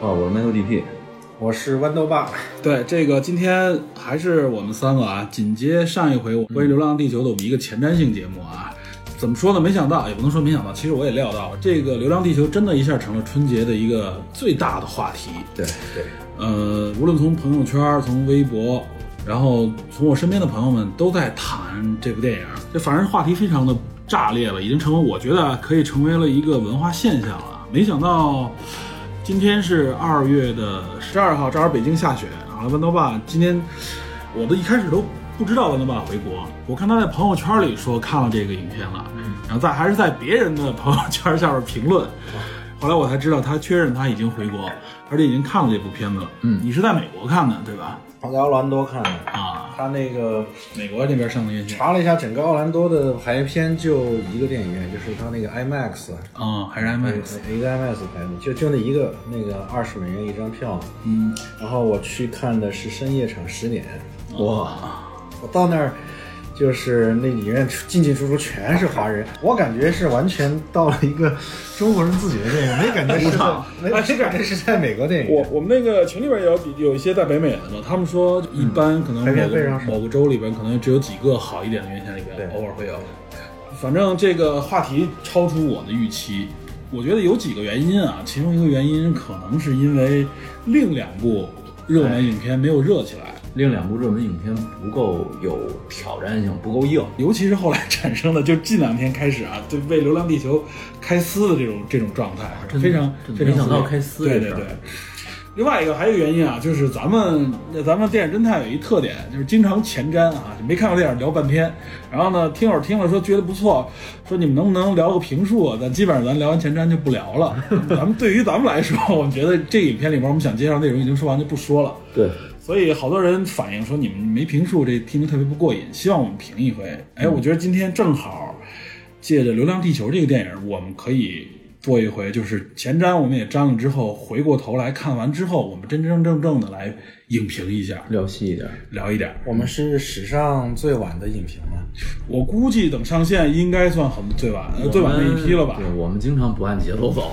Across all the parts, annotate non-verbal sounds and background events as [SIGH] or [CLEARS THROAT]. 哦，我是 Mano DP，我是豌豆爸，对，这个今天还是我们三个啊，紧接上一回我关于《流浪地球》的我们一个前瞻性节目啊。怎么说呢？没想到，也不能说没想到，其实我也料到，这个《流浪地球》真的一下成了春节的一个最大的话题。对对，呃，无论从朋友圈、从微博，然后从我身边的朋友们都在谈这部电影，这反正话题非常的炸裂了，已经成为我觉得可以成为了一个文化现象了。没想到今天是二月的十二号，正好北京下雪啊。豌豆爸今天我都一开始都不知道豌豆爸回国，我看他在朋友圈里说看了这个影片了，然后在还是在别人的朋友圈下边评论。后来我才知道，他确认他已经回国，而且已经看了这部片子了。嗯，你是在美国看的，对吧？我在奥兰多看的，啊，他那个美国那边上的院线，查了一下，整个奥兰多的排片就一个电影院，就是他那个 IMAX，嗯，还是 IMAX，一个 IMAX 排的，就就那一个那个二十美元一张票，嗯，然后我去看的是深夜场十点，哇，我到那儿。就是那影院出进进出出全是华人，我感觉是完全到了一个中国人自己的电影，没感觉是在没没感觉是在美国电影我院。我们那个群里边也有比有一些在北美的嘛，他们说一般可能排片某嗯非个常少某个州里边可能只有几个好一点的院线里边对偶尔会有。反正这个话题超出我的预期，我觉得有几个原因啊，其中一个原因可能是因为另两部热哎门影片没有热起来，另两部热门影片不够有挑战性，不够硬。尤其是后来产生的，就近两天开始啊，就为《流浪地球》开撕的这种这种状态，啊真非常真非常没想到撕裂开撕这对对事儿对。另外一个还有一个原因啊，就是咱们咱们电影侦探有一特点，就是经常前瞻啊，就没看过电影聊半天，然后呢，听友听了说觉得不错，说你们能不能聊个评述啊？咱基本上咱聊完前瞻就不聊了。咱们对于咱们来说，我们觉得这影片里面我们想介绍的内容已经说完就不说了。对，所以好多人反映说你们没评述，这听着特别不过瘾，希望我们评一回。哎，嗯我觉得今天正好借着《流浪地球》这个电影，我们可以做一回，就是前瞻我们也沾了之后，回过头来看完之后，我们真真正正的来影评一下，聊细一点。聊一点。我们是史上最晚的影评吗？我估计等上线应该算很最晚，呃最晚那一批了吧对，？我们经常不按节奏 [LAUGHS] 走。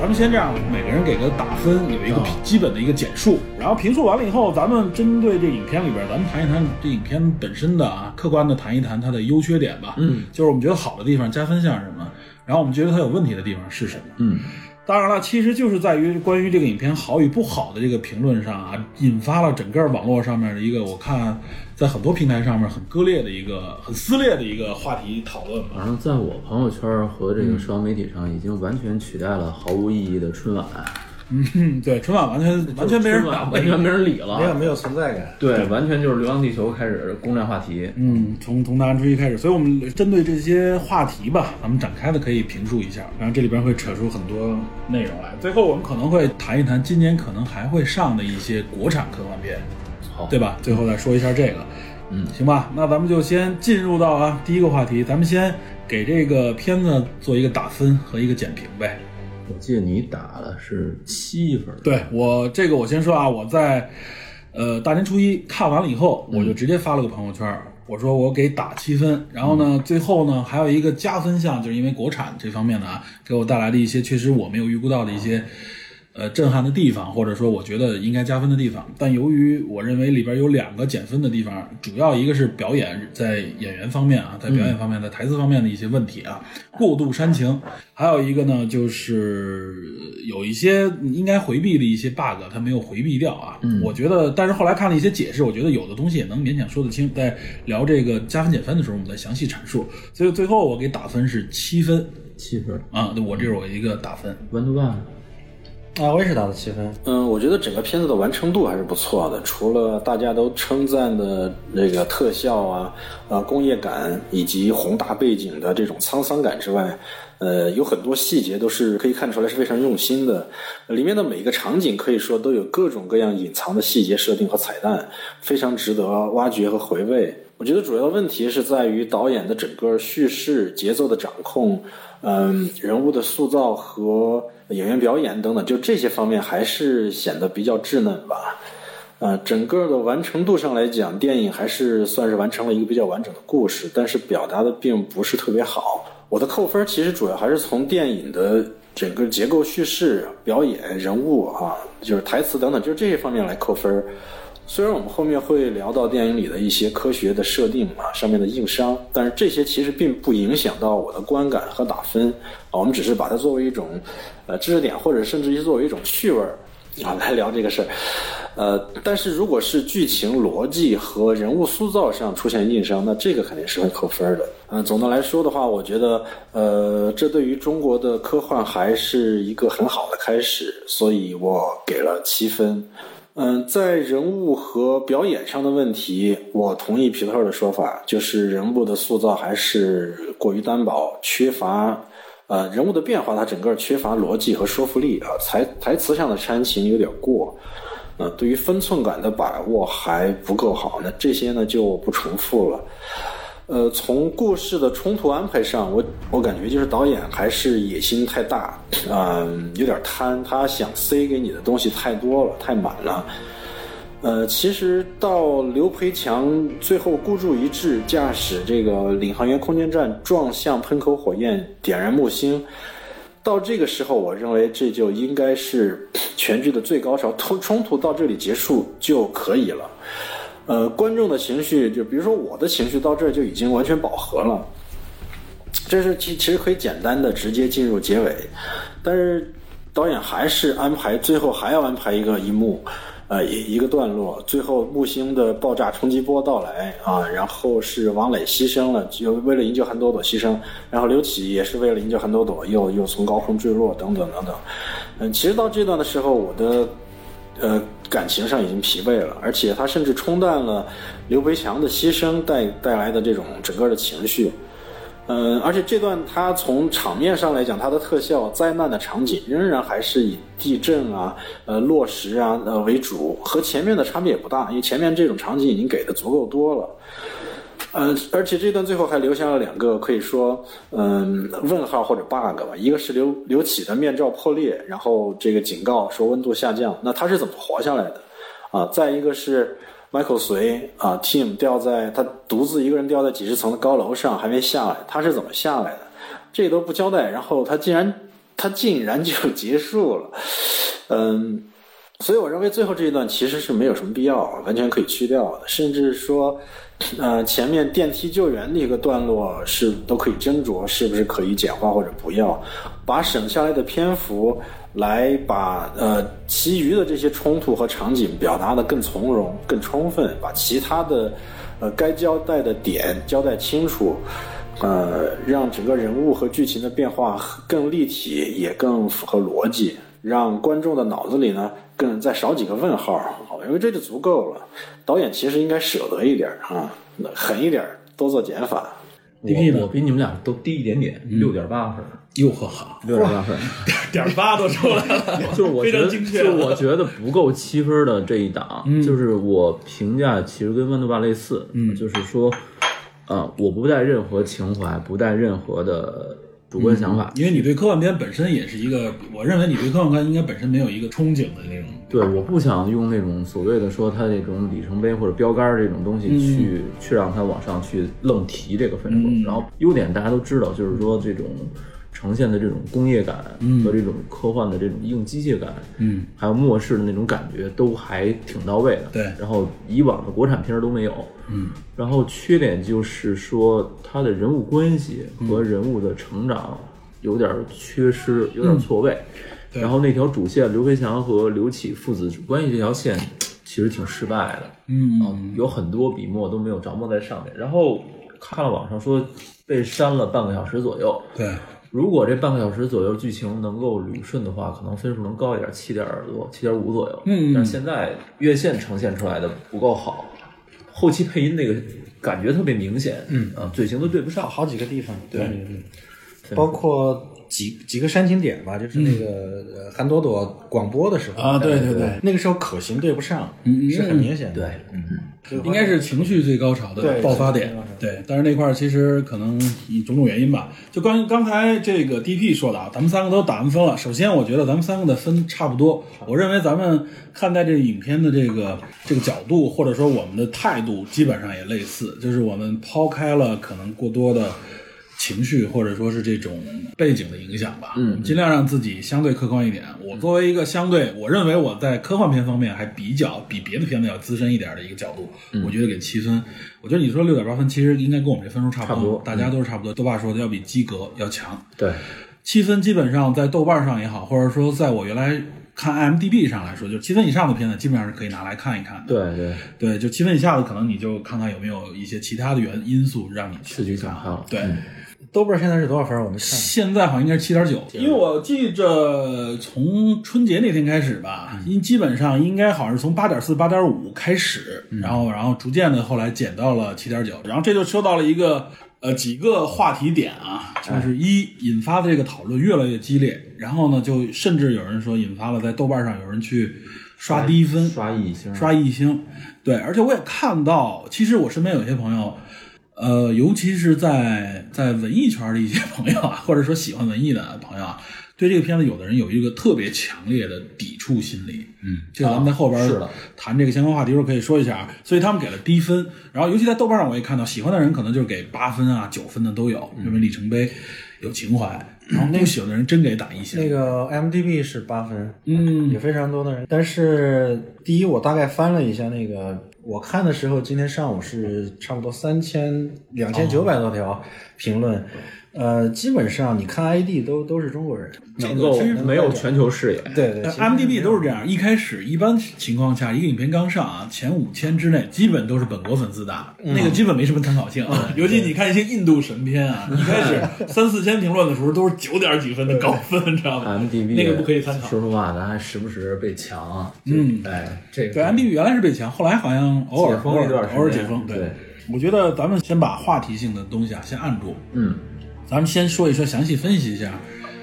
咱们先这样，每个人给个打分，有啊一个基本的一个简述，然后评述完了以后，咱们针对这影片里边，咱们谈一谈这影片本身的啊，客观的谈一谈它的优缺点吧。嗯，就是我们觉得好的地方加分项是什么，然后我们觉得它有问题的地方是什么。嗯，当然了，其实就是在于关于这个影片好与不好的这个评论上啊，引发了整个网络上面的一个，我看在很多平台上面很割裂的一个、很撕裂的一个话题讨论吧。 [LAUGHS] 反正在我朋友圈和这个社交媒体上，已经完全取代了毫无意义的春晚，嗯，对，春晚完全完全没人春打晚，完全没人理没有了。没有存在感。对，完全就是《流浪地球》开始攻占话题。嗯，从从大年初一开始，所以我们针对这些话题吧，咱们展开的可以评述一下，然后这里边会扯出很多内容来。最后我们可能会谈一谈今年可能还会上的一些国产科幻片，好，对吧？最后再说一下这个，嗯行吧？那咱们就先进入到啊第一个话题，咱们先给这个片子做一个打分和一个简评呗。我记得你打的是七分。对我这个我先说啊，我在呃大年初一看完了以后，我就直接发了个朋友圈儿，我说我给打七分。然后呢，最后呢还有一个加分项，就是因为国产这方面呢啊，给我带来的一些确实我没有预估到的一些。呃，震撼的地方，或者说我觉得应该加分的地方，但由于我认为里边有两个减分的地方，主要一个是表演在演员方面啊，在表演方面，在台词方面的一些问题啊，过度煽情，还有一个呢，就是有一些呃应该回避的一些 bug，它没有回避掉啊。我觉得，但是后来看了一些解释，我觉得有的东西也能勉强说得清。在聊这个加分减分的时候，我们再详细阐述。所以最后我给打分是七分七分。啊，我这是我一个打分。豌豆瓣啊，我也是打了七分。嗯，我觉得整个片子的完成度还是不错的，除了大家都称赞的这个特效啊、啊工业感以及宏大背景的这种沧桑感之外，呃，有很多细节都是可以看出来是非常用心的。呃里面的每一个场景可以说都有各种各样隐藏的细节设定和彩蛋，非常值得挖掘和回味。我觉得主要的问题是在于导演的整个叙事节奏的掌控，嗯，人物的塑造和呃演员表演等等，就这些方面还是显得比较稚嫩吧。呃，整个的完成度上来讲，电影还是算是完成了一个比较完整的故事，但是表达的并不是特别好。我的扣分其实主要还是从电影的整个结构、叙事、表演、人物啊，就是台词等等，就是这些方面来扣分。虽然我们后面会聊到电影里的一些科学的设定啊，上面的硬伤，但是这些其实并不影响到我的观感和打分啊，我们只是把它作为一种呃知识点，或者甚至于作为一种趣味儿啊 [LAUGHS] 来聊这个事儿。呃，但是如果是剧情逻辑和人物塑造上出现硬伤，那这个肯定是会扣分的。嗯、总的来说的话，我觉得呃，这对于中国的科幻还是一个很好的开始，所以我给了七分。嗯，在人物和表演上的问题，我同意皮特的说法，就是人物的塑造还是过于单薄，缺乏呃人物的变化，它整个缺乏逻辑和说服力啊，台台词上的煽情有点过，呃，对于分寸感的把握还不够好，那这些呢就不重复了。呃，从故事的冲突安排上，我我感觉就是导演还是野心太大，嗯、有点贪，他想塞给你的东西太多了，太满了。呃，其实到刘培强最后孤注一掷驾驶这个领航员空间站撞向喷口火焰，点燃木星，到这个时候，我认为这就应该是 [CLEARS THROAT] 全剧的最高潮，冲冲突到这里结束就可以了。呃，观众的情绪，就比如说我的情绪到这儿就已经完全饱和了，这是其其实可以简单的直接进入结尾，但是导演还是安排最后还要安排一个一幕，呃一一个段落，最后木星的爆炸冲击波到来啊，然后是王磊牺牲了，就为了营救韩朵朵牺牲，然后刘启也是为了营救韩朵朵又又从高空坠落等等等等，嗯，其实到这段的时候我的。呃，感情上已经疲惫了，而且他甚至冲淡了刘培强的牺牲带带来的这种整个的情绪。嗯，而且这段他从场面上来讲，它的特效、灾难的场景仍然还是以地震啊、呃落石啊呃为主，和前面的差别也不大，因为前面这种场景已经给的足够多了。嗯，而且这段最后还留下了两个可以说，嗯，问号或者 bug 吧。一个是刘刘启的面罩破裂，然后这个警告说温度下降，那他是怎么活下来的？啊，再一个是 Michael 随啊 Tim 掉在他独自一个人掉在几十层的高楼上还没下来，他是怎么下来的？这都不交代，然后他竟然他竟然就结束了，嗯。所以我认为最后这一段其实是没有什么必要，啊完全可以去掉的，甚至说，呃，前面电梯救援的一个段落是都可以斟酌是不是可以简化或者不要，把省下来的篇幅来把呃其余的这些冲突和场景表达的更从容、更充分，把其他的呃该交代的点交代清楚。呃，让整个人物和剧情的变化更立体，也更符合逻辑，让观众的脑子里呢更再少几个问号，因为这就足够了。导演其实应该舍得一点儿啊，狠一点儿，多做减法。 DP 呢我我比你们俩都低一点点，六点八分，又呵好，六点 [LAUGHS] 八分。点儿八都出来了，就是我觉非得，常精确啊就是我觉得不够七分的这一档，就是我评价其实跟豌豆爸类似，嗯就是说，呃，我不带任何情怀，不带任何的主观想法， [LAUGHS] 因为你对科幻片本身也是一个，我认为你对科幻片应该本身没有一个憧憬的那种。对，我不想用那种所谓的说它那种里程碑或者标杆儿这种东西去、去让它往上去愣提这个分数。然后优点大家都知道，就是说这种呈现的这种工业感和这种科幻的这种硬机械感，嗯，还有末世的那种感觉都还挺到位的。对然后以往的国产片儿都没有。嗯，然后缺点就是说它的人物关系嗯和人物的成长有点儿缺失，有点儿错位。对然后那条主线，刘培强和刘启父子关系这条线，其实挺失败的。啊嗯，有很多笔墨都没有着墨在上面。然后看了网上说被删了半个小时左右，对，如果这半个小时左右剧情能够捋顺的话，可能分数能高一点，七点多、七点五左右。嗯但是现在院线呈现出来的不够好，后期配音那个感觉特别明显，嗯啊，嘴型都对不上。好几个地方，对，嗯包括几几个煽情点吧，就是那个呃韩朵朵广播的时嗯候啊对对对，那个时候口型对不上，嗯是很明显的。对，嗯对应该是情绪最高潮的对爆发情点绪最高潮，对。但是那块儿其实可能以种种原因吧，就关于刚才这个 DP 说的啊，咱们三个都打完分了。首先，我觉得咱们三个的分差不多，我认为咱们看待这个影片的这个这个角度，或者说我们的态度，基本上也类似，就是我们抛开了可能过多的。情绪或者说是这种背景的影响吧，嗯，尽量让自己相对客观一点。我作为一个相对，我认为我在科幻片方面还比较比别的片子要资深一点的一个角度，我觉得给七分。我觉得你说六点八分，其实应该跟我们这分数差不差不多大家都是差不多。嗯豆瓣说的要比及格要强，对，七分基本上在豆瓣上也好，或者说在我原来看 IMDB 上来说，就是七分以上的片子基本上是可以拿来看一看的。对对，对，就七分以下的，可能你就看看有没有一些其他的原因素让你视去觉嗯看想。看了。对，豆瓣现在是多少分？我们看现在好像应该是七点九，因为我记着从春节那天开始吧，嗯因基本上应该好像是从八点四、八点五开始，嗯然后然后逐渐的后来减到了七点九，然后这就说到了一个呃几个话题点啊，哎就是一引发的这个讨论越来越激烈，然后呢就甚至有人说引发了在豆瓣上有人去刷低分，刷一星，刷一星。对，而且我也看到，其实我身边有些朋友，呃，尤其是在在文艺圈的一些朋友啊，或者说喜欢文艺的朋友啊，对这个片子有的人有一个特别强烈的抵触心理。嗯，这个咱们在后边、是的谈这个相关话题的时候可以说一下啊。所以他们给了低分，然后尤其在豆瓣上我也看到，喜欢的人可能就是给八分啊、九分的都有，因为里程碑有情怀。然后不喜欢的人真给打一星。那个 m d b 是八分，嗯也非常多的人。但是第一，我大概翻了一下那个，我看的时候，今天上午是差不多三千两千九百多条评论，呃，基本上你看 ID 都都是中国人，能够没有全球视野。对对呃其实 MDB 都是这样，一开始一般情况下，一个影片刚上啊，前五千之内基本都是本国粉丝打，那个基本没什么参考性啊。尤其你看一些印度神片 [LAUGHS] 啊，一开始三四千评论的时候都是九点几分的高分，你知道吗 MDB 那个不可以参考。说实话，咱还时不时被强。嗯哎，这个对，MDB 原来是被强，后来好像偶尔解封偶了尔一段时间偶尔解封。对，我觉得咱们先把话题性的东西啊先按住，嗯，咱们先说一说，详细分析一下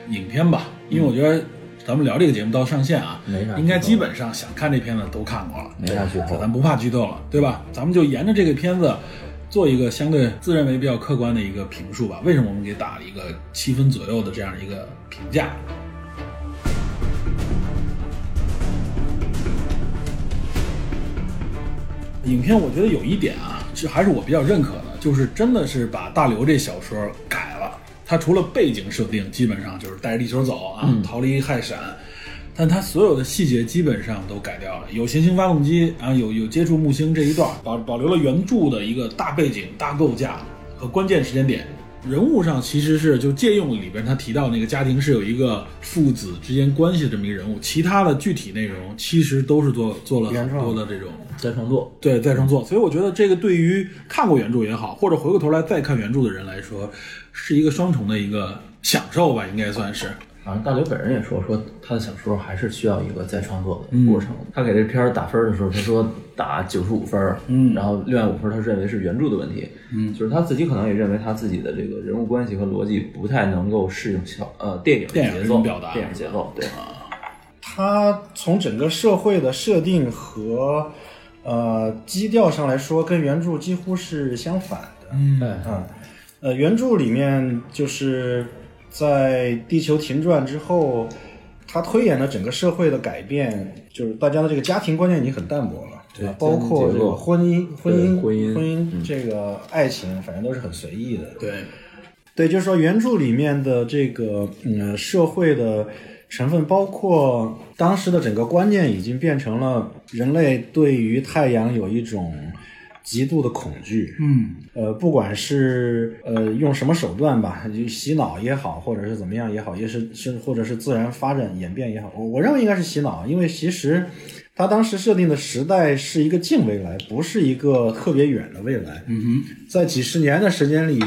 影片吧，因为我觉得咱们聊这个节目到上线啊，没啥应该剧透基本上想看这片子都看过了，没啥剧透咱不怕剧透了，对吧？咱们就沿着这个片子做一个相对自认为比较客观的一个评述吧。为什么我们给打了一个七分左右的这样一个评价？影片我觉得有一点啊，这还是我比较认可的，就是真的是把大刘这小说改了。他除了背景设定，基本上就是带着地球走啊，嗯逃离氦闪，但他所有的细节基本上都改掉了，有行星发动机啊，有有接触木星这一段，保保留了原著的一个大背景、大构架和关键时间点。人物上其实是就借用里边他提到那个家庭是有一个父子之间关系的这么一个人物，其他的具体内容其实都是做做了原很创多的这种再创作，对再创作，所以我觉得这个对于看过原著也好，或者回过头来再看原著的人来说，是一个双重的一个享受吧，应该算是。好像大刘本人也说，说他的小说还是需要一个再创作嗯的过程。他给这片儿打分儿的时候，他说打九十五分儿，嗯，然后另外五分儿他认为是原著的问题，嗯，就是他自己可能也认为他自己的这个人物关系和逻辑不太能够适应小呃电影的电影节这奏种表达电影节奏对。啊他从整个社会的设定和呃基调上来说，跟原著几乎是相反的。嗯啊，呃，原著里面就是在地球停转之后，他推演了整个社会的改变，就是大家的这个家庭观念已经很淡薄了，对吧，包括这结个构婚姻、婚姻、对婚姻嗯这个爱情，反正都是很随意的。对对，对，就是说原著里面的这个嗯社会的成分，包括当时的整个观念，已经变成了人类对于太阳有一种极度的恐惧。嗯，呃，不管是呃用什么手段吧，就洗脑也好，或者是怎么样也好，也是是或者是自然发展演变也好，我我认为应该是洗脑，因为其实他当时设定的时代是一个近未来，不是一个特别远的未来。嗯哼，在几十年的时间里，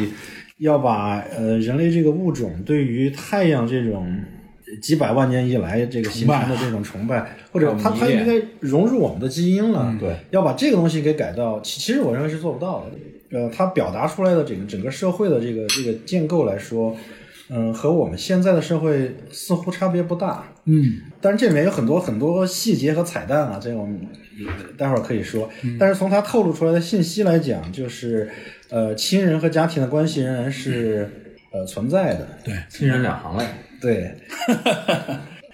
要把呃人类这个物种对于太阳这种几百万年以来这个形成的这种崇拜，或者它迷它恋应该融入我们的基因了。对，要把这个东西给改到，其其实我认为是做不到的。呃，它表达出来的整个整个社会的这个这个建构来说，嗯，和我们现在的社会似乎差别不大。嗯，但是这里面有很多很多细节和彩蛋啊，这个我们待会儿可以说。但是从他透露出来的信息来讲，就是呃，亲人和家庭的关系仍然是、呃存在的。对，亲人两行泪。对，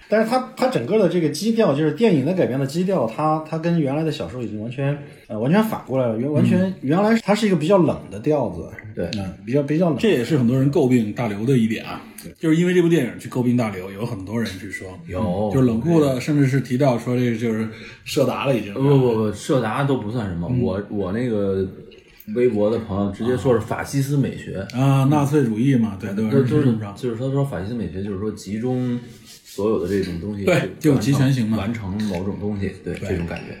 但是它它整个的这个基调，就是电影的改编的基调，它它跟原来的小说已经完全呃完全反过来了，原完全、原来它是一个比较冷的调子，对嗯，比较比较冷，这也是很多人诟病大刘的一点啊，就是因为这部电影去诟病大刘，有很多人去说，有就是冷酷的，甚至是提到说这个就是社达了已经。嗯不不不，社达都不算什嗯么。我我那个微博的朋友直接说是法西斯美学，啊，纳粹主义嘛，对，对，就就这是么着。就是他说法西斯美学就是说集中所有的这种东西，对就有集权性嘛完成某种东西，对这种感觉。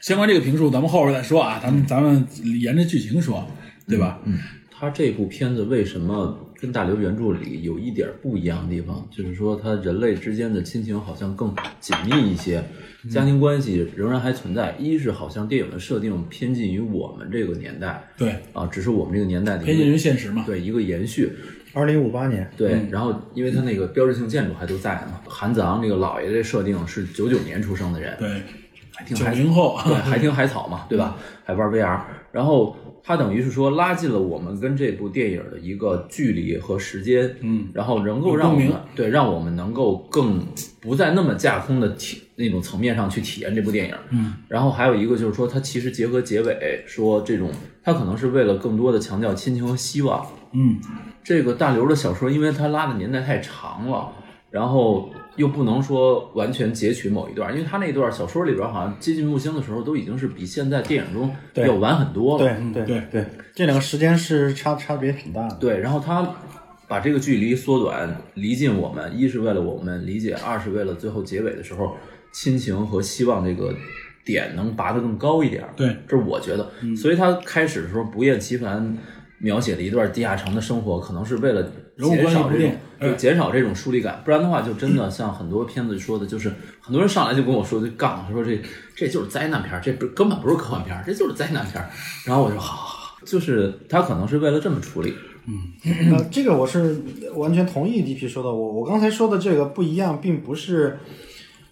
相关这个评述，咱们后边再说啊，咱们咱们沿着剧情说，对吧？嗯，他这部片子为什么跟大刘原著里有一点不一样的地方，就是说他人类之间的亲情好像更紧密一些，嗯家庭关系仍然还存在。一是好像电影的设定偏近于我们这个年代，对，啊，只是我们这个年代的一个偏见于现实嘛。对一个延续。二零五八年，嗯对，然后因为他那个标志性建筑还都在呢。韩子昂这个老爷的设定是九九年出生的人，对，还挺九还零后， [LAUGHS] 对，还听海草嘛，对吧？还玩 VR，然后它等于是说拉近了我们跟这部电影的一个距离和时间，嗯，然后能够让我们有共对让我们能够更不在那么架空的体那种层面上去体验这部电影，嗯，然后还有一个就是说，它其实结合结尾说这种，它可能是为了更多的强调亲情和希望，嗯，这个大刘的小说，因为他拉的年代太长了，然后又不能说完全截取某一段，因为他那段小说里边好像接近木星的时候，都已经是比现在电影中对要晚很多了。对嗯对对对，这两个时间是差差别挺大的， [LAUGHS] 对，然后他把这个距离缩短，离近我们，一是为了我们理解，二是为了最后结尾的时候，亲情和希望这个点能拔得更高一点。对，这是我觉得。所以他开始的时候不厌其烦描写了一段地下城的生活，可能是为了人物减关系少不这种定对哎减少这种疏离感，不然的话就真的像很多片子说的，就是很多人上来就跟我说就杠，说这这就是灾难片儿，这不根本不是科幻片儿，这就是灾难片儿。然后我就好好。好就是他可能是为了这么处理，呃，这个我是完全同意 DP 说的。我我刚才说的这个不一样，并不是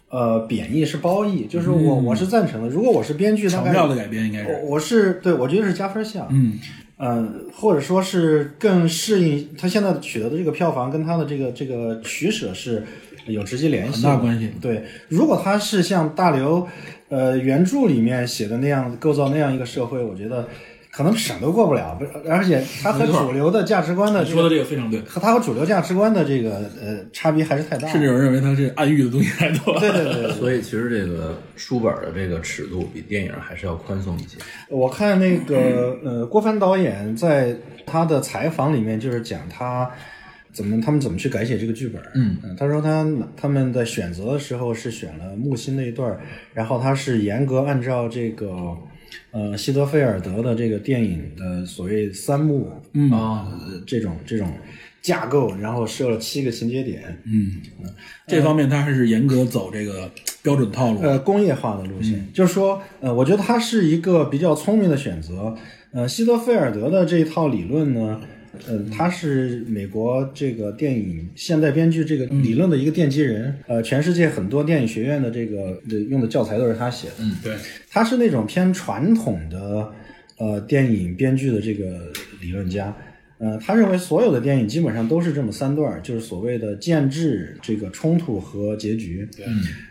呃贬义，是褒义。就是我、我是赞成的。如果我是编剧，大巧概妙的改编应该是。我我是对我觉得是加分项。嗯嗯，或者说是更适应他现在取得的这个票房跟他的这个这个取舍是有直接联系的，很大关系对，如果他是像大刘呃原著里面写的那样构造那样一个社会，我觉得可能审都过不了，不是而且他和主流的价值观的你这说的个。这个非常对，和他和主流价值观的这个呃差别还是太大了，甚至有人认为他是暗喻的东西太多了。对对对，对所以其实这个书本的这个尺度比电影还是要宽松一些。我看那个呃，郭帆导演在他的采访里面，就是讲他怎么他们怎么去改写这个剧本。嗯，他说他他们在选择的时候是选了木心那一段儿，然后他是严格按照这个呃西德菲尔德的这个电影的所谓三幕嗯啊、呃这种这种架构，然后设了七个情节点。嗯，这方面他还是严格走这个标准套路。呃，工业化的路线，就是说，呃，我觉得它是一个比较聪明的选择。呃，希德菲尔德的这一套理论呢，呃，他是美国这个电影现代编剧这个理论的一个奠基人。呃，全世界很多电影学院的这个呃用的教材都是他写的。嗯对，他是那种偏传统的呃电影编剧的这个理论家。呃，他认为所有的电影基本上都是这么三段儿，就是所谓的建制、这个冲突和结局。对，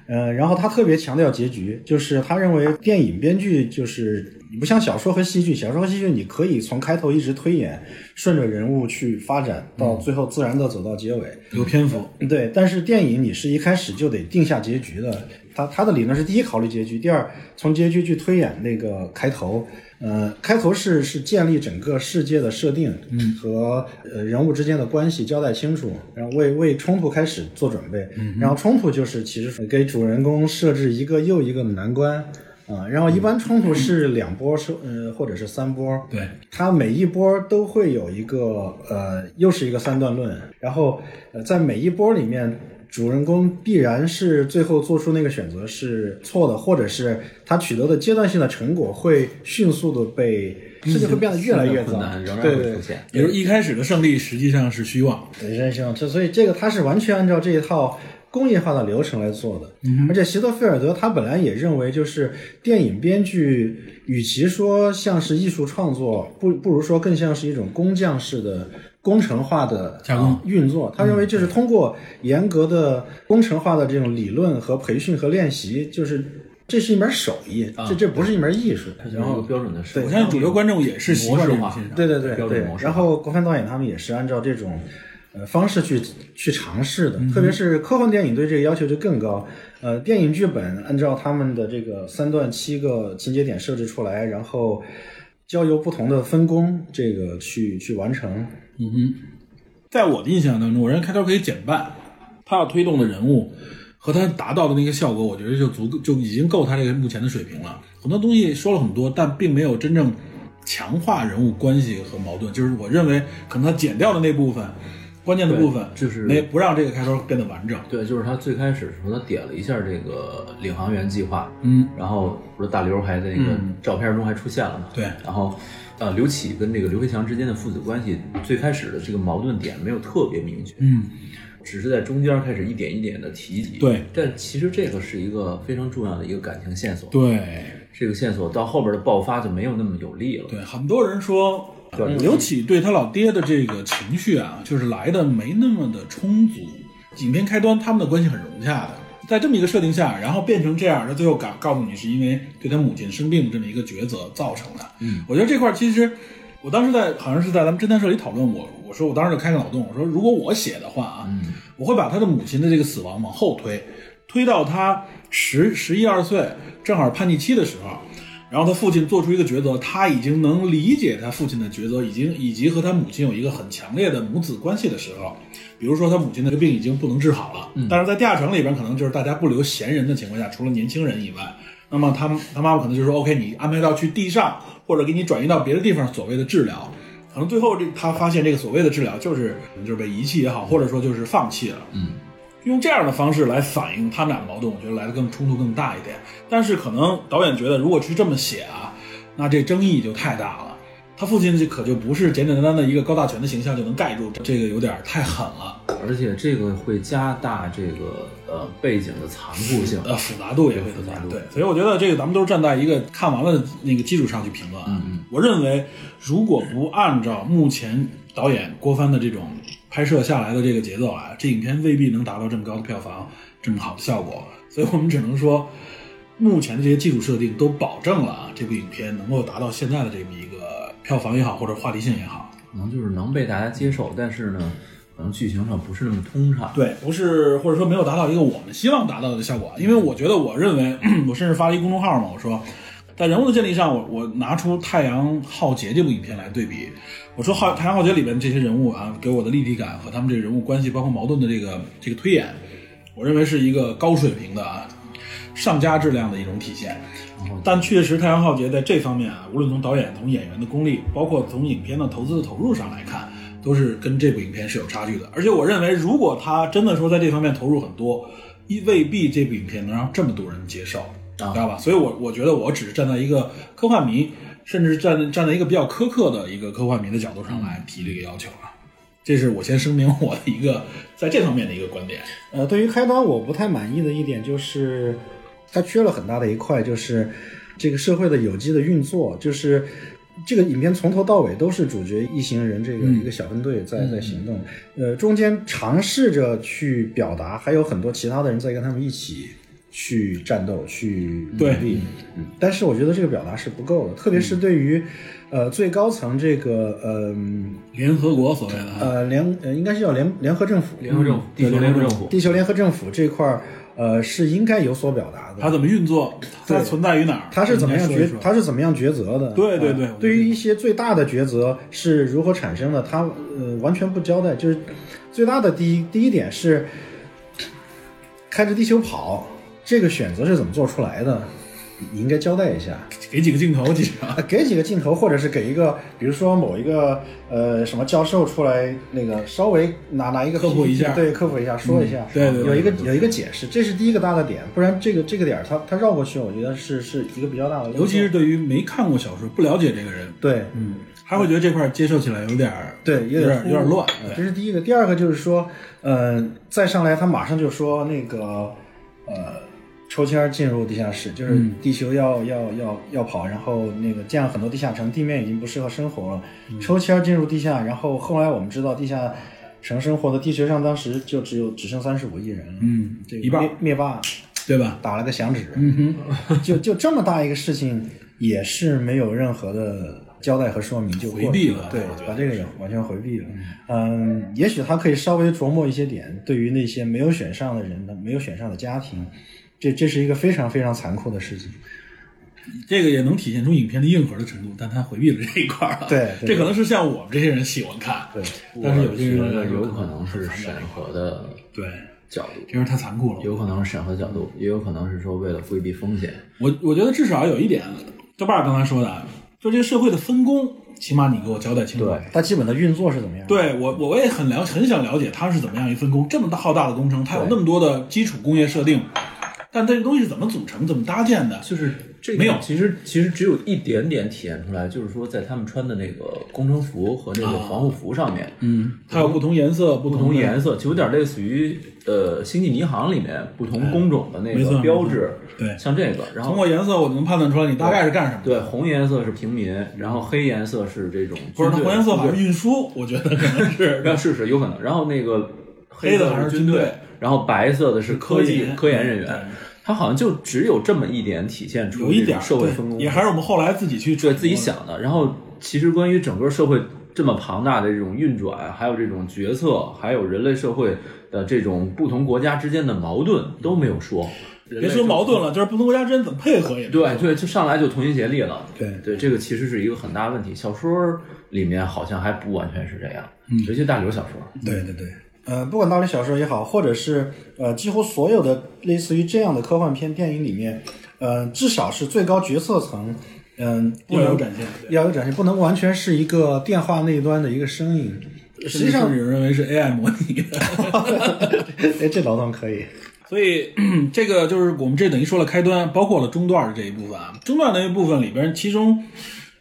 呃，然后他特别强调结局，就是他认为电影编剧就是你不像小说和戏剧，小说和戏剧你可以从开头一直推演，顺着人物去发展，到最后自然的走到结尾。有篇幅。对，但是电影你是一开始就得定下结局的，它它的理论是第一考虑结局，第二从结局去推演那个开头。呃，开头是是建立整个世界的设定，嗯，和呃人物之间的关系交代清楚，然后为为冲突开始做准备，嗯，然后冲突就是其实给主人公设置一个又一个的难关，啊、然后一般冲突是两波是呃或者是三波，对，它每一波都会有一个呃，又是一个三段论，然后呃，在每一波里面，主人公必然是最后做出那个选择是错的，或者是他取得的阶段性的成果会迅速的被，世界会变得越来越困嗯糟难，仍然对会对出。现。也就是一开始的胜利实际上是虚妄，对，任性，这所以这个它是完全按照这一套工业化的流程来做的。嗯而且席德菲尔德他本来也认为，就是电影编剧与其说像是艺术创作，不不如说更像是一种工匠式的。工程化的加工嗯啊运作，他认为就是通过严格的工程化的这种理论和培训和练习，就是这是一门手艺，啊这这不是一门艺术。然后标准的是，我相信主流观众也是习惯这种模式化现象。对对对标准对模。式然后国藩导演他们也是按照这种呃方式去去尝试嗯的，特别是科幻电影对这个要求就更高。呃，电影剧本按照他们的这个三段七个情节点设置出来，然后交由不同的分工这个去去完成。在我的印象当中，我认为开头可以减半，他要推动的人物和他达到的那个效果，我觉得就足够，就已经够他这个目前的水平了。很多东西说了很多，但并没有真正强化人物关系和矛盾。就是我认为，可能他减掉的那部分，关键的部分，对就是没不让这个开头变得完整。对，就是他最开始的时候，他点了一下这个领航员计划，嗯，然后不是大刘还在那个照片中还出现了嘛？对然后呃，刘启跟这个刘飞强之间的父子关系最开始的这个矛盾点没有特别明确，嗯，只是在中间开始一点一点的提及。对，但其实这个是一个非常重要的一个感情线索，对这个线索到后边的爆发就没有那么有力了。对，很多人说。对刘启对他老爹的这个情绪啊，就是来的没那么的充足。影片开端，他们的关系很融洽的，在这么一个设定下，然后变成这样，他最后告告诉你是因为对他母亲生病这么一个抉择造成的。嗯，我觉得这块儿其实，我当时在好像是在咱们侦探社里讨论过，我说我当时就开个脑洞，我说如果我写的话啊，我会把他的母亲的这个死亡往后推，推到他十十一二岁，正好叛逆期的时候。然后他父亲做出一个抉择，他已经能理解他父亲的抉择，已经以及和他母亲有一个很强烈的母子关系的时候，比如说他母亲的病已经不能治好了，但是在地下城里边可能就是大家不留闲人的情况下，除了年轻人以外，那么他他妈妈可能就说 OK，你安排到去地上，或者给你转移到别的地方所谓的治疗，可能最后这他发现这个所谓的治疗就是就是被遗弃也好，或者说就是放弃了，用这样的方式来反映他们俩矛盾，我觉得来的更冲突更大一点。但是可能导演觉得，如果去这么写啊，那这争议就太大了。他父亲这可就不是简简单单的一个高大全的形象就能盖住，这个有点太狠了，而且这个会加大这个呃背景的残酷性。呃，复杂度也会增加复杂。度对，所以我觉得这个咱们都是站在一个看完了的那个基础上去评论嗯啊。我认为，如果不按照目前导演郭帆的这种拍摄下来的这个节奏啊，这影片未必能达到这么高的票房，这么好的效果。所以我们只能说，目前的这些基础设定都保证了啊，这部影片能够达到现在的这么一个票房也好，或者话题性也好。可能就是能被大家接受，但是呢，可能剧情上不是那么通畅。对，不是或者说没有达到一个我们希望达到的效果，因为我觉得，我认为， [CLEARS THROAT] 我甚至发了一公众号嘛，我说，在人物的建立上，我我拿出《太阳浩劫》这部影片来对比，我说浩《太阳浩劫》里边这些人物啊，给我的立体感和他们这个人物关系，包括矛盾的这个这个推演，我认为是一个高水平的啊，上佳质量的一种体现。但确实，《太阳浩劫》在这方面啊，无论从导演、从演员的功力，包括从影片的投资的投入上来看，都是跟这部影片是有差距的。而且我认为，如果他真的说在这方面投入很多，一未必这部影片能让这么多人接受，啊知道吧？所以我，我觉得我只是站在一个科幻迷，甚至站站在一个比较苛刻的一个科幻迷的角度上来提这个要求啊。这是我先声明我的一个在这方面的一个观点。呃，对于开端我不太满意的一点就是，它缺了很大的一块，就是这个社会的有机的运作，就是这个影片从头到尾都是主角一行人这个一个小分队在、在行动，呃，中间尝试着去表达，还有很多其他的人在跟他们一起。去战斗，去努对力，嗯但是我觉得这个表达是不够的，特别是对于，呃，最高层这个，嗯联合国所谓的啊呃，联呃，应该是叫联联合政府，联合政府，地球联合政府，地球联合政府这块儿，呃，是应该有所表达的。它怎么运作，它对存在于哪儿，它是怎么样应该说抉一说，它是怎么样抉择的？对对啊对对于一些最大的抉择是如何产生的，它呃完全不交代。就是最大的第一第一点是开着地球跑，这个选择是怎么做出来的？你应该交代一下。给几个镜头，其实啊 [LAUGHS] 啊，给几个镜头，或者是给一个，比如说某一个呃什么教授出来，那个稍微拿拿一个科普一 PPT 下嗯对，科普一下，说一下，对对对有一个有一个解释，这是第一个大的点，不然这个这个点儿他他绕过去，我觉得是是一个比较大的漏洞，尤其是对于没看过小说、不了解这个人，对，嗯，他会觉得这块儿接受起来有点儿对，有有点有点忽略乱。呃对这是第一个，第二个就是说，呃，再上来他马上就说那个，呃，抽签儿进入地下室，就是嗯地球要、要要要跑，然后那个建了很多地下城，地面已经不适合生活了，嗯抽签儿进入地下，然后后来我们知道地下城生活的地球上当时就只有只剩三十五亿人了，嗯这一个半灭灭霸对吧？打了个响指，嗯就就这么大一个事情，也是没有任何的交代和说明就过回避了对我觉，得把这个也完全回避了。嗯，也许他可以稍微琢磨一些点，对于那些没有选上的人的、没有选上的家庭，这这是一个非常非常残酷的事情。这个也能体现出影片的硬核的程度，但他回避了这一块儿啊。对对这可能是像我们这些人喜欢看，对，但是有些觉人得有可可能是审核的对，角度，这边太残酷了。有可能是审核角度，也有可能是说为了规避风险。我我觉得至少有一点，豆瓣儿刚才说的啊，就这个社会的分工，起码你给我交代清楚。对它基本的运作是怎么样？，对我，我也很了，很想了解它是怎么样一分工，这么大浩大的工程，它有那么多的基础工业设定，但这个东西是怎么组成、怎么搭建的？就是这个没有其实其实只有一点点体现出来，就是说在他们穿的那个工程服和那个防护服上面，啊嗯，它有不同颜色、不不同同的颜色，就有点类似于呃《星际迷航》里面不同工种的那哎没错个标志，没错对像这个，然通后过颜色我就能判断出来你大概是干什么的。对红颜色是平民，然后黑颜色是这种军队，不是，它红颜色好军像队是运输，我觉得可能是 [LAUGHS] 那是是有可能。然后那个黑的的还是是军队队，然后白色的是科技科研科研人对员，他好像就只有这么一点体现出有一点儿这种社会对分工，也还是我们后来自己去揣对摩自己想的。然后其实关于整个社会这么庞大的这种运转，还有这种决策，还有人类社会的这种不同国家之间的矛盾都没有说。别说矛盾了，就是不同国家之间怎么配合也没说对对，就上来就同心协力了。对对，这个其实是一个很大的问题。小说里面好像还不完全是这样，尤其大刘小说。对对对。呃，不管道理小说也好，或者是呃，几乎所有的类似于这样的科幻片电影里面，呃，至少是最高决策层，嗯、不要有能展现。对要有展现，不能完全是一个电话那一端的一个声音。实际上甚，至有人认为是 AI 模拟 [LAUGHS] 的， [LAUGHS] 哎，这劳动可以。所以 [CLEARS THROAT] 这个就是我们这等于说了开端，包括了中段的这一部分啊。中段那一部分里边，其中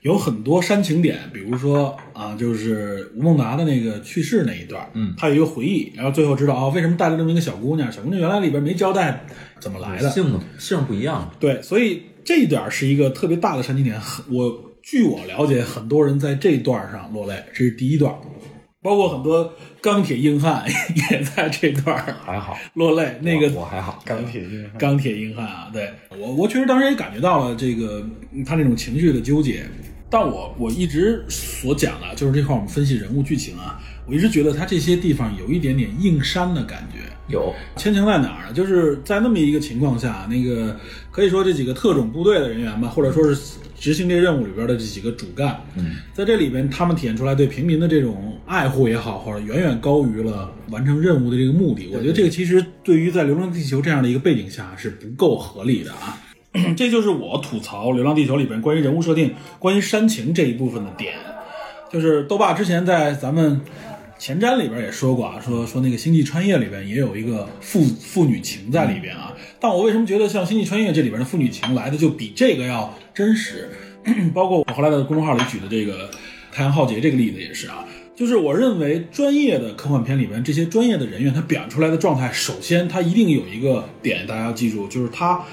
有很多煽情点，比如说啊，就是吴孟达的那个去世那一段，嗯，他有一个回忆，然后最后知道啊、为什么带了这么一个小姑娘，小姑娘原来里边没交代怎么来的，姓的姓不一样，对，所以这一点儿是一个特别大的煽情点。很我据我了解，很多人在这一段儿上落泪，这是第一段儿，包括很多钢铁硬汉 [LAUGHS] 也在这段儿还好落泪。那个我还好。钢铁硬汉，钢铁硬汉啊，对我我确实当时也感觉到了这个嗯他那种情绪的纠结，但我我一直所讲的就是这块儿我们分析人物剧情啊，我一直觉得他这些地方有一点点硬煽的感觉。有牵强在哪儿呢？就是在那么一个情况下，那个可以说这几个特种部队的人员吧，或者说是执行这任务里边的这几个主干，嗯，在这里边他们体现出来对平民的这种爱护也好，或者远远高于了完成任务的这个目的。我觉得这个其实对于在《流浪地球》这样的一个背景下是不够合理的啊。这就是我吐槽《流浪地球》里边关于人物设定、关于煽情这一部分的点。就是豆爸之前在咱们前瞻里边也说过啊，说说那个《星际穿越》里边也有一个父父女情在里边啊。但我为什么觉得像《星际穿越》这里边的父女情来的就比这个要真实？ [CLEARS THROAT] 包括我后来在公众号里举的这个太阳浩劫这个例子也是啊。就是我认为专业的科幻片里面，这些专业的人员他表现出来的状态，首先他一定有一个点，大家要记住，就是他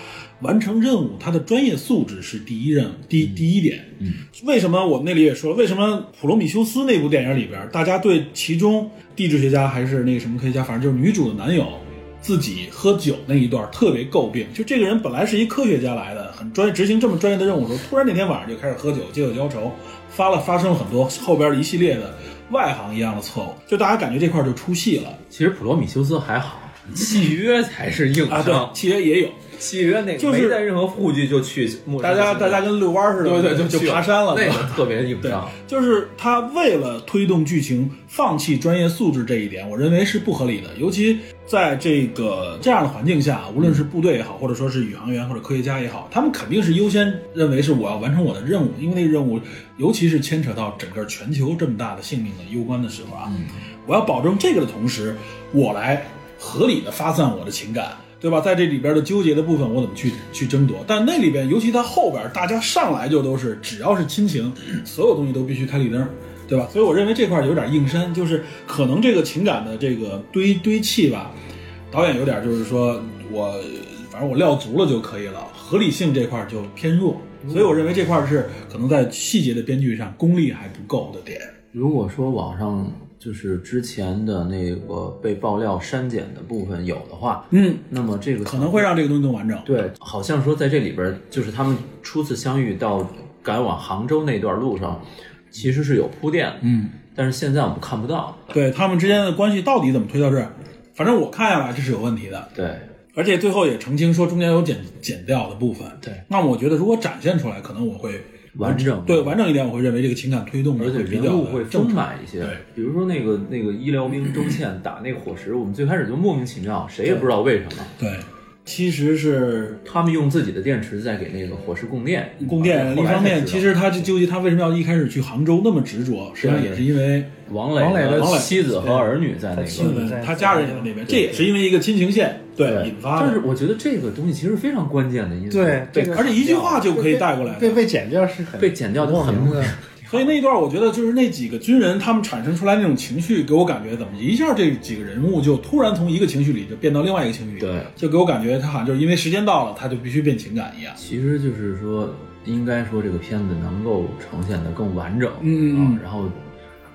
完成任务，他的专业素质是第一任务第第一点。嗯，为什么我们那里也说，为什么普罗米修斯那部电影里边，大家对其中地质学家还是那个什么科学家，反正就是女主的男友自己喝酒那一段特别诟病，就这个人本来是一科学家来的，很专业，执行这么专业的任务的时候，突然那天晚上就开始喝酒，借酒浇愁，发了发生了很多后边的一系列的外行一样的错误，就大家感觉这块就出戏了。其实普罗米修斯还好，契约才是硬啊，对，伤。契约也有。契约那个就是没带任何护具就去牧大家大家跟遛弯儿似的，对对就就爬山了那个特别硬对仗。，就是他为了推动剧情，放弃专业素质这一点，我认为是不合理的。尤其在这个这样的环境下，无论是部队也好，或者说是宇航员或者科学家也好，他们肯定是优先认为是我要完成我的任务，因为那个任务，尤其是牵扯到整个全球这么大的性命的攸关的时候啊，我要保证这个的同时，我来合理的发散我的情感。对吧？在这里边的纠结的部分，我怎么去去争夺？但那里边，尤其它后边，大家上来就都是只要是亲情，所有东西都必须开绿灯，对吧？所以我认为这块儿有点硬伤，就是可能这个情感的这个堆堆砌吧，导演有点就是说我反正我料足了就可以了，合理性这块儿就偏弱。所以我认为这块儿是可能在细节的编剧上功力还不够的点。如果说网上就是之前的那个被爆料删减的部分有的话，嗯，那么这个可能会让这个东西更完整。对，好像说在这里边儿，就是他们初次相遇到赶往杭州那段路上，其实是有铺垫的，嗯，但是现在我们看不到。对他们之间的关系到底怎么推到这儿，反正我看下来这是有问题的。对，而且最后也澄清说中间有剪剪掉的部分。对那我觉得如果展现出来，可能我会完整对完整一点，我会认为这个情感推动而且比人较物会正丰常。满一些对。比如说那个那个医疗兵周倩打那个火石，我们最开始就莫名其妙，谁也不知道为什么，对，其实是他们用自己的电池在给那个火石供电。嗯供电后一来才方面，知道其实他就纠结他为什么要一开始去杭州那么执着，实际上也是因为王磊王磊的的王磊妻子和儿女在那妻子个。在他家人也在那边，这也是因为一个亲情线对引发但是的。我觉得这个东西其实非常关键的因素。对被这个而且一句话就可以带过来被的，被剪掉是很被剪掉就很莫名的。所以那一段我觉得就是那几个军人他们产生出来那种情绪，给我感觉怎么一下这几个人物就突然从一个情绪里就变到另外一个情绪里，对，就给我感觉他好像就是因为时间到了，他就必须变情感一样。其实就是说，应该说这个片子能够呈现的更完整，嗯啊，然后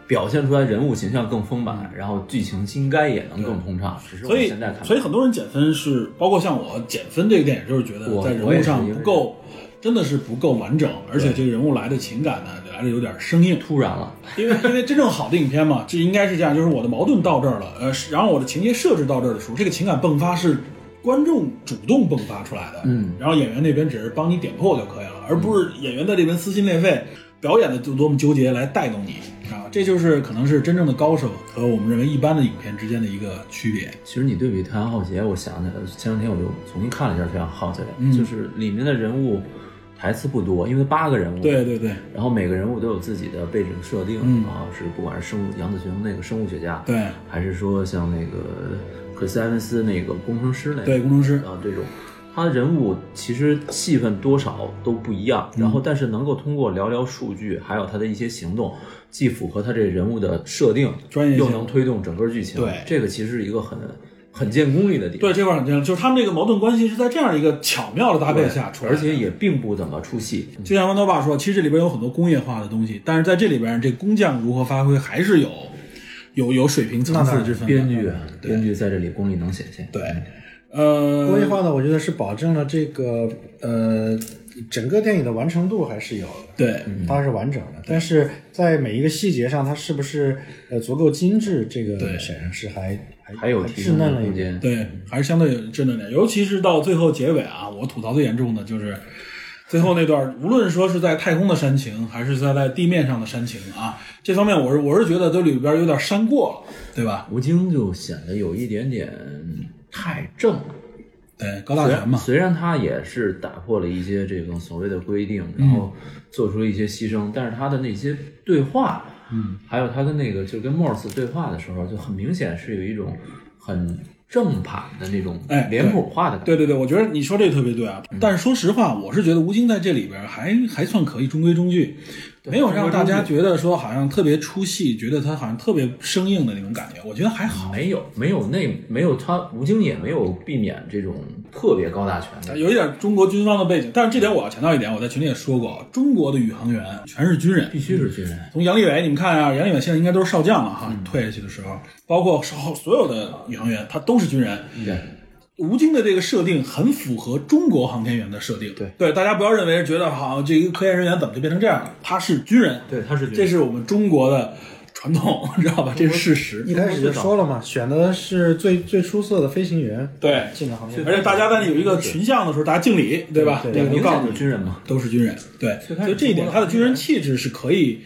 表现出来人物形象更丰满，然后剧情应该也能更通畅。只是我所们以现在看，，所以很多人减分是，包括像我减分这个电影，就是觉得我在人我也物是上因为不够，真的是不够完整，而且这个人物来的情感呢，来的有点生硬。突然了，因为因为真正好的影片嘛，这应该是这样，就是我的矛盾到这儿了，呃，是然后我的情节设置到这儿的时候，这个情感迸发是观众主动迸发出来的，嗯然后演员那边只是帮你点破就可以了，而不是演员在这边撕心裂肺，表演的就多么纠结来带动你啊，这就是可能是真正的高手和我们认为一般的影片之间的一个区别。其实你对比《太阳浩哎劫》，我想起来了，前两天我又重新看了一下《太阳浩劫》，嗯就是里面的人物台词不多，因为八个人物，对对对然后每个人物都有自己的背景设定、嗯啊，是不管是生物杨子雄那个生物学家，对还是说像那个克里斯埃文斯那个工程师那个，对，工程师，啊这种，他人物其实戏份多少都不一样，然嗯后但是能够通过寥寥数据，还有他的一些行动，既符合他这人物的设定，专业性又能推动整个剧情，对这个其实是一个很很见功力的地方，对这块儿很重要，就是他们这个矛盾关系是在这样一个巧妙的搭配下出来而的，且也并不怎么出戏，就像豌豆爸说，其实这里边有很多工业化的东西，但是在这里边，这工匠如何发挥还是有有有水平层次之分的。编剧啊嗯对编剧在这里功力能显现，嗯对，呃，工业化呢，我觉得是保证了这个呃整个电影的完成度还是有的。对，当然是完整的，但是在每一个细节上，它是不是呃足够精致？这个对显然是还还还有提稚升的嫩了一空点。间，对，还是相对稚嫩点。尤其是到最后结尾啊，我吐槽最严重的就是最后那段，无论说是在太空的煽情，还是在在地面上的煽情啊，这方面我是我是觉得都里边有点煽过了，对吧？吴京就显得有一点点太正了。对，高大虽全然嘛，虽然他也是打破了一些这种所谓的规定，然后嗯做出了一些牺牲，但是他的那些对话，嗯，还有他跟那个就跟 Morse 对话的时候，就很明显是有一种很正版的那种哎对脸谱化的感觉。对对对，我觉得你说这个特别对啊。嗯但是说实话，我是觉得吴京在这里边还还算可以，中规中矩，没有让大家觉得说好像特别出戏，觉得他好像特别生硬的那种感觉。我觉得还好，没有没有那没有他吴京也没有避免这种特别高大全的，有一点中国军方的背景。但是这点我要强调一点，我在群里也说过，中国的宇航员全是军人，嗯必须是军嗯人。从杨利伟，你们看啊，杨利伟现在应该都是少将了哈，退下去的时候，包括少所有的宇航员，他都是军人。对，吴京的这个设定很符合中国航天员的设定。对大家不要认为觉得好像这一个科研人员怎么就变成这样了，他是军人。对他是军人这是我们中国的传统， [LAUGHS] 知道吧？这是事实。 [LAUGHS] 一开始就说了嘛，选的是最最出色的飞行员，对进的行业，而且大家在有一个群像的时候，大家敬礼，对吧？对这个就告诉是你，军人嘛？都是军人，对，开始所以这一点他的军人气质是可以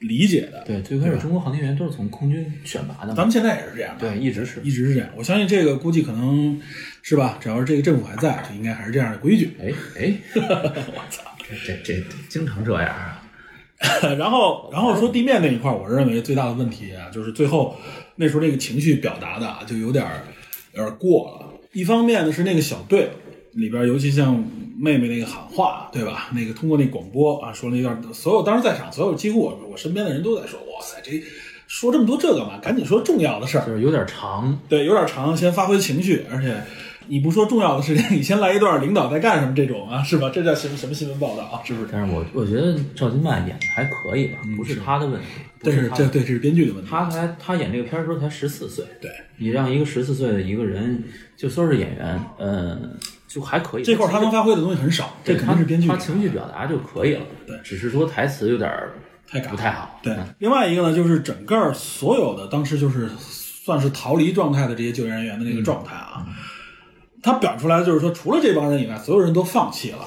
理解的。对，最开始中国航天员都是从空军选拔的咱嘛。们现在也是这样，对，，一直是。一直是这样。我相信这个估计可能是吧，只要是这个政府还在，就应该还是这样的规矩。哎 [LAUGHS] 哎，我操，这这这这经常这样啊！ [LAUGHS] 然后，然后说地面那一块儿，我认为最大的问题啊，就是最后那时候那个情绪表达的啊，就有点儿有点儿过了。一方面呢是那个小队里边儿，尤其像妹妹那个喊话，对吧？那个通过那广播啊，说了一段，所有当时在场所有几乎我我身边的人都在说，哇塞，这说这么多这干嘛？赶紧说重要的事儿。就是有点长，对，有点长，先发挥情绪，而且你不说重要的事情，你先来一段领导在干什么这种啊，是吧？这叫什么什么新闻报道啊？是不是？但是我我觉得赵今麦演的还可以吧，不嗯是他的问题。不这是他的这对，这是编剧的问题。他才他演这个片儿的时候才十四岁，对你让一个十四岁的一个人就说是演员，嗯，就还可以。这块儿他能发挥的东西很少，这对肯定是编剧他，他情绪表达就可以了。对只是说台词有点儿太赶不太好。对嗯，另外一个呢，就是整个儿所有的当时就是算是逃离状态的这些救援人员的那个状态啊，他表出来的就是说，除了这帮人以外，所有人都放弃了，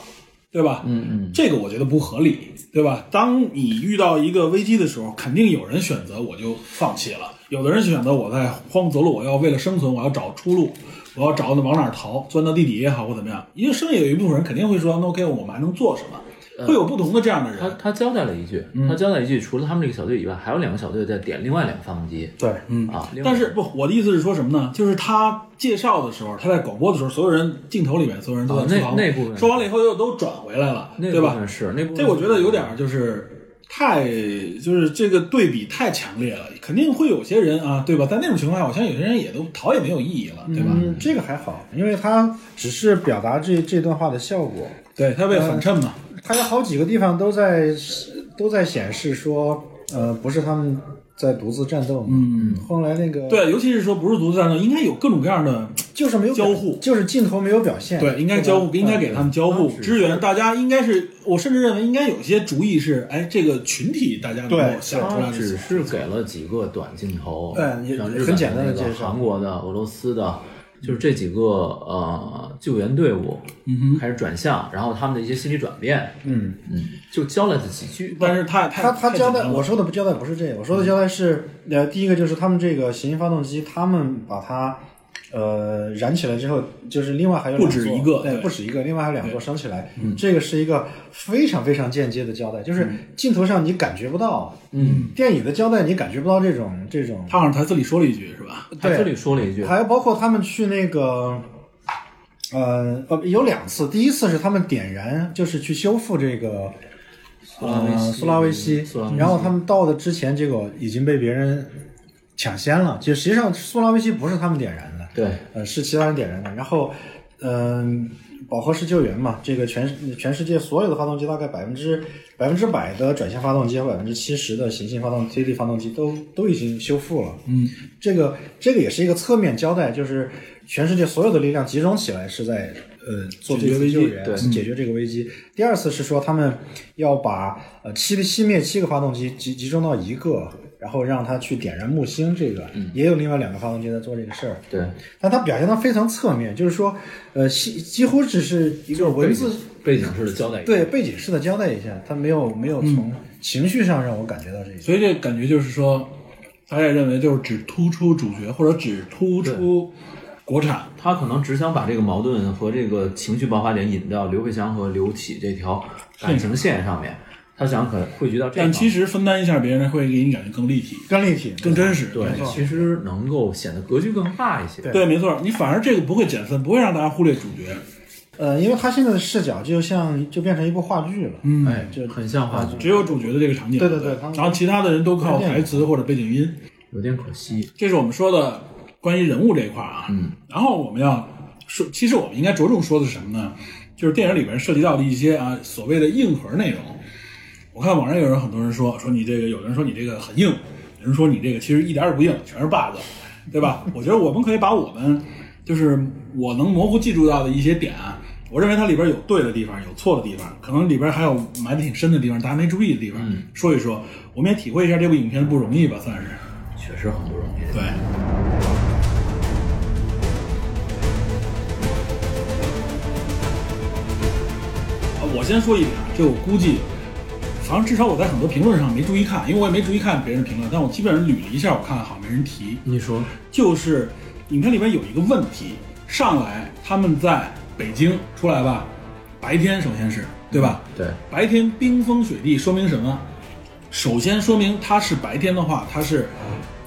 对吧？嗯嗯，这个我觉得不合理，对吧？当你遇到一个危机的时候，肯定有人选择我就放弃了，有的人选择我在慌不择路，我要为了生存，我要找出路。我要找往哪儿逃，钻到地底也好，或怎么样，因为剩下有一部分人肯定会说，那 OK，我们还能做什么？会有不同的这样的人，他他交代了一句，他交代一句，除了他们这个小队以外，还有两个小队在点另外两个发动机。对，嗯啊，另外但是不，我的意思是说什么呢？就是他介绍的时候，他在广播的时候，所有人镜头里面，所有人都在哦那说好那部分说完了以后又都转回来了，那对部吧分？是那部分这我觉得有点儿就是太就是这个对比太强烈了，肯定会有些人啊，对吧？在那种情况下，我相信有些人也都逃也没有意义了，对吧？嗯，这个还好，因为他只是表达这这段话的效果，对他被反衬嘛，他有好几个地方都在都在显示说，呃，不是他们在独自战斗嘛，嗯，后来那呃个，对，尤其是说不是独自战斗，应该有各种各样的。就是没有表交互就是镜头没有表现，对，应该吧嗯交互，应该给他们交互支援。大家应该是，我甚至认为应该有些主意是，哎，这个群体大家能够对想出来他的只是给了几个短镜头，嗯也像也日很本简单的的那个介绍韩国的、俄罗斯的，就是这几个呃救援队伍，嗯开始转向，然后他们的一些心理转变，嗯嗯，就交代了几句，但是太太他他太交简代单了嗯我说的不交代不是这个，我说的交代是，呃，第一个就是他们这个行星发动机，他们把它呃燃起来之后，就是另外还有不两止座一个对，对嗯不止一个，另外还有两座升起来，这个是一个非常非常间接的交代，就是镜头上你感觉不到，嗯，电影的交代你感觉不到这种这种，他好像台词里说了一句是吧？他这对里说了一句，还有包括他们去那个。呃呃，有两次，第一次是他们点燃，就是去修复这个苏拉维呃西，苏拉维西苏拉维，西然后他们到的之前，结果已经被别人抢先了。就实际上苏拉维西不是他们点燃的，对，呃，是其他人点燃的。然后，嗯、饱和式救援嘛，这个全全世界所有的发动机，大概百分之百分之百的转向发动机和百分之七十的行星发动推力发动机都都已经修复了。嗯，这个这个也是一个侧面交代，就是全世界所有的力量集中起来是在呃做这次救援，对解决这个危嗯机。第二次是说他们要把呃七熄灭七个发动机集集中到一个。然后让它去点燃木星，这个、也有另外两个发动机在做这个事儿。对，但它表现的非常侧面，就是说，呃，几几乎只是一个文字背景式的交代一句，对背景式的交代一下，它没有没有从情绪上让我感觉到这一些。所以这感觉就是说，大家也认为就是只突出主角或者只突出国产，他可能只想把这个矛盾和这个情绪爆发点引到刘培强和刘启这条感情线上面，他想可汇聚到这一但方。其实分担一下别人会给你感觉更立体、更立体，更真实。对，其实能够显得格局更大一些。对对，没错，你反而这个不会减分，不会让大家忽略主角。呃，因为他现在的视角就像就变成一部话剧了，嗯，哎，就很像嗯话剧，只有主角的这个场景，对对对他们然后其他的人都靠关键台词或者背景音。有点可惜。这是我们说的关于人物这一块儿啊。嗯，然后我们要说，其实我们应该着重说的是什么呢？就是电影里边涉及到的一些啊所谓的硬核内容。我看网上有人很多人说说你这个，有人说你这个很硬，有人说你这个其实一点儿也不硬，全是 bug，对吧？我觉得我们可以把我们就是我能模糊记住到的一些点啊，我认为它里边有对的地方，有错的地方，可能里边还有埋的挺深的地方，大家没注意的地方，说一说，我们也体会一下这部影片的不容易吧，算是。确实很不容易。对，啊我先说一点，这我估计，反正至少我在很多评论上没注意看，因为我也没注意看别人的评论，但我基本上捋了一下，我看好像没人提。你说就是影片里面有一个问题，上来他们在北京出来吧，白天首先是对吧？嗯对，白天冰封雪地说明什么？首先说明它是白天的话，它是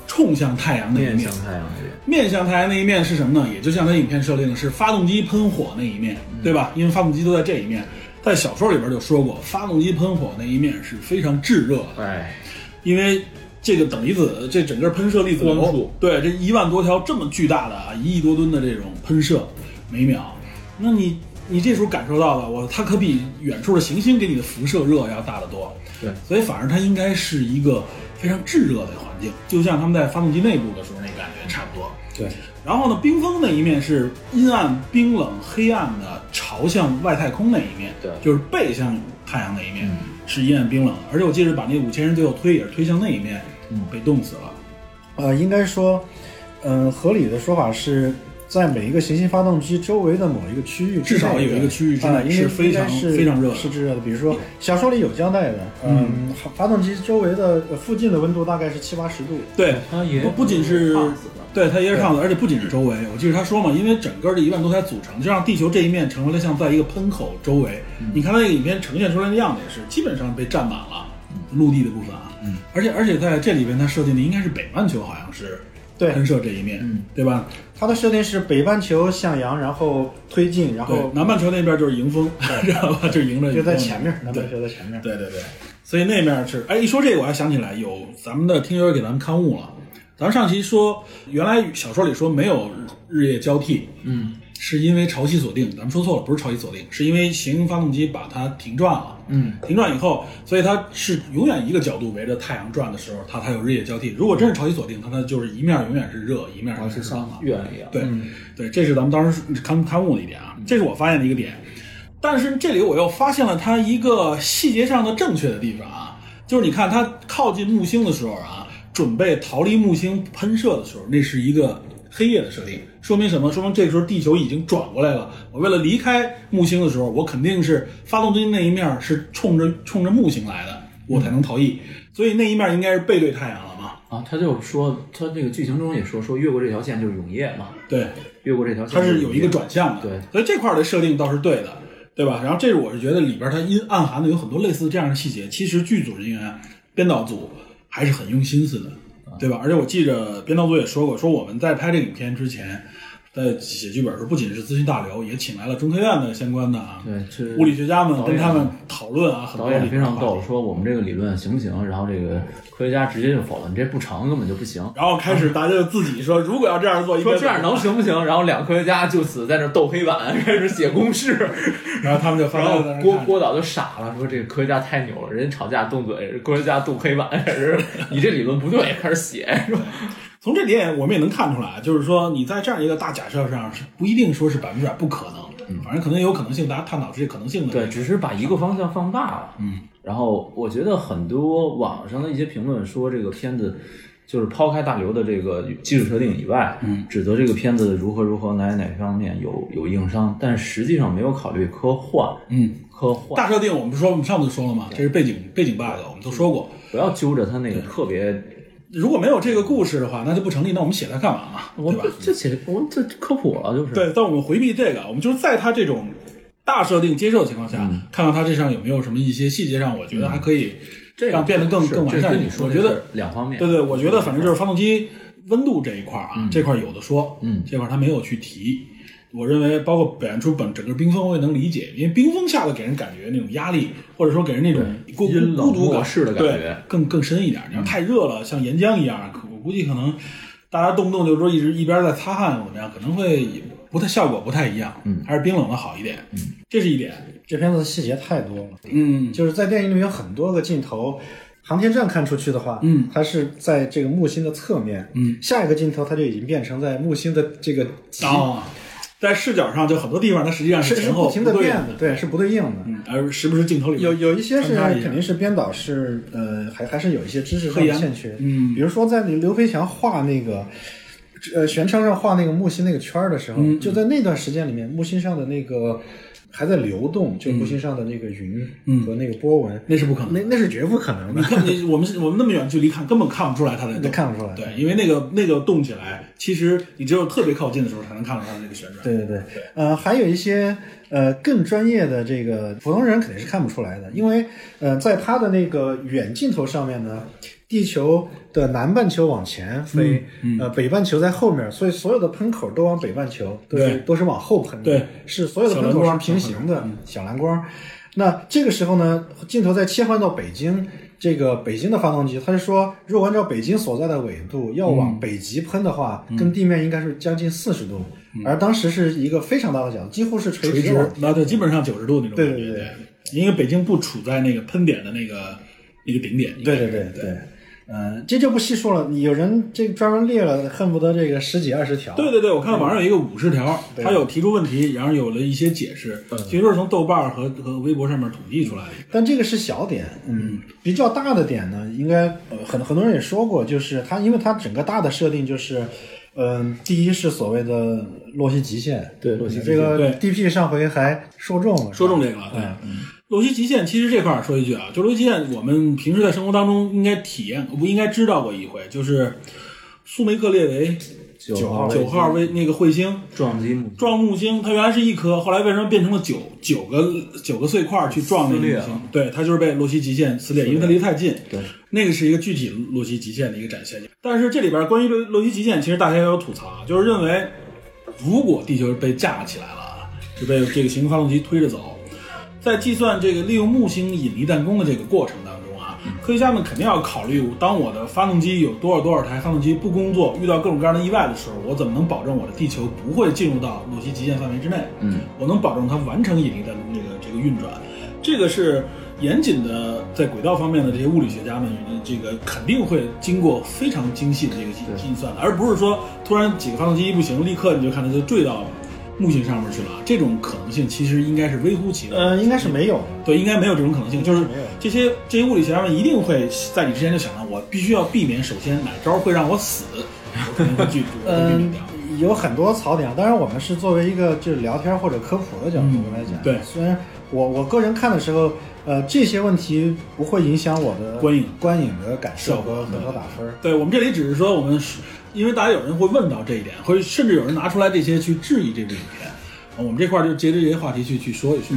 冲向太阳那一面。面向太阳那边，面向太阳那一面是什么呢？也就像它影片设定的是发动机喷火那一面，嗯对吧？因为发动机都在这一面，在小说里边就说过，发动机喷火那一面是非常炙热的。哎，因为这个等离子，这整个喷射粒子光流束，对，这一万多条这么巨大的啊，一亿多吨的这种喷射每秒，那你你这时候感受到的，我它可比远处的行星给你的辐射热要大得多。对，所以反而它应该是一个非常炙热的环境，就像他们在发动机内部的时候那感觉差不多。对，然后呢，冰封那一面是阴暗、冰冷、黑暗的，朝向外太空那一面，对就是背向太阳那一面、是阴暗冰冷的。而且我记得把那五千人最后推也是推向那一面，被冻死了。呃，应该说，嗯、合理的说法是在每一个行星发动机周围的某一个区域，至少有一个区域之内啊，应该是非常应该是非常热的嗯是炙热的。比如说小说里有交代的，嗯，发动机周围的呃附近的温度大概是七八十度，对，他也不不仅是胖死了对它也是胖子，而且不仅是周围。我记得他说嘛，因为整个这一万多台组成，就让地球这一面成为了像在一个喷口周围。嗯你看它那个影片呈现出来的样子也是，基本上被占满了陆地的部分啊。嗯，而且而且在这里边，它设定的应该是北半球，好像是对嗯喷射这一面，对吧？它的设定是北半球向阳，然后推进，然对后，南半球那边就是迎风， [LAUGHS] 知道吧？就迎着就在迎风前面，南对半球在前面。对对对，所以那面是，哎，一说这个我还想起来，有咱们的听友给咱们刊物了。咱们上期说，原来小说里说没有日夜交替，嗯，是因为潮汐锁定，咱们说错了，不是潮汐锁定，是因为行星发动机把它停转了，嗯，停转以后，所以它是永远一个角度围着太阳转的时候，它才有日夜交替。如果真是潮汐锁定，它那就是一面永远是热，一面永哦远是像冷。月亮一啊样，对、对，这是咱们当时刊刊物的一点啊，这是我发现的一个点。但是这里我又发现了它一个细节上的正确的地方啊，就是你看它靠近木星的时候啊，准备逃离木星喷射的时候，那是一个黑夜的设定，说明什么？说明这时候地球已经转过来了。我为了离开木星的时候，我肯定是发动机那一面是冲着冲着木星来的，我才能逃逸。所以那一面应该是背对太阳了嘛？啊，他就说他这个剧情中也说说越过这条线就是永夜嘛，对，越过这条线它是就有永一夜个转向的，对所以这块儿的设定倒是对的，对吧？然后这是我是觉得里边它因暗含的有很多类似这样的细节，其实剧组人员、编导组还是很用心思的，啊对吧？而且我记着编导组也说过，说我们在拍这个影片之前，在写剧本的时候，不仅是资讯大刘，也请来了中科院的相关的啊，对这物理学家们导跟演他们讨论啊，很多导演理非论常话逗，题。说我们这个理论行不行？然后这个科学家直接就否了，你这不成，根本就不行。然后开始大家就自己说，如果要这样做，应该说这样怎么能行不行？然后两个科学家就此在那儿斗黑板，开始写公式。办，然后他们就发然后现在那儿郭看郭导就傻了，说这个科学家太牛了，人家吵架动嘴，科学家动黑板，是你这理论不对，开始写。是吧从这点我们也能看出来，啊就是说你在这样一个大假设上是不一定说是百分之百不可能，反正可能也有可能性，大家探讨这些可能 [LAUGHS] 性的。嗯对，，只是把一个方向放大了。嗯，然后我觉得很多网上的一些评论说这个片子。就是抛开大刘的这个技术设定以外，嗯，指责这个片子如何如何哪哪方面有有硬伤，但实际上没有考虑科幻，嗯，科幻大设定我们说我们上次说了嘛，这是背景背景 bug，我们都说过，不要揪着他那个特别，如果没有这个故事的话，那就不成立，那我们写它干嘛嘛，我对吧？这写我这科普了，就是对，但我们回避这个，我们就是在它这种大设定接受的情况下，嗯看看它这上有没有什么一些细节上，我觉得还可以这让样变得更是更完这善一跟点你。说我的觉是得两方面，对对，我觉得反正就是发动机温度这一块儿啊，这块儿有的说，嗯这块儿他没有去提。我认为，包括表现出本整个冰封，我也能理解，因为冰封下的给人感觉那种压力，或者说给人那种孤孤阴冷孤独漠感视的感对觉嗯更更深一点。你要太热了，像岩浆一样，可我估计可能大家动不动就说一直一边在擦汗怎么样，可能会不太效果不太一样。嗯，还是冰冷的好一点。嗯，这是一点。这片子的细节太多了，嗯，就是在电影里面有很多个镜头，航天站看出去的话，嗯，它是在这个木星的侧面，嗯，下一个镜头它就已经变成在木星的这个极啊，在视角上就很多地方它实际上是是前不后停的对变的，对，是不对应的。嗯，而时不时镜头里有有一些是穿插一下肯定是编导是呃，还还是有一些知识上黑的暗欠缺，嗯比如说在刘培强画那个。呃，悬窗上画那个木星那个圈儿的时候，就在那段时间里面，木星上的那个还在流动，就木星上的那个云和那个波纹，那是不可能的嗯那 [LAUGHS] 那是绝不可能你的，看你我们是我们那么远距离看，根本看不出来它在 [LAUGHS] 那动。看不出来。对，因为那个那个动起来，其实你只有特别靠近的时候才能看到它的那个旋转。对对对，呃，还有一些呃更专业的这个普通人肯定是看不出来的，因为呃，在它的那个远镜头上面呢，地球的南半球往前飞，嗯呃，北半球在后面，所以所有的喷口都往北半球，都是对都是往后喷的，对是所有的喷口是平行的嗯小蓝光。那这个时候呢，镜头再切换到北京。这个北京的发动机，它是说，如果按照北京所在的纬度要嗯往北极喷的话，跟地面应该是将近四十度，而当时是一个非常大的角度，几乎是垂嗯垂直往直，那对，基本上九十度那种感对觉。对对对因为北京不处在那个喷点的那个那个顶点。应该对是对对对对，嗯、这就不细说了。有人这专门列了，恨不得这个十几二十条。对对对，我看网上有一个五十条，他有提出问题，然后有了一些解释，嗯其实都是从豆瓣儿和和微博上面统计出来的。但这个是小点，嗯，比较大的点呢，应该呃很很多人也说过，就是它，因为它整个大的设定就是，嗯、第一是所谓的洛希极限，对洛希极限这个对 DP 上回还说中了，说中这个了，对。洛希极限其实这块儿说一句啊，就洛希极限，我们平时在生活当中应该体验，不应该知道过一回，就是苏梅克列维九号九号卫那个彗星撞击木撞木星，它原来是一颗，后来为什么变成了九九个九个碎块儿去撞那个撕裂木了星？对，它就是被洛希极限撕裂，因为它离得太近。对，那个是一个具体洛希极限的一个展现。但是这里边关于洛洛希极限，其实大家也有吐槽啊，就是认为如果地球被架起来了啊，就被这个行星发动机推着走，在计算这个利用木星引力弹弓的这个过程当中啊，科学家们肯定要考虑，当我的发动机有多少多少台发动机不工作，遇到各种各样的意外的时候，我怎么能保证我的地球不会进入到洛希极限范围之内？嗯，我能保证它完成引力弹弓这个这个运转，这个是严谨的，在轨道方面的这些物理学家们，这个肯定会经过非常精细的这个计计算的，而不是说突然几个发动机一不行，立刻你就看它就坠到木星上面去了啊，这种可能性其实应该是微乎其微。呃，应该是没有的。对，应该没有这种可能性，就是没有这些这些物理学家们一定会在你之前就想到，我必须要避免，首先哪招会让我死，我肯定会拒，我会避免嗯掉。，有很多槽点啊。当然，我们是作为一个就是聊天或者科普的角度嗯来讲。对虽然我我个人看的时候，呃，这些问题不会影响我的观影观影的感受效果和和和打分儿。对我们这里只是说，我们是因为大家有人会问到这一点，会甚至有人拿出来这些去质疑这部影片，啊我们这块儿就接着这些话题去去说一说。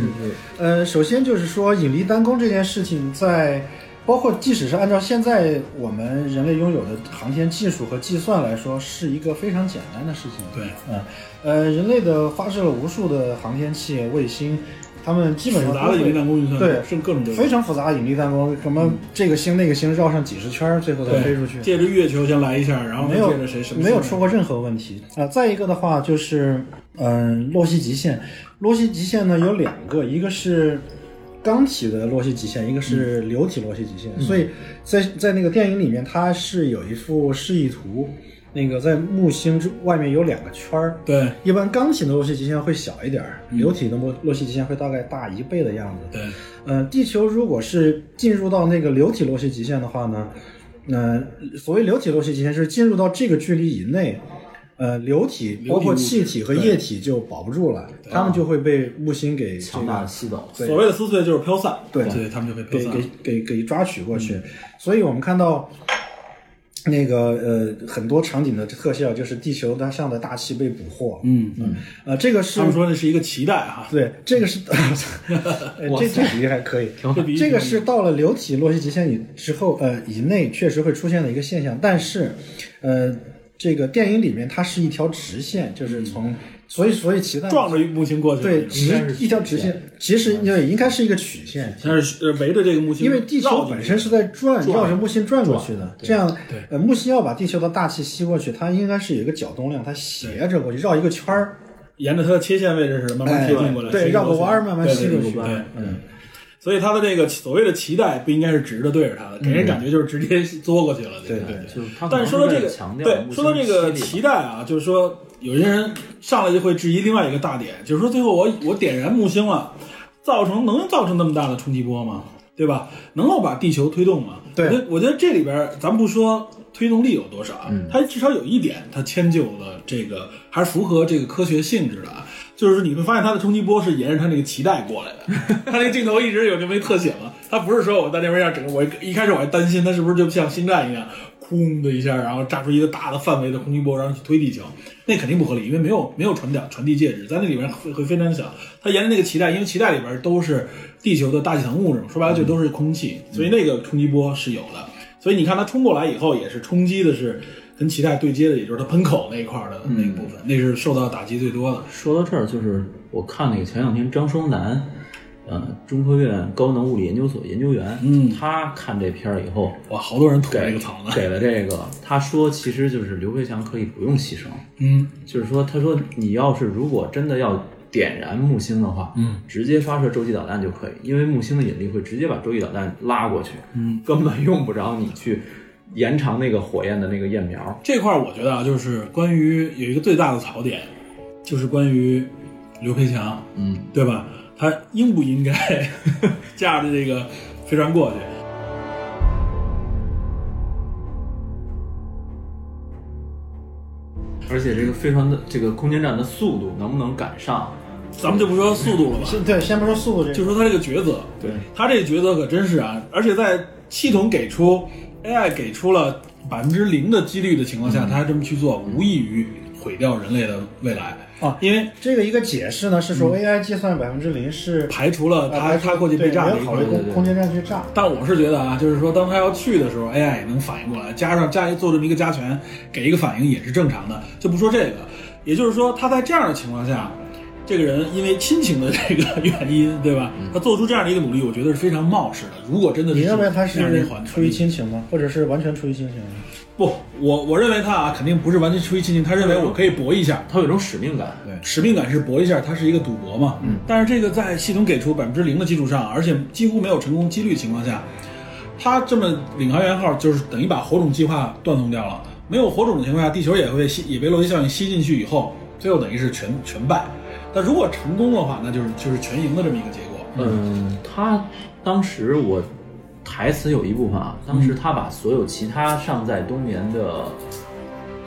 呃，首先就是说引力单弓这件事情在。包括，即使是按照现在我们人类拥有的航天技术和计算来说，是一个非常简单的事情。对，嗯，呃，人类的发射了无数的航天器、卫星，他们基本上复都杂的引会力弹弓运算，对是各种各样嗯非常复杂的引力弹弓，什么这个星那个星绕上几十圈儿，最后才对飞出去，借着月球先来一下，然后再没有借着谁什么没有出过任何问题。呃，再一个的话就是，嗯、洛希极限，洛希极限呢有两个，一个是。刚体的洛希极限，一个是嗯流体洛希极限，所以在在那个电影里面，它是有一幅示意图，那个在木星之外面有两个圈儿，对嗯一般钢体的洛希极限会小一点儿，流体的洛洛希极限会大概大一倍的样子。对，呃，地球如果是进入到那个流体洛希极限的话呢，呃，所谓流体洛希极限是进入到这个距离以内，呃，流体包括气体和液体就保不住了，它们就会被木星给这强大的个吸走，对所谓的撕碎就是飘散，对所以他们就被飘给散给。给给抓取过去。所以我们看到。那个呃，很多场景的特效就是地球它上的大气被捕获，嗯嗯，呃，这个是他们说那是一个啊脐带哈，对，这 [LAUGHS] 个是，呃这这比喻还可以，好这比喻这个是到了流体洛希极限以之后，呃，以内确实会出现的一个现象，但是，呃，这个电影里面它是一条直线，就是从，所以所以脐带撞着木星过去了。对直一条直线，其实对应该是一个曲线。它是呃围着这个木星因绕为进去，地球本身是在转，转绕着木星转过去的。这样，呃，木星要把地球的大气吸过去，它应该是有一个角动量，它斜着过去绕一个圈儿。沿着它的切线位置是慢慢贴近过来，哎对，贴近绕个过去弯儿慢慢对吸对过对去。对嗯，所以他的这个所谓的脐带不应该是直的对着他的，给人感觉就是直接嘬过去了。对嗯对就是他可但能是说到为这了个强，调对，木说到星这个吸力脐带啊，就是说有些人上来就会质疑另外一个大点，就是说最后我我点燃木星了，造成能造成那么大的冲击波吗？对吧？能够把地球推动吗？对我觉得我觉得这里边儿咱不说推动力有多少，啊嗯它至少有一点，它迁就了这个，还是符合这个科学性质的啊。就是你会发现它的冲击波是沿着它那个脐带过来的，它那个镜头一直有这么一特写嘛，它不是说我在那边要整个，我一开始我还担心它是不是就像星战一样，轰的一下，然后炸出一个大的范围的空气波，然后去推地球，那肯定不合理，因为没有没有传导传递介质，在那里边会会非常小。它沿着那个脐带，因为脐带里边都是地球的大气层物质嘛，说白了就都是空气，所以那个冲击波是有的。所以你看它冲过来以后，也是冲击的是跟脐带对接的，也就是它喷口那一块儿的那个部分，那是受到打击最多的。说到这儿，就是我看那个前两天张双南，呃，中科院高能物理研究所研究员，嗯他看这片儿以后，哇，好多人吐这给个槽呢。给了这个，他说其实就是刘培强可以不用牺牲，嗯，就是说，他说你要是如果真的要点燃木星的话，嗯，直接发射洲际导弹就可以，因为木星的引力会直接把洲际导弹拉过去，嗯， [LAUGHS] 根本用不着你去延长那个火焰的那个焰苗。这块儿我觉得啊，就是关于有一个最大的槽点，就是关于刘培强，嗯，对吧？他应不应该 [LAUGHS] 驾着这个飞船过去？而且这个飞船的这个空间站的速度能不能赶上？咱们就不说速度了吧，先对，先不说速度这就个，说他这个抉择，对，他这个抉择可真是啊，而且在系统给出 AI 给出了百分之零的几率的情况嗯下，他还这么去做，无异于毁掉人类的未来啊因为这个一个解释呢是嗯说 AI 计算百分之零是排除了他呃还是他过去被炸对的没一有块考虑儿对空对空间站去炸。但我是觉得啊，就是说，当他要去的时候，AI 也能反应过来，加上加做这么一个加权，给一个反应也是正常的。就不说这个，也就是说，他在这样的情况下，这个人因为亲情的这个原因，对吧？他做出这样的一个努力，我觉得是非常冒失的。如果真的是嗯你认为他这样的一是个环出于亲情吗？或者是完全出于亲情吗？不，我我认为他啊，肯定不是完全出于亲情，他认嗯为我可以搏一下。它有一种使命感。对，使命感是搏一下，它是一个赌博嘛。嗯，但是这个在系统给出百分之零的基础上，而且几乎没有成功几率情况下，他这么领航员号就是等于把火种计划断送掉了。没有火种的情况下，地球也会吸，也被洛基效应吸进去以后，最后等于是全全败。但如果成功的话，那就是就是全赢的这么一个结果。嗯，他当时我台词有一部分啊，当时他把所有其他尚在冬眠的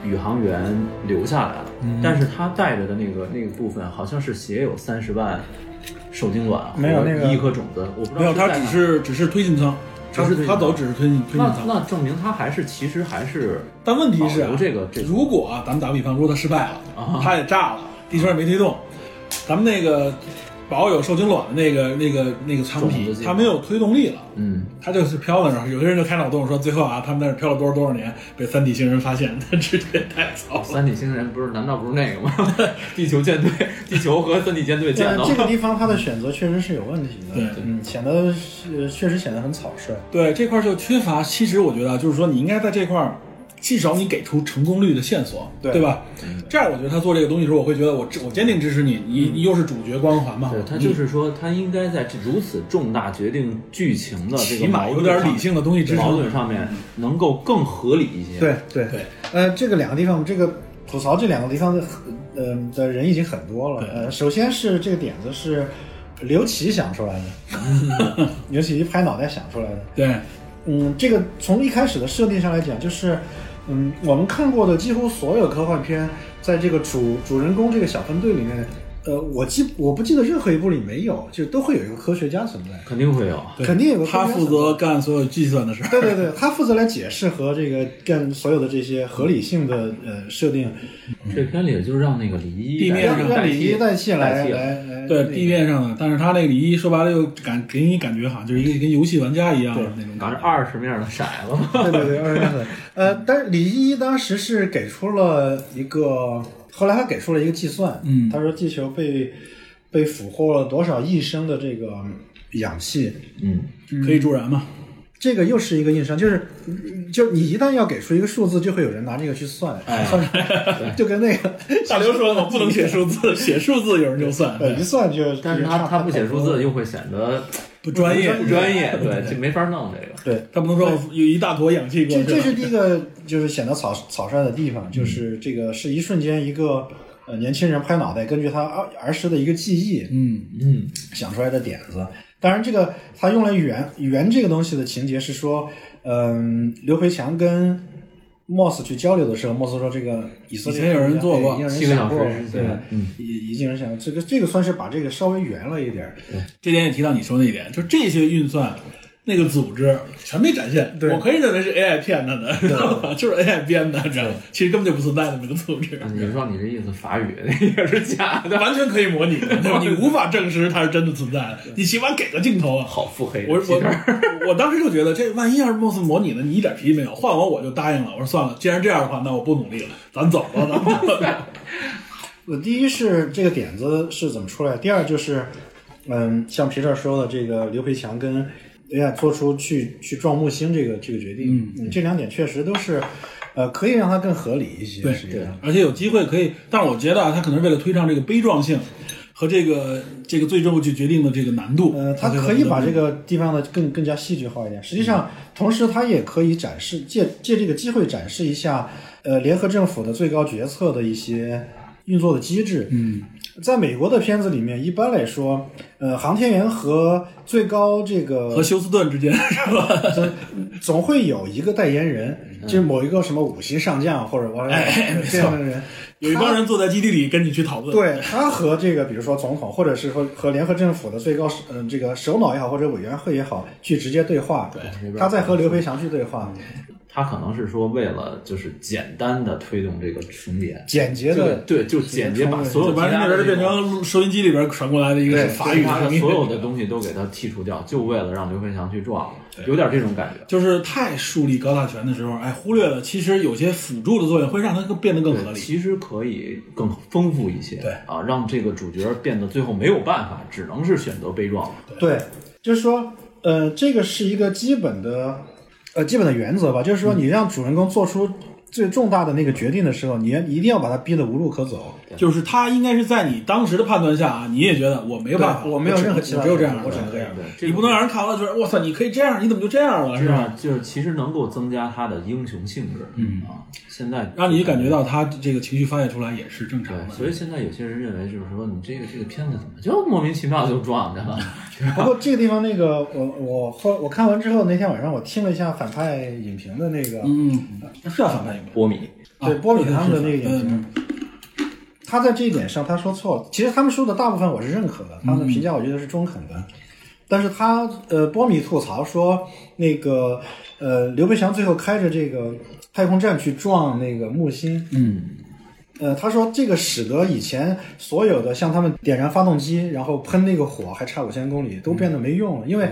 宇航员留下来了，但是他带着的那个那个部分啊好像是携有三十万受精卵，没有那个啊一颗种子，我不知道没有，他在哪只是只是推进舱，他只是推进舱他走只是推进推进那舱。那证明他还是其实还是但问题是啊保留这个这啊个如果啊，咱们打比方，如果它失败了，它也炸了，地球也没推动，咱们那个保有受精卵的那个那个那个舱种体子，计划它没有推动力了。嗯，它就是飘在那儿，有些人就开脑洞说，最后啊，他们在那儿飘了多少多少年，被三体星人发现， [LAUGHS] 他直接带走了。三体星人不是难道不是那个吗？ [LAUGHS] 地球舰队，地球和三体舰队见但到这个了。地方他的选择确实是有问题的，对嗯，显得是呃确实显得很草率。对这块儿就缺乏，其实我觉得啊就是说，你应该在这块儿，至少你给出成功率的线索，对对吧？嗯这样我觉得他做这个东西的时候，我会觉得我支我坚定支持你，你你又是主角光环嘛，对他哦你就是说，他应该在这如此重大决定剧情的这起个码矛有盾点上理性的东西支矛撑盾。上面能够更合理一些。对，对对，呃，这个两个地方，这个吐槽这两个地方的，呃的人已经很多了。呃，首先是这个点子是刘琦想出来的， [LAUGHS] 刘琦一拍脑袋想出来的。对，嗯，这个从一开始的设定上来讲，就是，嗯，我们看过的几乎所有科幻片，在这个主主人公这个小分队里面，呃，我记我不记得任何一部里没有，就都会有一个科学家存在，肯定会有。肯定有个科学家他负存在责干所有计算的事儿。对对对， [LAUGHS] 他负责来解释和这个干所有的这些合理性的呃设定，这片里就是让那个李一嗯地面代上替让让李一代谢代来替了来来对那个地面上的，但是他那个礼仪说白了又感给你感觉好像就是一个跟游戏玩家一样的那种拿感着觉。二十面的骰子， [LAUGHS] 对对对，二十三岁。呃，但是李一当时是给出了一个，后来他给出了一个计算，嗯他说地球被被俘获了多少亿升的这个氧气，嗯，可以助燃嘛？这个又是一个硬伤，就是就你一旦要给出一个数字，就会有人拿这个去算，算出来就跟那个大刘说我不能写数字，写数字有人就算。呃一算就 [LAUGHS] 但是就差他太他不写多数了字又会显得不专业，不专业，对，这没法弄这个。对，他不能说有一大坨氧气过这去。这是第一个就是显得草草率的地方，就是这个是一瞬间一个呃年轻人拍脑袋，根据他儿儿时的一个记忆，嗯嗯，想出来的点子。当然，这个他用了圆圆这个东西的情节是说，嗯，刘培强跟莫斯去交流的时候，莫斯说这个以色列以前有人做过哎有人七个想小时过，对对，嗯已已经有人想过这个这个算是把这个稍微圆了一点儿。这点也提到你说那一点，就这些运算。那个组织全没展现，对我可以认为是 AI 骗他的，知道吧？ [LAUGHS] 就是 AI 编的，知道吗？其实根本就不存在的那个组织，嗯啊你说你这意思，法语那也是假的， [LAUGHS] 完全可以模 [LAUGHS] 拟的，对吧你无法证实它是真的存在的，你起码给个镜头 [LAUGHS] 啊！好腹黑。我其实我我当时就觉得，这万一要是貌似模拟的，你一点脾气没有，换我我就答应了。我说算了，既然这样的话，那我不努力了，咱走吧，咱 [LAUGHS] 啊们走吧。我呃第一是这个点子是怎么出来，第二就是，嗯，像皮特说的，这个刘培强跟 AI 做出去去撞木星这个这个决定，嗯、这两点确实都是，呃，可以让它更合理一些。对实际上，而且有机会可以，但是我觉得啊，他可能是为了推上这个悲壮性和这个这个最终去决定的这个难度，呃，它就可以把这个地方的更更加戏剧化一点。实际嗯上，同时它也可以展示借借这个机会展示一下，呃，联合政府的最高决策的一些运作的机制。嗯，在美国的片子里面，一般来说，呃，航天员和最高这个和休斯顿之间 [LAUGHS] 是吧？总总会有一个代言人，就是某一个什么五星上将或者我嗯哎这样的人，有一帮人坐在基地里跟你去讨论，，对他和这个比如说总统，或者是和和联合政府的最高嗯、这个首脑也好，或者委员会也好，去直接对嗯话。对他在和刘培强去对话，他可能是说为了就是简单的推动这个重叠，简洁这个的对，就简洁把所有要不然那边就变成收音机里边传过来的一个对法语他声的音，所有的东西都给他剔除掉，就为了让刘飞强去撞，有点这种感觉。就是太树立高大全的时候，哎，忽略了其实有些辅助的作用会让它更变得更合对理。其实可以更丰富一些，对啊，让这个主角变得最后没有办法，只能是选择悲壮。对，就是说，呃，这个是一个基本的，呃，基本的原则吧，就是说，你让主人公做出最重大的那个决定的时候，你一定要把他逼得无路可 [LAUGHS] 走。就是他应该是在你当时的判断下啊，你也觉得我没有办法，对我没有任何我其只他我的只有这样，办法我只能这样对对。这个你不能让人看完了觉得，哇塞，你可以这样，你怎么就这样了，这是吧？样就是其实能够增加他的英雄性质，嗯啊，现在让你感觉到他这个情绪发泄出来也是正常对，的。所以现在有些人认为就是说你这个这个片子怎么就莫名其妙就撞着 [LAUGHS] 了？不过这个地方那个，我我后我看完之后，那天晚上我听了一下反派影评的那个，嗯，是要反叛一个。波米，啊对波米他们的那个影嗯评，他在这一点上他说错了。其实他们说的大部分我是认可的，他嗯们的评价我觉得是中肯的。但是他呃，波米吐槽说，那个呃，刘培强最后开着这个太空站去撞那个木星，嗯，呃，他说这个使得以前所有的像他们点燃发动机，然后喷那个火，还差五千公里，都变得没用了，因为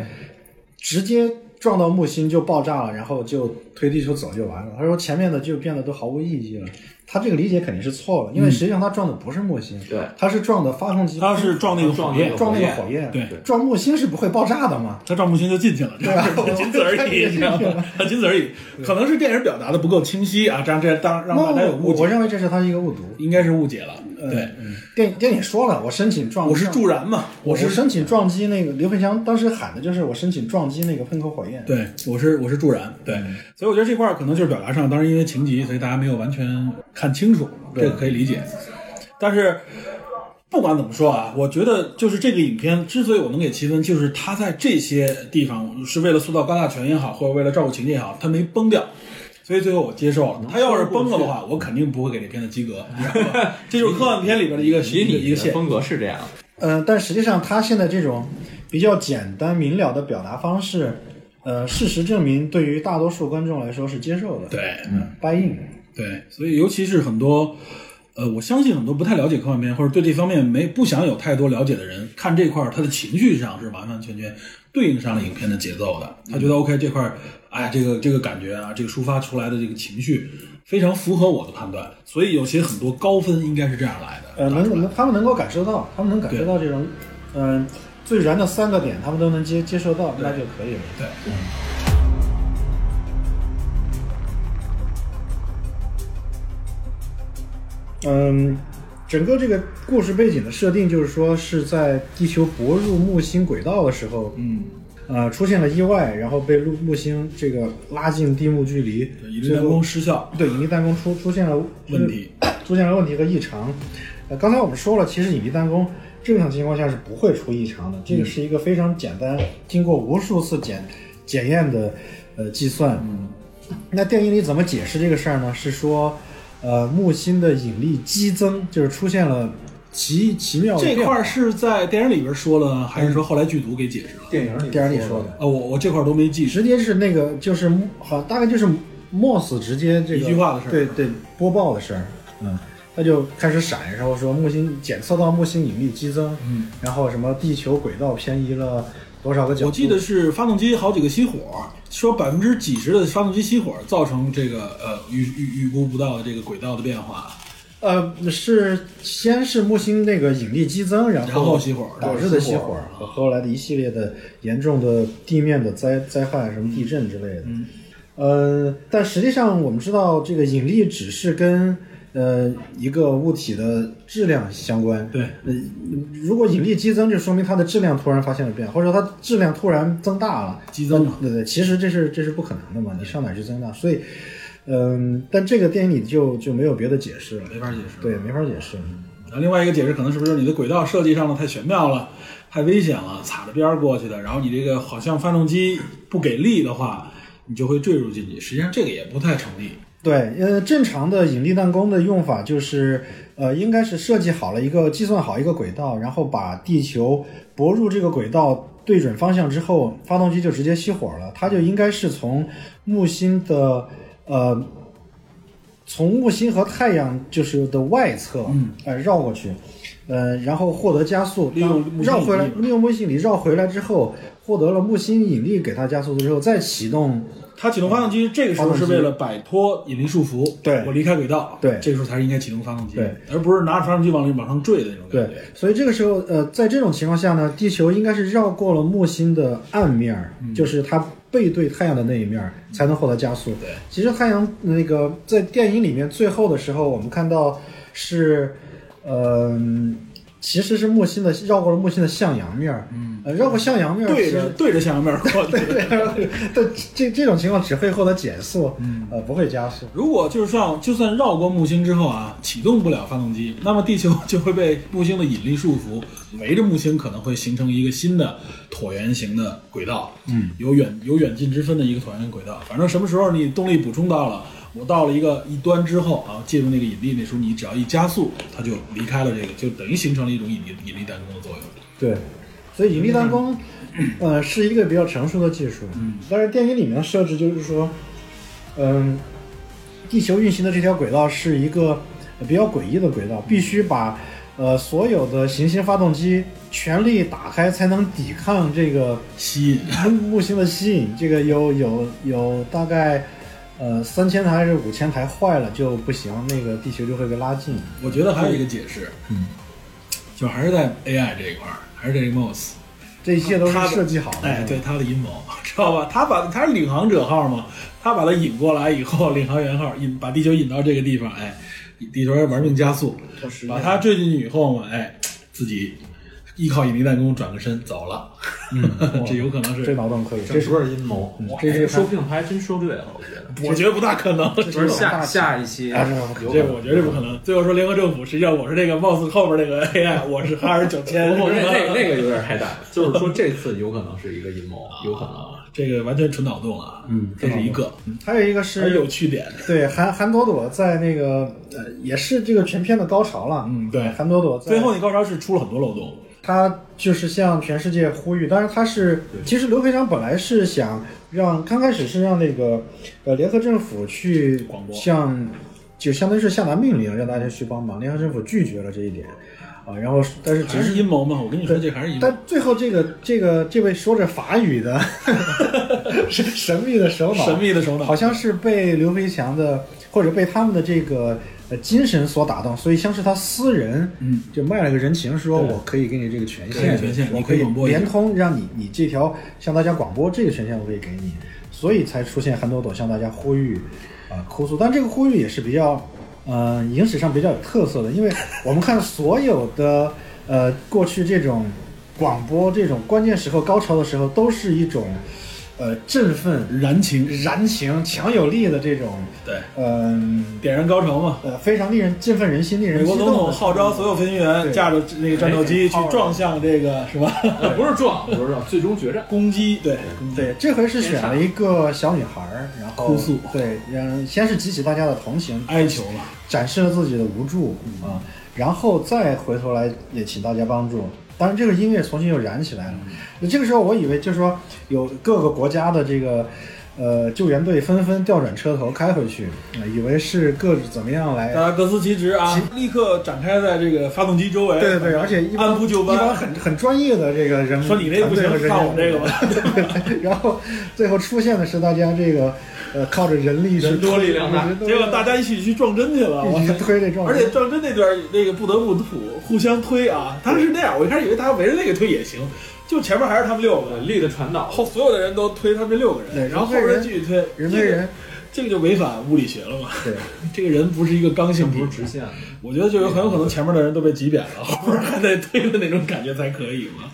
直接撞到木星就爆炸了，然后就推地球走就完了。他说前面的就变得都毫无意义了。他这个理解肯定是错了，因为实际上他撞的不是木星，对他是撞的发动机，嗯他是撞那个火焰，撞那个火焰，对，撞木星是不会爆炸的嘛。他撞木星就 [LAUGHS] 进去了，对啊仅此而已，你知道吗？ [LAUGHS] 仅此而已。可能是电影表达的不够清晰啊，这样这样当让大那家有我误解，我认为这是他一个误读。嗯应该是误解了。对，电电影说了，我申请撞，我是助燃嘛，我是申请撞击那个刘培强当时喊的就是我申请撞击那个喷口火焰。对，我是我是助燃，对，所以我觉得这块儿可能就是表达上，当然因为情急，所以大家没有完全看清楚，这个可以理解。但是不管怎么说啊，我觉得就是这个影片之所以我能给七分，就是它在这些地方是为了塑造高大全也好，或者为了照顾情节也好，它没崩掉。所以最后我接受了，它要嗯是崩了的话，我肯定不会给这片子及 [LAUGHS] 格。你知道吗这就是科幻片里边的一个其一实个一你个的线。风格是这样，嗯、但实际上他现在这种比较简单明了的表达方式，呃，事实证明对于大多数观众来说是接受的，对， ，buy in。对，所以尤其是很多，呃，我相信很多不太了解科幻片或者对这方面没不想有太多了解的人，看这块儿他的情绪上是完完全全对应上了影片的节奏的。他觉得 OK 这块儿，哎，这个这个感觉啊，这个抒发出来的这个情绪非常符合我的判断，所以有些很多高分应该是这样来的。呃，能能他们能够感受到，他们能感受到这种，嗯、最燃的三个点，他们都能接接受到，那就可以了。对，嗯，整个这个故事背景的设定就是说是在地球泊入木星轨道的时候，嗯，呃，出现了意外，然后被陆陆星这个拉近地幕距离，引力最弹后弓失效，对引力弹弓出出现了问题，出现了问题和异常。呃，刚才我们说了，其实引力弹弓正常情况下是不会出异常的，这嗯个是一个非常简单，经过无数次检检验的呃计算。嗯，那电影里怎么解释这个事儿呢？是说，呃，木星的引力激增，就是出现了奇奇妙的这变块化儿是在电影里边说了呢，还是说后来剧组给解释了？电影里电影里说的。啊，嗯我我这块儿都没记。直接是那个就是好，大概就是 Moss 直接这个一句话的事儿对对，播报的事儿，嗯，他就开始闪，然后说木星检测到木星引力激增，嗯，然后什么地球轨道偏移了多少个角度，啊我记得是发动机好几个熄火，说百分之几十的发动机熄火造成这个呃预预预估不到的这个轨道的变化，呃是先是木星那个引力激增，然后然后熄火导致的熄火啊和后来的一系列的严重的地面的灾灾害，什么地震之类的。嗯呃，但实际上我们知道，这个引力只是跟呃一个物体的质量相关。对呃，如果引力激增，就说明它的质量突然发现了变化，或者说它质量突然增大了。激增嘛。对对，其实这是这是不可能的嘛，你上哪儿去增大？所以，嗯、但这个电影里就就没有别的解释了，没法解释。对，没法解释。然后另外一个解释可能是不是你的轨道设计上的太玄妙了，太危险了，擦着边儿过去的，然后你这个好像发动机不给力的话，你就会坠入进去。实际上这个也不太成立。对，呃，正常的引力弹弓的用法就是，呃，应该是设计好了一个计算好一个轨道，然后把地球泊入这个轨道对准方向之后，发动机就直接熄火了。它就应该是从木星的呃，从木星和太阳就是的外侧，嗯，呃，绕过去，呃，然后获得加速，利用当木星绕回来引，力利用木星引力绕回来之后，获得了木星引力给它加速之后，再启动。它启动发动机这个时候是为了摆脱引力束缚，对我离开轨道，对这个时候才是应该启动发动机，对，而不是拿着发动机往里往上坠的那种感对觉。，所以这个时候，呃，在这种情况下呢，地球应该是绕过了木星的暗面儿，就是它背对太阳的那一面儿，才能获得加速。对，其实太阳那个在电影里面最后的时候，我们看到是，嗯、其实是木星的绕过了木星的向阳面儿，嗯，呃，绕过向阳面儿对是着 [LAUGHS] 对着向阳面过去。但这这种情况只会获得减速，呃，不会加速。如果就是像就算绕过木星之后啊，启动不了发动机，那么地球就会被木星的引力束缚，围着木星可能会形成一个新的椭圆形的轨道，嗯，有远有远近之分的一个椭圆轨道。反正什么时候你动力补充到了，我到了一个一端之后啊，借助那个引力，那时候你只要一加速，它就离开了这个，就等于形成了一种引力引力弹弓的作用。对，所以引力弹弓，呃，是一个比较成熟的技术。嗯，但是电影里面的设置就是说，嗯，地球运行的这条轨道是一个呃比较诡异的轨道，必须把呃所有的行星发动机全力打开，才能抵抗这个吸引木 [LAUGHS] 木星的吸引。这个有有有大概。呃，三千台还是五千台坏了就不行，那个地球就会被拉近。我觉得还有一个解释，嗯，就还是在 AI 这一块儿，还是这个 MOS。这一切都是他的设计好的。哎，对他的阴谋， [LAUGHS] 知道吧？他把他是领航者号嘛，他把他引过来以后，领航员号引把地球引到这个地方，哎，地球人玩命加速，把他坠进去以后嘛，哎，自己依靠引力弹弓转个身走了，嗯， [LAUGHS] 这有可能这是，脑洞可以，这这是不是阴谋？嗯这是说不定他还真说对了，我觉得。我觉得不大可能，不是下下一期，有这我觉得这不可能。最后说联合政府，实际上我是这个 boss 后边那个 AI，我 [LAUGHS] 是哈尔九千，不不，那是吧那那个有点太大了，啊就是说这次有可能是一个阴谋，有可能。 [LAUGHS] 这个完全纯脑洞啊，嗯，这是一个，还有一个还是有趣点，对，韩韩朵朵在那个呃，也是这个全片的高潮了。嗯对韩朵朵在最后那高潮是出了很多漏洞，她就是向全世界呼吁，当然她是，其实刘培强本来是想让刚开始是让那个呃联合政府去广播向就相当于是下达命令让大家去帮忙，联合政府拒绝了这一点啊，然后但是只还是阴谋嘛？我跟你说，这还是阴谋但。最后这个这个这位说着法语的 [LAUGHS] 神神秘的首脑，神秘的首脑好像是被刘培强的或者被他们的这个呃精神所打动，所以像是他私人，嗯，就卖了个人情，说我可以给你这个权对限，权限我你可可以以广播一下连通，让你你这条向大家广播这个权限我可以给你，所以才出现韩朵朵向大家呼吁啊、呃哭诉，但这个呼吁也是比较呃影史上比较有特色的，因为我们看所有的呃过去这种广播这种关键时刻、高潮的时候，都是一种呃振奋、燃情，燃情、强有力的这种，对，嗯、点燃高潮嘛。呃，非常令人振奋人心、令人美激国动的。总统号召所有飞行员对驾着那个战斗机去撞向这个是吧？不是撞，不是撞，最终决战。攻击对，对，这回是选了一个小女孩儿，然后哭诉对，让先是激起大家的同情，哀求嘛。展示了自己的无助嗯啊，然后再回头来也请大家帮助。当然，这个音乐重新又燃起来嗯了。那这个时候，我以为就是说有各个国家的这个呃救援队纷纷调转车头开回去，啊，以为是各自怎么样来大家各司其职啊，立刻展开在这个发动机周围。对对对，而且一帮按部就一帮班。很很专业的这个人，啊说你那个不行团队和人员看我这个吧对 [LAUGHS] 然后最后出现的是大家这个呃靠着人力是人多推力量大， [LAUGHS] 人多结果大家一起去撞针去了，我一直推这撞，而且撞针那段儿那个不得不吐，互相推啊，他是那样，我一开始以为他围着那个推也行，就前面还是他们六个，力的传导，后所有的人都推他们这六个人，对然后后人推边人继续推，人这推个人，这个就违反物理学了嘛？对，这个人不是一个刚性不体是，直线。我觉得就有很有可能前面的人都被挤扁了，后边还得推的那种感觉才可以嘛。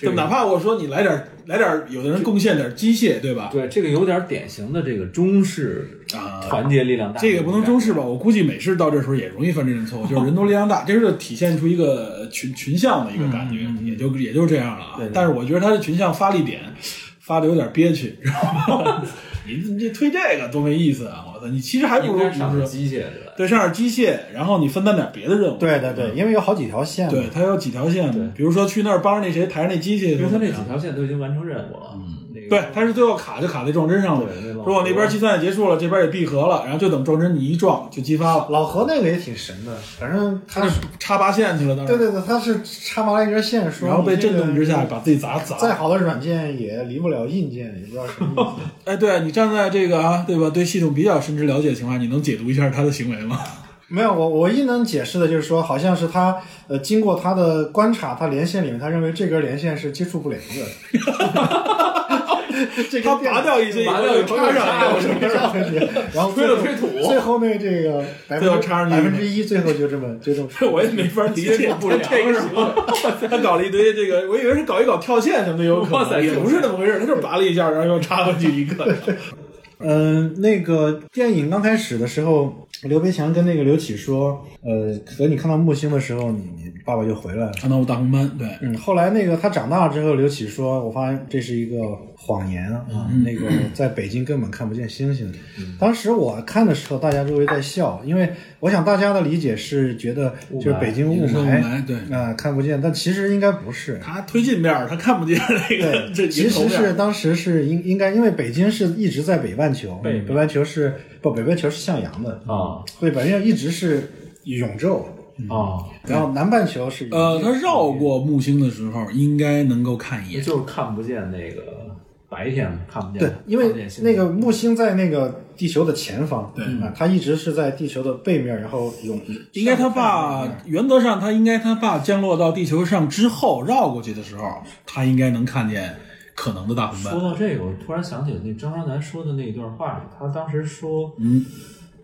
就哪怕我说你来点儿来点儿，有的人贡献点儿机械，对吧？对，这个有点典型的这个中式啊团结力量大。这个不能中式吧？我估计美式到这时候也容易犯这种错误，就是人多力量大，这是体现出一个呃群群像的一个感觉，嗯也就也就这样了啊。但是我觉得他的群像发力点发的有点憋屈，知 [LAUGHS] 道吗？你你这推这个多没意思啊！我操，你其实还不应如该就上是机械的，对上点机械，然后你分担点别的任务。对对对，因为有好几条线嘛，嗯对，他有几条线嘛，比如说去那儿帮着那谁抬着那机器，因为他那几条线都已经完成任务了。嗯，那个对，他是最后卡就卡在撞针上了对那，老说我那边计算也结束了，这边也闭合了，然后就等撞针你一撞就激发了。老何那个也挺神的，反正他是插拔线去了，当时对对对，他是插麻了一根线，嗯说然后被震动之下你这把自己砸个再砸。好的软件也离不了硬件，也不知道什么意思。哎，对你站在这个啊，对吧？对系统比较深知了解的情况下，你能解读一下他的行为吗？没有，我我唯一能解释的就是说，好像是他呃，经过他的观察，他连线里面，他认为这根连线是接触不 [LAUGHS] 了的。这他根拔掉一些，拔掉一又些插上一个，插回去，然后推了推土最后那这个百最后分之插上去百分之一，最后就这么就这么这 [LAUGHS] 我也没法理解，不是这个行为。 [LAUGHS] 他搞了一堆这个，我以为是搞一搞跳线什么的，有可哇塞能也不是那么回事，他就是拔了一下，然后又插回去一个。嗯，那个电影刚开始的时候，刘培强跟那个刘启说，呃，等你看到木星的时候，你你爸爸就回来了。 [LAUGHS] 看到我大红斑，对，嗯，后来那个他长大了之后，刘启说，我发现这是一个谎言啊，嗯那个在北京根本看不见星星。当时我看的时候，大家周围在笑，因为我想大家的理解是觉得就是北京雾一个是雾霾，霾对啊、看不见，但其实应该不是。他推进面儿他看不见那个对， [LAUGHS] 这其迎头实面是儿。当时是应应该，因为北京是一直在北半球，嗯北北半球是不北半球是向阳的，啊对，北半球一直是永昼，啊，然后南半球是嗯呃，他绕过木星的时候，应该能够看一也眼。就是看不见那个白天看不见，对，因看不为见星那星个木星在那个地球的前方，对啊，它一直是在地球的背面，然后永应该他爸原则上他应该他爸降落到地球上之后绕过去的时候，他应该能看见可能的大红说斑。到这个，我突然想起那张双楠说的那一段话，他当时说，嗯，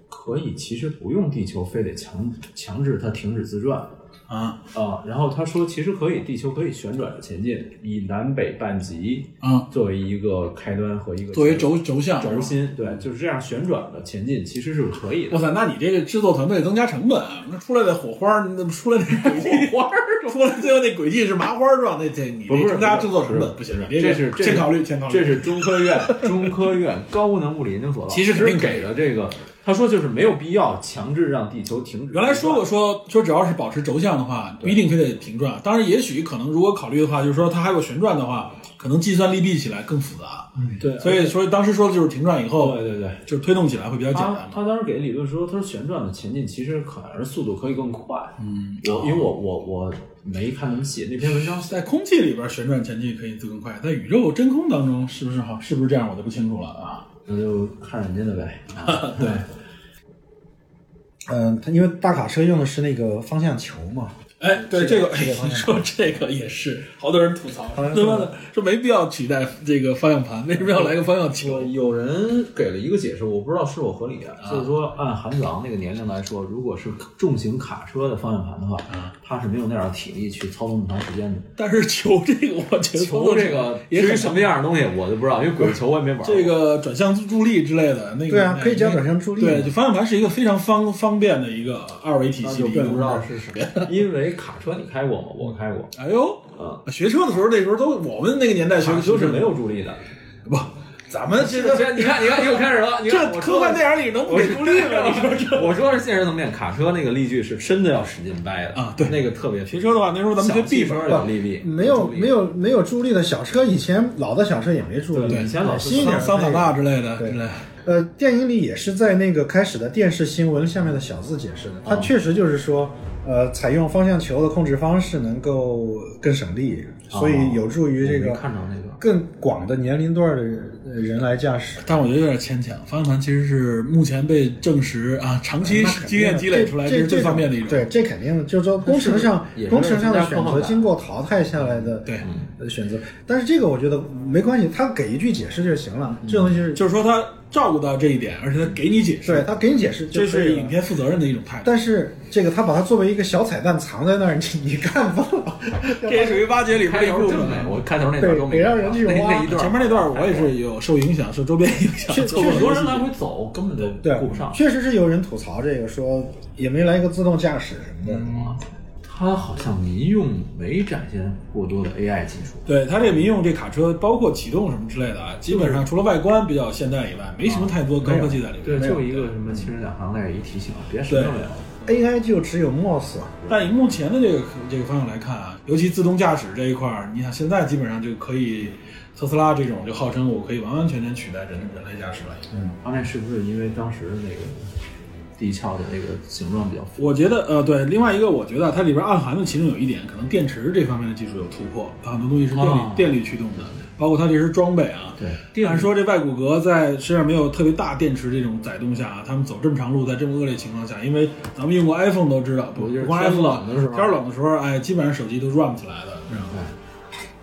可以，其实不用地球非得强强制它停止自转啊啊。然后他说，其实可以，地球可以旋转着前进，以南北半极啊，作为一个开端和一个作为轴轴向轴。心，对，就是这样旋转的前进，其实是可以哇的。塞，那你这个制作团队增加成本啊！那出来的火花，那出来 [LAUGHS] 那轨迹，火花出来最后那轨迹是麻花状，那这你不是这增加制作成本不行，你这个是这是先考虑，先考虑。这是中科院中科院高能物理研究所老其实师肯定可以给的这个，他说就是没有必要强制让地球停止自转。原来说过说说只要是保持轴向的话，不一定非得停转。当然，也许可能如果考虑的话，就是说它还有旋转的话，可能计算利弊起来更复杂。对，所以说当时说的就是停转以后，对对对，就是推动起来会比较简单他嘛。他当时给理论说，他说旋转的前进其实可而速度可以更快。嗯，我因为我我我没看那么细那篇文章，在空气里边旋转前进可以自更快，在宇宙真空当中是不是好？是不是这样？我就不清楚了啊。那就看人家的呗。 [LAUGHS] 对，嗯，它因为大卡车用的是那个方向球嘛，哎，对这个，哎，你说这个也是，好多人吐槽，他妈的说没必要取代这个方向盘，为什么要来个方向我球？有人给了一个解释，我不知道是否合理啊，就是说按韩子昂那个年龄来说，如果是重型卡车的方向盘的话，他是没有那样体力去操纵那么长时间的。但是球这个，我觉得球这个也至于很什么样的东西，我就不知道，因为鬼球我也没玩过。这个转向助力之类的，那个对啊那可以加转向助力对，就方向盘是一个非常方方便的一个二维体那系就的一个不知道是什么， [LAUGHS] 因为卡车你开过吗？我开过，哎呦，嗯，学车的时候，那时候都我们那个年代学卡的车都 [LAUGHS] 是是啊没有助力的。不，咱们这 [LAUGHS] 这你看，你看，又开始了。你看这科幻电影里能我给助力吗？了，你说 [LAUGHS] 这这？我说是现实层面，卡车那个力矩是真的要使劲掰的啊对那个特别学车的话，那时候咱们学 B 小分汽车有力臂，没有助力没有没有助力的小车，以前老的小车也没助力，对以前老是新一点桑的桑塔纳之类的，对之类的呃，电影里也是在那个开始的电视新闻下面的小字解释的，它确实就是说，呃，采用方向球的控制方式能够更省力，所以有助于这哦我个没看着那个更广的年龄段的人人来驾驶。但我觉得有点牵强。方向盘其实是目前被证实啊，长哎期经验积累出来，这是最这方便的一种。对，这肯定的，就是说工程上也是工程上的选增加破择坏感经过淘汰下来的对呃选择，但是这个我觉得没关系，他给一句解释就行了，这东西是就是说他照顾到这一点，而且他给你解释，对他给你解释就这可以是了影片负责任的一种态度。但是这个他把它作为一个小彩蛋藏在那儿，你你看不了，这也属于挖掘里边开的一头部真分。美，我开头那段都没对得让人去那挖那一段，前面那段我也是有受影响，受周边影响，确错过很多了人来回走根本就对顾不上，。确实是有人吐槽这个，说也没来个自动驾驶什么嗯的。他好像民用没展现过多的 AI 技术，对它这民用这卡车，包括启动什么之类的啊，基本上除了外观比较现代以外，没什么太多高科技在里面。对，就一个什么七十两行泪一提醒，别什么都没有。 AI 就只有 MOS，但以目前的这个这个方向来看啊，尤其自动驾驶这一块儿，你想现在基本上就可以，特斯拉这种就号称我可以完完全全取代人人类驾驶了。他那是不是因为当时那个地壳的那个形状比较复我觉得呃对，另外一个我觉得它里边暗含的其中有一点，可能电池这方面的技术有突破，它很多东西是电力、啊电力驱动的，包括它这些装备啊。对按说这外骨骼在身上没有特别大电池这种载动下啊，他们走这么长路，在这么恶劣情况下，因为咱们用过 iPhone 都知道，不尤其是不光天 iPhone 冷的时候天冷的时候，哎，基本上手机都 run 不起来的，知道吗？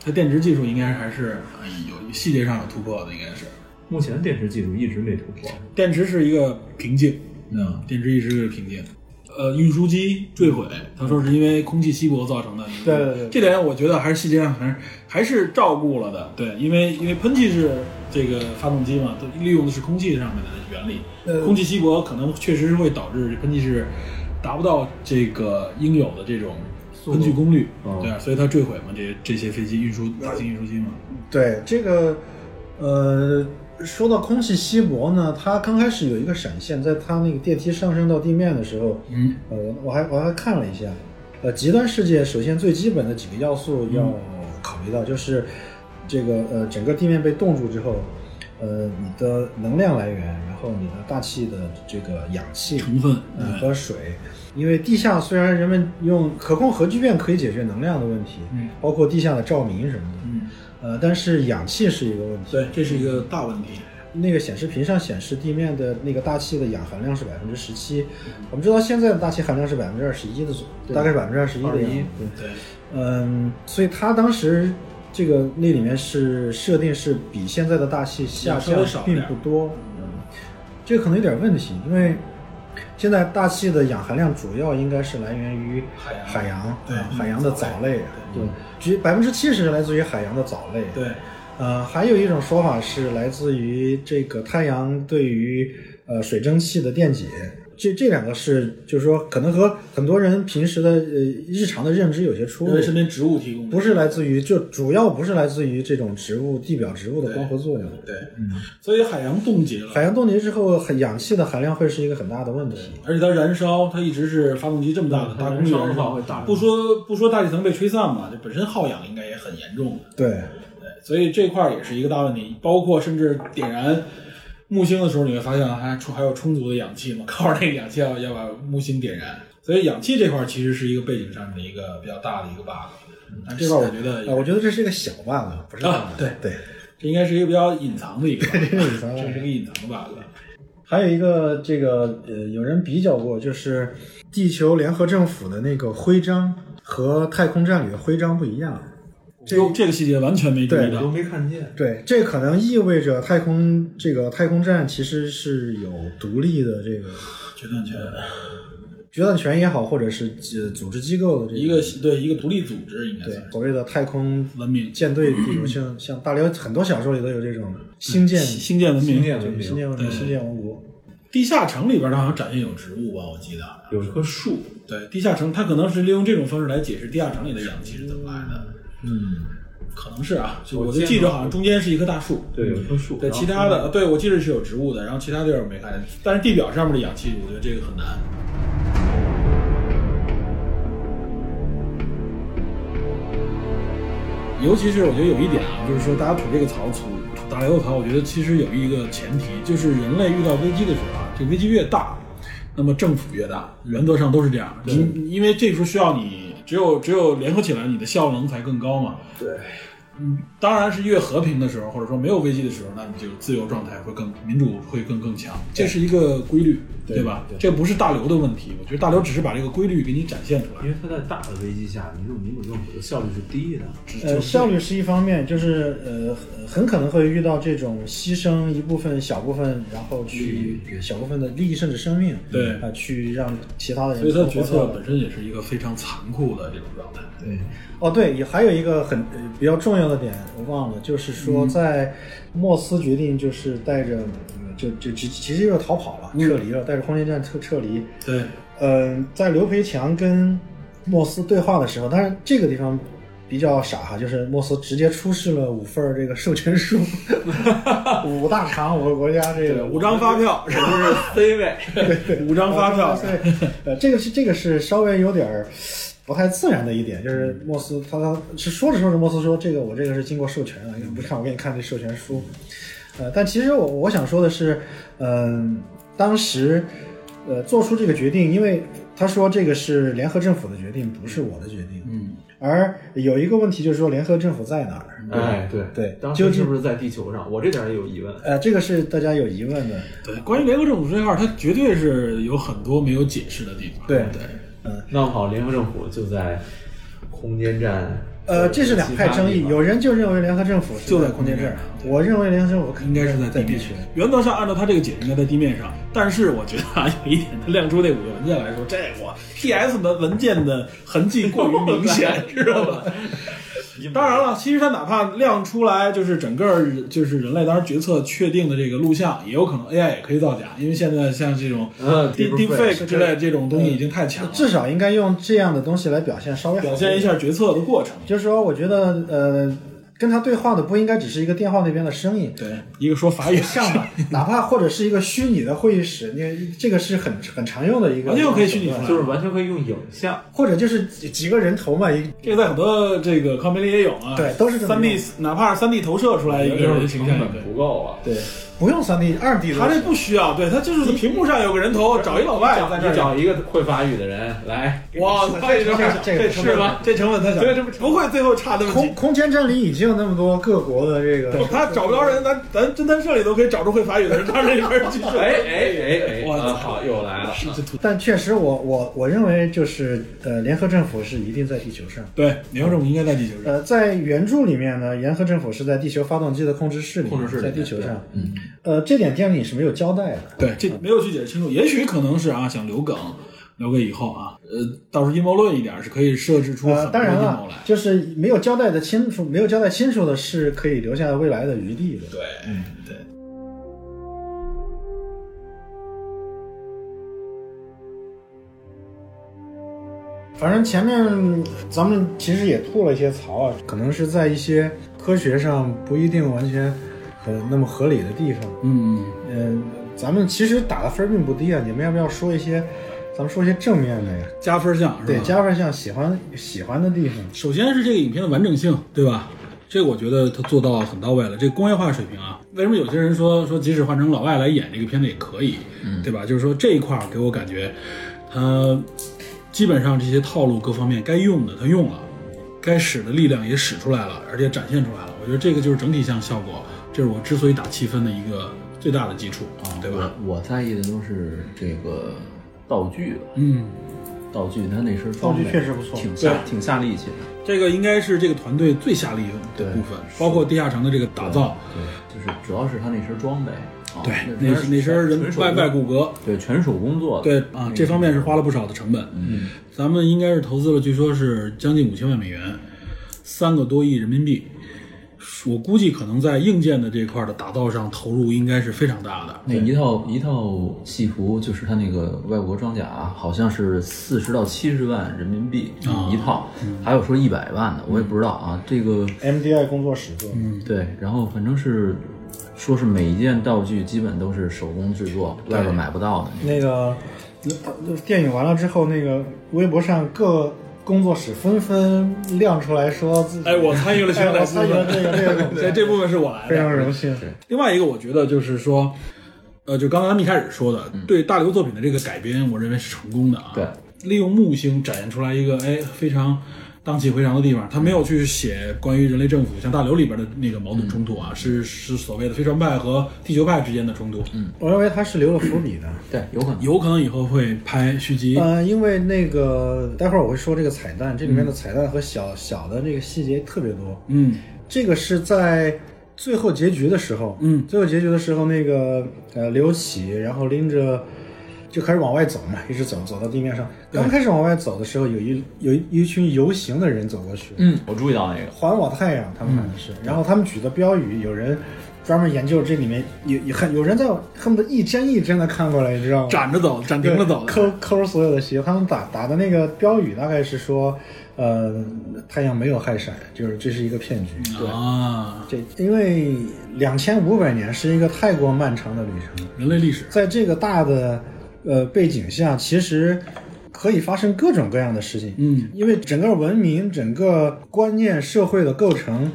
它电池技术应该还是哎有细节上有突破的，应该是目前电池技术一直没突破，电池是一个瓶颈，嗯，电池一直是瓶颈。呃，运输机坠毁，他说是因为空气稀薄造成的。对对对这点我觉得还是细节上还是还是照顾了的。对，因为因为喷气式这个发动机嘛，都利用的是空气上面的原理，空气稀薄可能确实是会导致喷气式达不到这个应有的这种喷气功率，哦对啊，所以它坠毁嘛，这这些飞机运输大型运输机嘛，对这个，呃，说到空气稀薄呢，它刚开始有一个闪现，在它那个电梯上升到地面的时候，嗯，呃，我还我还看了一下，呃，极端世界首先最基本的几个要素嗯要考虑到，就是这个呃整个地面被冻住之后，呃你的能量来源，然后你的大气的这个氧气成分，呃对和水，因为地下虽然人们用可控核聚变可以解决能量的问题，嗯包括地下的照明什么的，嗯，呃，但是氧气是一个问题。对，这是一个大问题。那个显示屏上显示地面的那个大气的氧含量是百分之十七，我们知道现在的大气含量是百分之二十一的左右，大概百分之二十一的氧。对，对，嗯，所以它当时这个那里面是设定是比现在的大气下要稍降微少点并不多，嗯，这个可能有点问题，因为现在大气的氧含量主要应该是来源于海洋海洋，对啊海洋的藻类，对，只百分之七十来自于海洋的藻类，对，呃，还有一种说法是来自于这个太阳对于呃水蒸气的电解，这这两个是就是说可能和很多人平时的呃日常的认知有些出因入为，是跟植物提供的，不是来自于就主要不是来自于这种植物地表植物的光合作用。对，所以海洋冻结了，海洋冻结之后，很氧气的含量会是一个很大的问题。而且它燃烧，它一直是发动机这么大的大功率它燃烧燃的话烧会大，量不说不说大气层被吹散嘛，这本身耗氧应该也很严重的，对，对，所以这块儿也是一个大问题，包括甚至点燃。木星的时候，你会发现啊还充还有充足的氧气嘛， [LAUGHS] 靠着那个氧气要要把木星点燃，所以氧气这块儿其实是一个背景上的一个比较大的一个 bug，但这块儿我觉得啊，我觉得这是一个小 bug，不是大 bug、啊对对，这应该是一个比较隐藏的一个 bug，这是隐藏的这是一个隐藏的 bug，还有一个这个呃，有人比较过，就是地球联合政府的那个徽章，和《太空战侣》徽章不一样。这哟，这个细节完全没注意对都到。没看见。对，这可能意味着太空这个太空站其实是有独立的这个决断权，决断权也好，或者是呃组织机构的这一个对一个独立组织应该对算是所谓的太空文明，舰队，比如像像大辽很多小说里都有这种星舰、星舰文明星，舰文星明舰文对明、星舰王国。地下城里边它好像展现有植物吧，我记得。有一棵树，对，地下城它可能是利用这种方式来解释地下城里的氧气是怎么来的，嗯，可能是啊，就我我见就到记着好像中间是一棵大树。对，有一棵树。对，其他的对我记得是有植物的，然后其他地儿我没看见，但是地表上面的氧气，我觉得这个很难。尤其是我觉得有一点啊，就是说大家吐这个槽，吐吐大雷的槽，我觉得其实有一个前提，就是人类遇到危机的时候啊，这危机越大，那么政府越大，原则上都是这样。你你因为这时候需要你，只有只有联合起来，你的效能才更高嘛。对，嗯，当然是越和平的时候，或者说没有危机的时候，那你就自由状态会更民主会更更强，这是一个规律，对吧？这不是大刘的问题，我觉得大刘只是把这个规律给你展现出来因。为它在大的危机下，你这种民主政府的效率是低的。呃，效率是一方面，就是呃，很可能会遇到这种牺牲一部分、小部分，然后去呃小部分的利益甚至生命，对啊、去让其他的所人以他的凑合决凑策合本身也是一个非常残酷的这种状态。对，哦，对，也还有一个很呃比较重要的点，我忘了，就是嗯说在莫斯决定就是带着，呃就就直其实就是逃跑了，嗯撤离了，带着空间站撤撤离。对，嗯、在刘培强跟莫斯对话的时候，当然这个地方比较傻哈，就是莫斯直接出示了五份儿这个授权书，五大厂，我国家这个五张发 [LAUGHS] 票，这就是 C [LAUGHS] 位。五张发票， [LAUGHS] 对，呃，这个是这个是稍微有点儿不太自然的一点，嗯就是莫斯他他是说着说着，莫斯说这个我这个是经过授权的，嗯不看我给你看这授权书，呃，但其实我我想说的是，嗯、当时呃做出这个决定，因为他说这个是联合政府的决定，不是我的决定，嗯，而有一个问题就是说联合政府在哪儿？哎，对嗯对当究时竟是不是在地球上？我这点儿也有疑问。呃，这个是大家有疑问的，对，关于联合政府这块儿，它绝对是有很多没有解释的地方。对对，闹好联合政府就在空间站。呃，这是两派争议，有人就认为联合政府是就在空间站空间，站我认为联合政府肯应该是在在地面区。原则上按照他这个解释应该在地面上，但是我觉得啊，有一点，他亮出那五个文件来说，这我 PS 的文件的痕迹过于明显， [LAUGHS] 知道吧？当然了，其实他哪怕亮出来，就是整个儿就是人类当时决策确定的这个录像，也有可能 AI 也可以造假，因为现在像这种嗯啊 deep deep deep fake 之类的这种东西已经太强了，至少应该用这样的东西来表现，稍微好表现一点。下决策的过程。就是说，我觉得呃，跟他对话的不应该只是一个电话那边的声音，对，一个说法语，像吧，哪怕或者是一个虚拟的会议室，你这个是很很常用的一个，完全可以虚拟出来就是完全可以用影像，或者就是几几个人头嘛，一这个在很多这个康美里也有啊，对都是这么三 D，哪怕是三 D 投射出来一个人的形成象，对本不够啊。对，不用三 D 二 D 的，他这不需要，对他就是屏幕上有个人头，找一老外在这你儿。找一个会法语的人来，哇，这这个这个是吧？这成本太小，对这不不会最后差那么空几。空间站里已经有那么多各国的这个，他找不着人，咱咱侦探社里都可以找出会法语的人，他这里边去 [LAUGHS] 哎说。哎哎哎，我操啊好，又来了。是这图但确实我，我我认为就是呃，联合政府是一定在地球上。对，联合政府应该在地球上。呃，在原著里面呢，联合政府是在地球发动机的控制室里，控制室里在面地球上。嗯，呃，这点电影是没有交代的。对，这嗯没有去解释清楚，也许可能是啊，想留梗，留给以后啊。呃，倒是阴谋论一点是可以设置出呃，很多当阴然谋了来，。就是没有交代的清楚，没有交代清楚的是可以留下未来的余地的。对对。反正前面咱们其实也吐了一些槽啊，可能是在一些科学上不一定完全很那么合理的地方。嗯，嗯，咱们其实打的分儿并不低啊，你们要不要说一些，咱们说一些正面的呀？嗯加分项是吧？对，加分项喜欢喜欢的地方，首先是这个影片的完整性，对吧？这个我觉得他做到很到位了，这个工业化水平啊，为什么有些人说说即使换成老外来演这个片子也可以，对吧？就是说这一块儿给我感觉，他基本上这些套路各方面该用的他用了，该使的力量也使出来了，而且展现出来了。我觉得这个就是整体项效果，这是我之所以打七分的一个最大的哦基础啊，对吧？我我在意的都是这个道具了，嗯，道具，他那身道装具备确实不错挺对下挺下力气的。这个应该是这个团队最下力的部分，包括地下城的这个打造，对，就是主要是他那身装备，啊对，那那是那身人外外骨骼，对全手工做的，对啊，这方面是花了不少的成本。嗯，咱们应该是投资了，据说是将近五千万美元，三个多亿人民币。我估计可能在硬件的这块的打造上投入应该是非常大的。那一套一套戏服，就是它那个外国装甲，好像是四十到七十万人民币啊一套，嗯还有说一百万的，我也不知道啊。这个 MDI 工作室做的，对，然后反正是说是每一件道具基本都是手工制作，外边买不到的。那个呃电影完了之后，那个微博上各工作室纷纷亮出来说自己，哎，我参与了哎全我览部参与了分，这 [LAUGHS] 个这个，所以这部分是我来非常的。荣幸。另外一个，我觉得就是说，呃，就刚刚咱们一开始说的，对大刘作品的这个改编，我认为是成功的啊。对，利用木星展现出来一个哎非常荡气回肠的地方，他没有去写关于人类政府像大刘里边的那个矛盾冲突啊，是是所谓的飞船派和地球派之间的冲突。嗯，我认为他是留了伏笔的。对，有可能。有可能以后会拍续集。呃，因为那个待会儿我会说这个彩蛋，这里面的彩蛋和小、小的这个细节特别多。嗯这个是在最后结局的时候，嗯最后结局的时候，那个呃刘启，然后拎着就开始往外走嘛，一直走走到地面上。刚开始往外走的时候，有一有一一群游行的人走过去，嗯，我注意到那个，环保太阳，他们喊的是，嗯然后他们举的标语，有人专门研究这里面有有很有人在恨不得一帧一帧的看过来，你知道吗？展着走，展停了走的。抠抠所有的鞋，他们打打的那个标语大概是说，呃，太阳没有害闪，就是这是一个骗局。啊，这因为两千五百年是一个太过漫长的旅程，人类历史。在这个大的呃背景下，其实可以发生各种各样的事情。嗯，因为整个文明、整个观念、社会的构成，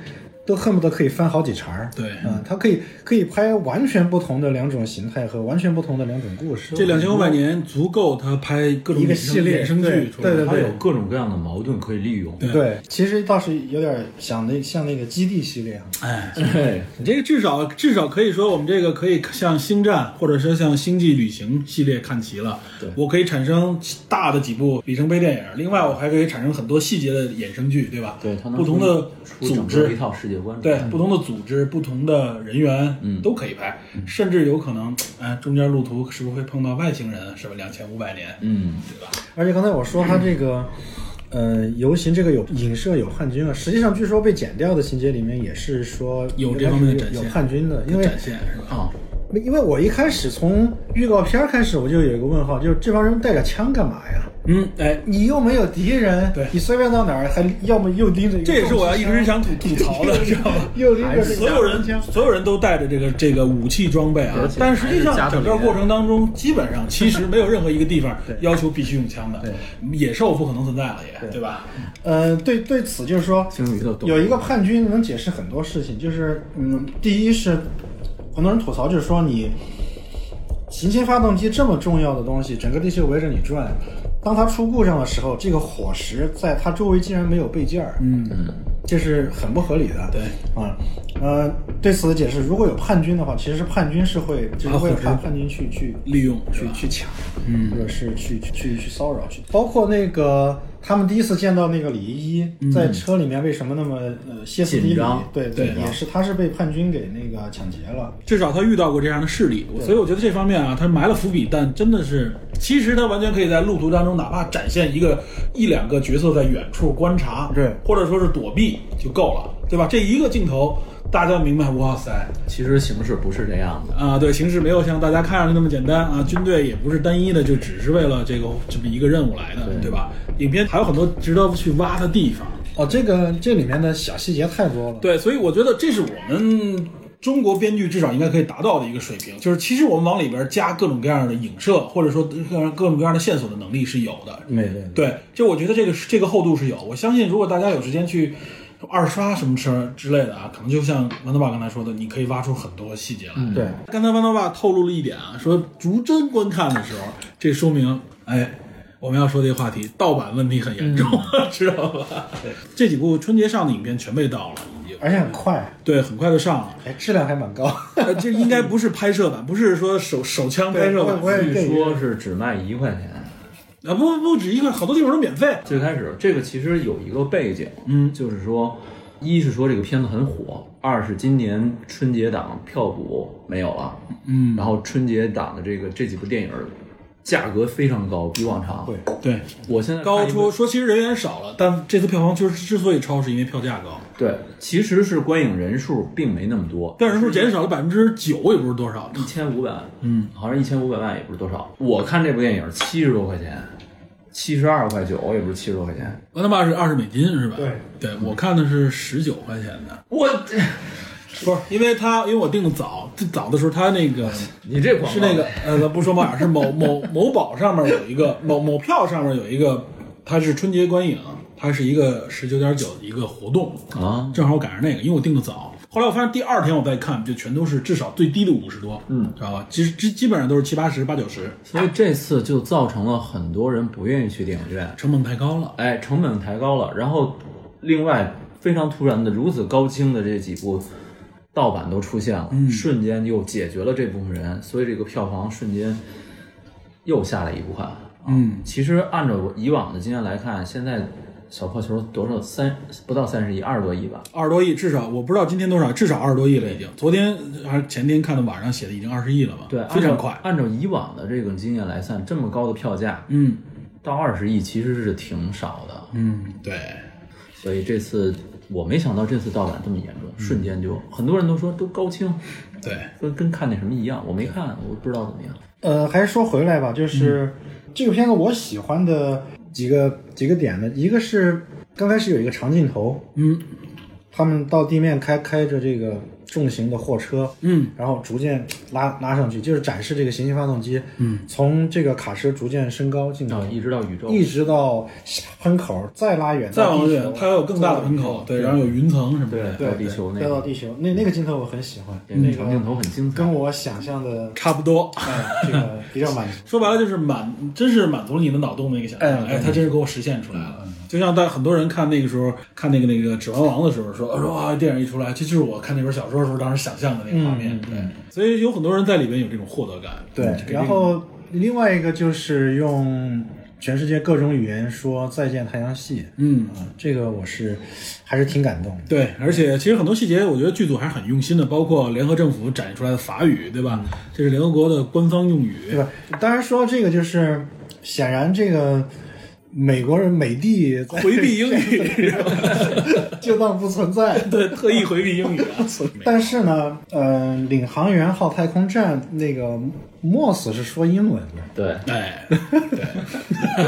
都恨不得可以翻好几茬儿。对嗯，它可以可以拍完全不同的两种形态和完全不同的两种故事。这两千五百年足够他拍各种一个衍生系列衍生对剧出来。对对它有各种各样的矛盾可以利用。对，其实倒是有点想那像那个基地系列啊，哎，对，你这个至少至少可以说，我们这个可以向《星战》或者是向《星际旅行》系列看齐了。对，我可以产生大的几部里程碑电影，另外我还可以产生很多细节的衍生剧，对吧？对，它能不同的出出组整个织一，套世嗯界观。对，不同的组织、不同的人员，嗯，都可以拍，甚至有可能，哎，中间路途是不是会碰到外星人？是吧？两千五百年，嗯，而且刚才我说他这个，呃，游行这个有影射有叛军啊，实际上据说被剪掉的情节里面也是说有这方面的展有现有叛军的，因为展现是吧？啊，因为我一开始从预告片开始我就有一个问号，就是这帮人带着枪干嘛呀？嗯，哎，你又没有敌人，对你随便到哪儿还要么又拎着一个，这也是我要一直想吐吐槽 [LAUGHS] 的，知道吗？又拎着所有人枪，所有人都带着这个这个武器装备啊而，且但实际还是加上特整林个过程当中，基本上其实没有任何一 [LAUGHS] 个地方要求必须用枪的，野兽不可能存在了也，对吧？呃，对对此就是说，鲸鱼的动物有一个叛军能解释很多事情，就是嗯，第一是很多人吐槽，就是说你行星发动机这么重要的东西，整个地球围着你转，当它出故障的时候，这个火石在它周围竟然没有备件儿，嗯，这是很不合理的。对啊，呃，对此的解释，如果有叛军的话，其实叛军是会啊就是会怕叛军去去利用是去吧去抢，嗯，或者是去去去去骚扰去，包括那个他们第一次见到那个李依依在车里面为什么那么呃歇斯底嗯紧里张？对对，也是他是被叛军给那个抢劫了。至少他遇到过这样的势力，所以我觉得这方面啊，他埋了伏笔，但真的是，其实他完全可以在路途当中，哪怕展现一个一两个角色在远处观察，对或者说是躲避就够了，对吧？这一个镜头，大家明白，哇塞，其实形式不是这样的。啊，对，形势没有像大家看上去那么简单啊，军队也不是单一的，就只是为了这个这么一个任务来的，对吧？影片还有很多值得去挖的地方，哦，这个这里面的小细节太多了。对，所以我觉得这是我们中国编剧至少应该可以达到的一个水平，就是其实我们往里边加各种各样的影射，或者说各各种各样的线索的能力是有的，没对对，就我觉得这个这个厚度是有，我相信如果大家有时间去二刷什么之之类的啊，可能就像豌豆爸刚才说的，你可以挖出很多细节来。嗯对，刚才豌豆爸透露了一点啊，说逐帧观看的时候，这说明哎。我们要说这个话题，盗版问题很严重，[LAUGHS] 嗯知道吧？这几部春节上的影片全被盗了，已经而且很快，对，很快就上 [LAUGHS] 了。哎，质量还蛮高。呃这应该不是拍摄版，不是说手手枪拍摄版，嗯我也据对说是只卖一块钱，啊，不不止一个，好多地方都免费。最开始这个其实有一个背景，嗯，就是说，一是说这个片子很火，二是今年春节档票补没有了，嗯，然后春节档的这个这几部电影儿价格非常高，比往常。对，对，我现在看 [LAUGHS] 高一部说说其实人员少了，但这次票房就是之所以超，是因为票价高，对，其实是观影人数并没那么多，但人数减少了百分之九，也不是多少。一千五百万，嗯，好像一千五百万也不是多少。我看这部电影七十多块钱，七十二块九，也不是七十多块钱。万他爸是二十美金是吧？对，对我看的是十九块钱的，我，不是因为他，因为我订的早，最早的时候他那个你这广告是那个呃，咱不说猫眼，是某某某宝上面有一个某某票上面有一个，它是春节观影，它是一个十九点九的一个活动啊，正好赶上那个，因为我订的早。后来我发现第二天我再看，就全都是至少最低的五十多，嗯，知道吧？其实基基本上都是七八十、八九十，所以这次就造成了很多人不愿意去电影院，成本太高了。哎，成本抬高了。然后，另外非常突然的，如此高清的这几部盗版都出现了，嗯瞬间又解决了这部分人，所以这个票房瞬间又下来一部分。嗯，其实按照我以往的经验来看，现在小破球多少三不到三十亿，二十多亿吧。二十多亿，至少我不知道今天多少，至少二十多亿了已经。昨天还是前天看的网上写的已经二十亿了吧？对，非常按照快。按照以往的这个经验来算，这么高的票价，嗯到二十亿其实是挺少的。嗯，对，所以这次我没想到这次盗版这么严重，瞬间就很多人都说都高清，对，跟跟看那什么一样。我没看，我不知道怎么样。呃，还是说回来吧，就是、嗯这个片子我喜欢的几个几个点呢，一个是刚开始有一个长镜头，嗯他们到地面开开着这个重型的货车，嗯，然后逐渐拉拉上去，就是展示这个行星发动机，嗯，从这个卡车逐渐升高进啊高，，一直到宇宙，一直到喷口，再拉远，再往到远地球它还有更大的喷口，对，然后有云层什么的，到地球那再到个地球，那那个镜头我很喜欢，嗯那那个长镜头个很精彩跟。我想象的差不多。哎这个比较满足。说白了就是满，真是满足了你的脑洞的一个想象。哎，他真是给我实现出来了。就像在很多人看那个时候看那个那个《指环王》的时候说，说啊电影一出来，这就是我看那本小说的时候当时想象的那个画面。对，所以有很多人在里面有这种获得感。对，然后另外一个就是用全世界各种语言说再见太阳系，嗯，啊，这个我是还是挺感动的。对，而且其实很多细节，我觉得剧组还是很用心的，包括联合政府展现出来的法语，对吧？这是联合国的官方用语。对吧？当然说这个就是，显然这个美国人美帝在回避英语， [LAUGHS] 就当不存在。对，特意回避英语啊。但是呢，呃，领航员号太空站那个莫斯是说英文的，对，哎，对， [LAUGHS]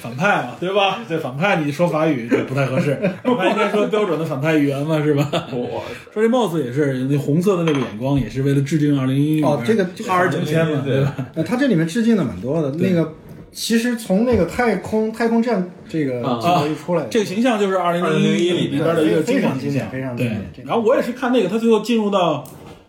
反派嘛，对吧？对，反派你说法语这不太合适，反派应该说标准的反派语言嘛，是吧？说这 boss 也是那红色的那个眼光，也是为了致敬二零一哦这个这个哈尔景天嘛，对吧？呃，他这里面致敬的蛮多的。那个其实从那个太空太空站这个镜头一出来，啊这个形象就是二零一里边的一个非常经经典非常经对典这，个然后我也是看那个，他最后进入到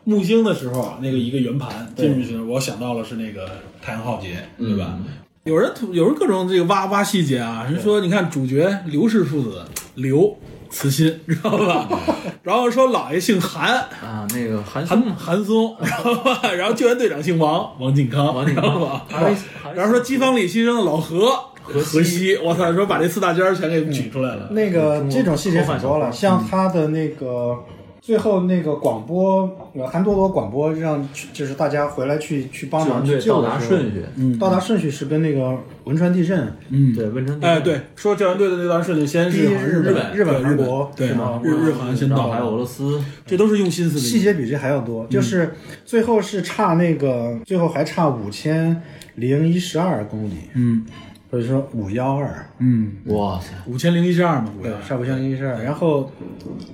木星的时候啊，那个一个圆盘进入去，我想到了是那个太阳浩劫，对吧？嗯有人吐有人各种这个挖挖细节啊，人说你看主角刘氏父子刘慈欣，知道吧？ [LAUGHS] 然后说姥爷姓韩，啊，那个韩韩松韩松，知道吧？ [LAUGHS] 然后救援队长姓王，王靖康，王靖知道康吧？还有还有然后说机房里牺牲的老何何何西，我操！说把这四大尖儿全给举出来了。那个这种细节很多嗯了，像他的那个最后那个广播，呃韩多罗广播让去就是大家回来去去帮救忙援去队救到的达时候顺序，嗯到达顺序是跟那个汶川地震嗯，对，汶川地哎，震，对，说救援队的那段顺序，先第一是好像日本、日本对日韩国对是吗日日韩先然到后还有俄罗斯，这都是用心思的细节比这还要多，就是最后是差那个最后还差五千零一十二公里，嗯或者说五幺二，嗯，哇塞，五千零一十二嘛，对，差五千零一十二。然后，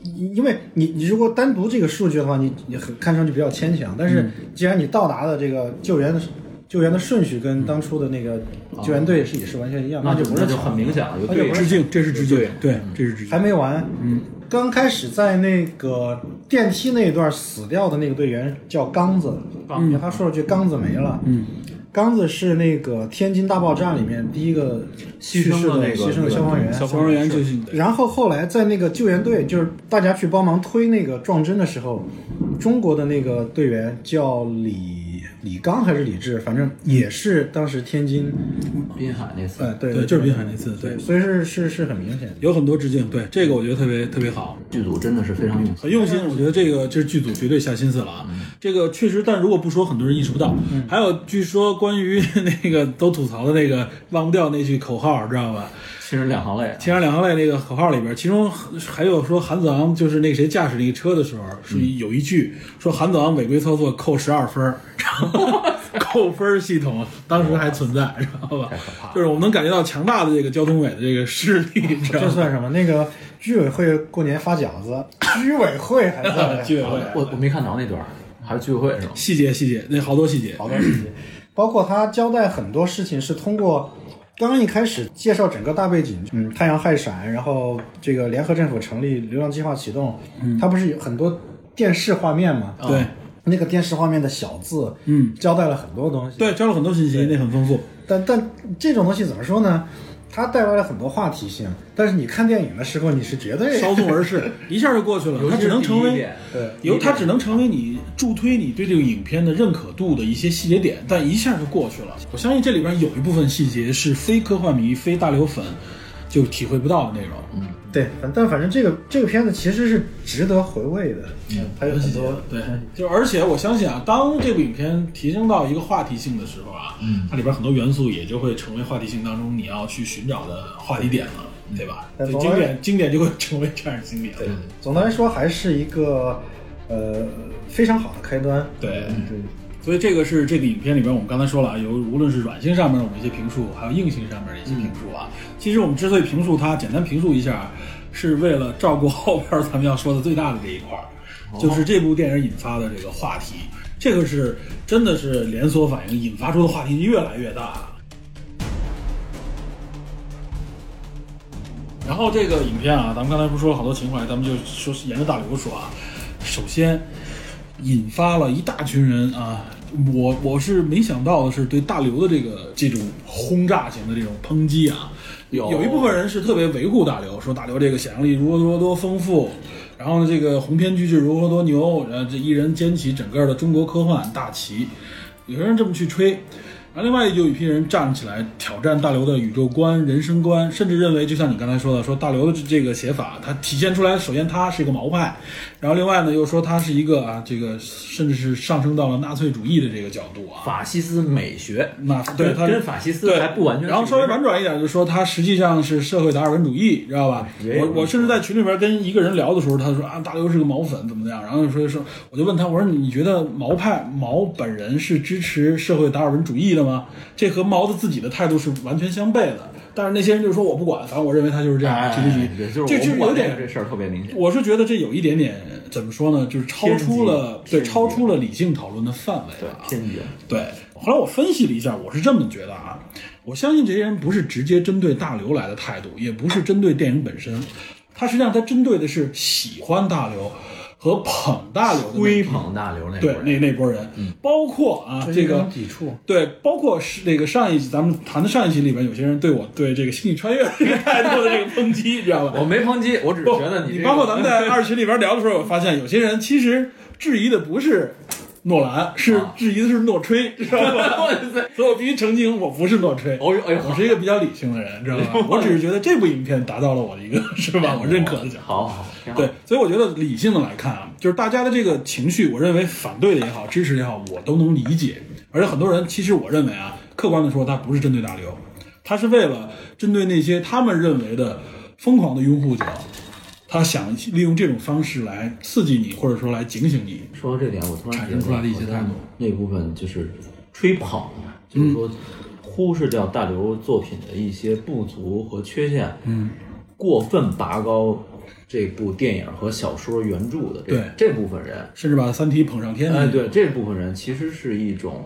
因因为你你如果单独这个数据的话，你你很看上去比较牵强，但嗯是既然你到达的这个救援的救援的顺序跟当初的那个救援队是也是完全一样，嗯哦那就就不那是就很明显了，有那就对不致峙。敬，这是致敬，对，这是致还敬。没完，嗯，刚开始在那个电梯那一段死掉的那个队员叫刚子，嗯，他说了句“刚子没了”，嗯，刚子是那个天津大爆炸里面第一个牺去牲世了的那个牺牲的消防员，消消防员就是你的，然后后来在那个救援队，就是大家去帮忙推那个撞针的时候，中国的那个队员叫李李刚还是李志，反正也是当时天津，滨海那次呃，对对，就是滨海那次，对对，，所以是是是很明显的。有很多致敬，对这个我觉得特别特别好，剧组真的是非常用心。很用心。我觉得这个这是剧组绝对下心思了啊，嗯这个确实，但如果不说，很多人意识不到。嗯还有据说关于 [LAUGHS] 那个都吐槽的那个忘不掉那句口号，知道吧？其实两行泪啊， 《天上两行泪》那个口号里边，其中还有说韩子昂就是那个谁驾驶那个车的时候，是有一句说韩子昂违规操作扣十二分儿， [LAUGHS] 然后扣分儿系统当时还存在，知道吧？就是我们能感觉到强大的这个交通委的这个势力，知道这吗？算什么？那个居委会过年发饺子，居委会还在居委会我我没看着那段儿，还是聚会是吗？细节细节，那好多细节，好多细节，包括他交代很多事情是通过刚一开始介绍整个大背景，嗯，太阳害闪，然后这个联合政府成立，流浪计划启动，嗯，它不是有很多电视画面嘛？对那个电视画面的小字，嗯，交代了很多东西。对，教了很多信息，那很丰富。但但这种东西怎么说呢？它带来了很多话题性，但是你看电影的时候，你是绝对 [LAUGHS] 稍纵而逝，一下就过去了。它只能成尤其是第一为点对由它只能成为你助推你对这个影片的认可度的一些细节点，但一下就过去了。我相信这里边有一部分细节是非科幻迷、非大刘粉就体会不到的内容。嗯对，反但反正这个这个片子其实是值得回味的，嗯，还有很多对，就而且我相信啊，当这部影片提升到一个话题性的时候啊，嗯它里边很多元素也就会成为话题性当中你要去寻找的话题点了，对吧？嗯所以经典经典就会成为这样的经典。对总的来说还是一个呃非常好的开端。对。对，所以这个是这个影片里边，我们刚才说了啊，有无论是软性上面我们一些评述，还有硬性上面的一些评述啊。其实我们之所以评述它，简单评述一下，是为了照顾后边儿咱们要说的最大的这一块儿，就是这部电影引发的这个话题。这个是真的是连锁反应，引发出的话题越来越大了。然后这个影片啊，咱们刚才不是说了好多情怀，咱们就说沿着大刘说啊。首先，引发了一大群人啊，我我是没想到的是对大刘的这个这种轰炸型的这种抨击啊，有有一部分人是特别维护大刘，说大刘这个想象力如何如何多丰富，然后呢这个鸿篇巨制如何多牛，然后这一人肩起整个的中国科幻大旗，有些人这么去吹。然后另外就有一批人站起来挑战大刘的宇宙观、人生观，甚至认为，就像你刚才说的，说大刘的这这个写法，它体现出来，首先他是一个毛派，然后另外呢又说他是一个啊，这个甚至是上升到了纳粹主义的这个角度啊，法西斯美学，那对跟他跟法西斯对还不完全是然一回事儿。后稍微婉转一点，就说他实际上是社会达尔文主义，知道吧？也有我我甚至在群里边跟一个人聊的时候，他说啊，大刘是个毛粉，怎么样？然后说说，我就问他，我说你觉得毛派毛本人是支持社会达尔文主义的吗？这和毛的自己的态度是完全相悖的。但是那些人就说我不管，反正我认为他啊就是这样，哎，提提提也就是这我就是不管有点这事儿特别明显。我是觉得这有一点点怎么说呢，就是超出了对偏激超出了理性讨论的范围对了啊。偏激，对，后来我分析了一下，我是这么觉得啊，我相信这些人不是直接针对大刘来的态度，也不是针对电影本身，他实际上他针对的是喜欢大刘和捧大刘的那批追捧大刘那对波人嗯那那波人，包括啊这个抵触，对，包括是那个上一集咱们谈的上一集里边，有些人对我对这个星际穿越这个态度的这个抨击，你知道吧？我没抨击，我只是不，觉得你这个嗯包括咱们在二群里边聊的时候，我发现有些人其实质疑的不是诺兰，是啊质疑的是诺吹，知道 [LAUGHS] 吧？所以我必须澄清，我不是诺吹，哦呦哎哎呦我是一个比较理性的人，知道吧？我只是觉得这部影片达到了我的一个是哎吧，我认可的奖。好好挺好对，所以我觉得理性的来看啊，就是大家的这个情绪，我认为反对的也好，支持的也好，我都能理解。而且很多人，其实我认为啊，客观的说，他不是针对大刘，他是为了针对那些他们认为的疯狂的拥护者，他想利用这种方式来刺激你，或者说来警醒你。说到这点，我突然产生出来的一些态度，嗯那部分就是吹捧，啊就是说忽视掉大刘作品的一些不足和缺陷，嗯，过分拔高这部电影和小说原著的这对这部分人，甚至把《三体》捧上天。哎，，对这部分人其实是一种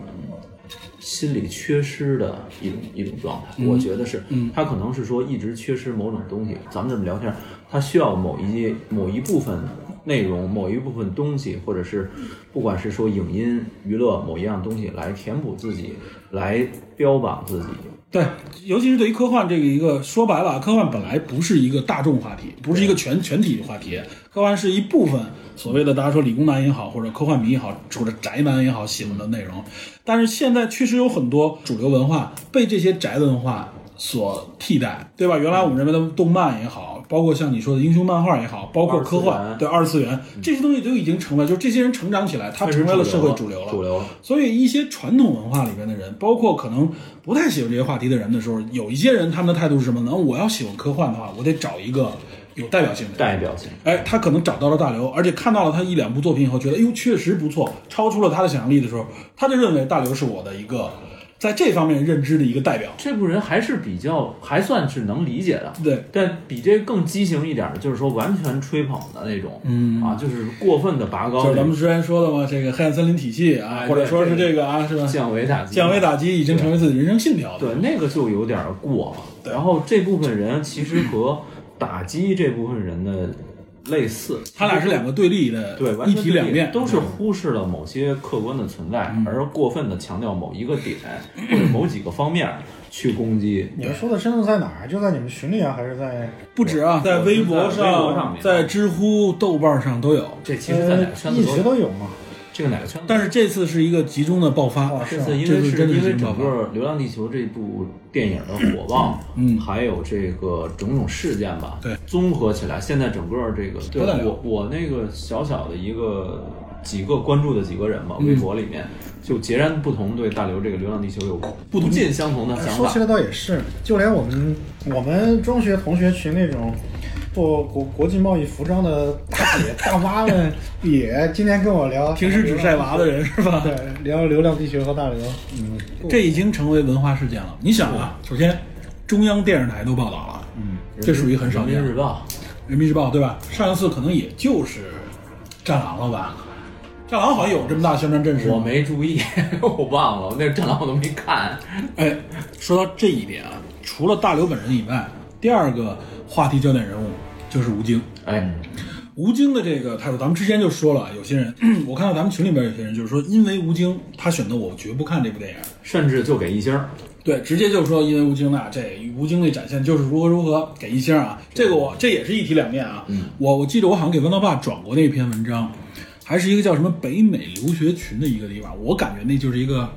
心理缺失的一种一种状态，我觉得是，他可能是说一直缺失某种东西。咱们这么聊天，他需要某一某一部分内容、某一部分东西，或者是不管是说影音娱乐某一样东西来填补自己，来标榜自己。对，尤其是对于科幻这个一个说白了啊，科幻本来不是一个大众话题，不是一个全全体话题，科幻是一部分所谓的大家说理工男也好，或者科幻迷也好，或者宅男也好喜欢的内容。但是现在确实有很多主流文化被这些宅文化所替代，对吧？原来我们认为的动漫也好，包括像你说的英雄漫画也好，包括科二次幻，元对二次元这些东西都已经成为，就是这些人成长起来，他成为了社会主流了。主流了所以一些传统文化里边的人，包括可能不太喜欢这些话题的人的时候，有一些人他们的态度是什么呢？我要喜欢科幻的话，我得找一个有代表性的人。代表性。哎，他可能找到了大刘，而且看到了他一两部作品以后，觉得哎呦确实不错，超出了他的想象力的时候，他就认为大刘是我的一个在这方面认知的一个代表。这部人还是比较还算是能理解的，对，但比这更畸形一点的，就是说完全吹捧的那种，嗯啊，就是过分的拔高就是那咱们种，之前说的嘛，这个黑暗森林体系啊，哎或者说是对这个啊，是吧？降维打击，降维打击已经成为自己人生信条了。对，那个就有点儿过了。然后这部分人其实和打击这部分人的类似，他俩是两个对立的，对完一全体两面。嗯都是忽视了某些客观的存在，而过分的强调某一个点或者某几个方面去攻击。嗯你们说的深度在哪儿？就在你们群里啊，还是在？不止啊，在微博在微博上上面、在知乎、豆瓣上都有。这其实在哪个圈呃子一都直有，都有嘛。这个哪个圈子？但是这次是一个集中的爆发，哦这是次吗因为这次真的是因是为这么整搞个《流浪地球》这部电影的火爆，嗯还有这个种种事件吧，对，综合起来，现在整个这个，对不得了我我那个小小的一个几个关注的几个人吧，嗯微博里面就截然不同，对大刘这个《流浪地球》有不尽相同哎的想说起法。来倒也是，就连我们我们中学同学群那种做国国际贸易服装的大姐大妈们，也今天跟我聊，平时只晒娃的人是吧？ [LAUGHS] 对，聊《流浪地球》和大刘，嗯，这已经成为文化事件了。你想啊，首先中央电视台都报道了，嗯，这属于很少人见民的。日报，人民日报对吧？上一次可能也就是战狼了吧？战狼好像有这么大宣传阵势吗，我没注意， [LAUGHS] 我忘了，我那个展览我都没看。哎，说到这一点啊，除了大刘本人以外，第二个话题焦点人物就是吴京。哎，吴京的这个态度，咱们之前就说了，啊有些人， [CLEARS THROAT] 我看到咱们群里边有些人就是说，因为吴京，他选择我绝不看这部电影，甚至就给一星儿，对，直接就说因为吴京啊，这吴京的展现就是如何如何给一星啊，这个我这也是一体两面啊。我我记得我好像给弯刀爸转过那篇文章，还是一个叫什么北美留学群的一个地方，我感觉那就是一个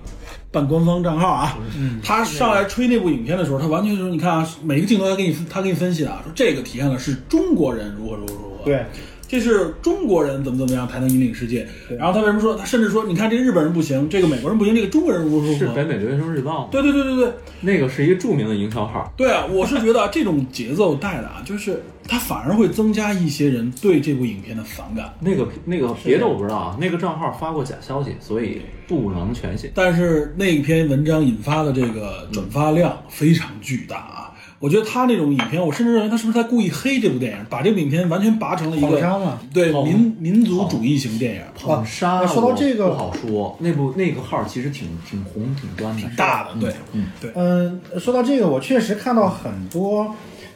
半官方账号啊。他上来吹那部影片的时候，他完全就是你看啊，每个镜头他给你他给你分析啊，说这个体现的是中国人如何如何如何。对。这是中国人怎么怎么样才能引领世界？然后他为什么说他甚至说，你看这日本人不行，这个美国人不行，这个中国人如何如是何北？美留学生日报吗，对对对对对，那个是一个著名的营销号。对啊，我是觉 [LAUGHS] 得啊这种节奏带的啊，就是它反而会增加一些人对这部影片的反感。那个那个别的我不知道啊，那个账号发过假消息，所以不能全信。但是那篇文章引发的这个转发量非常巨大啊！我觉得他那种影片，我甚至认为他是不是在故意黑这部电影，把这部影片完全拔成了一捧个杀嘛对民民族主义型电影，捧杀那说到这个我不好说，那部那个号其实挺挺红挺端的，大的对，对，嗯，说到这个，我确实看到很多，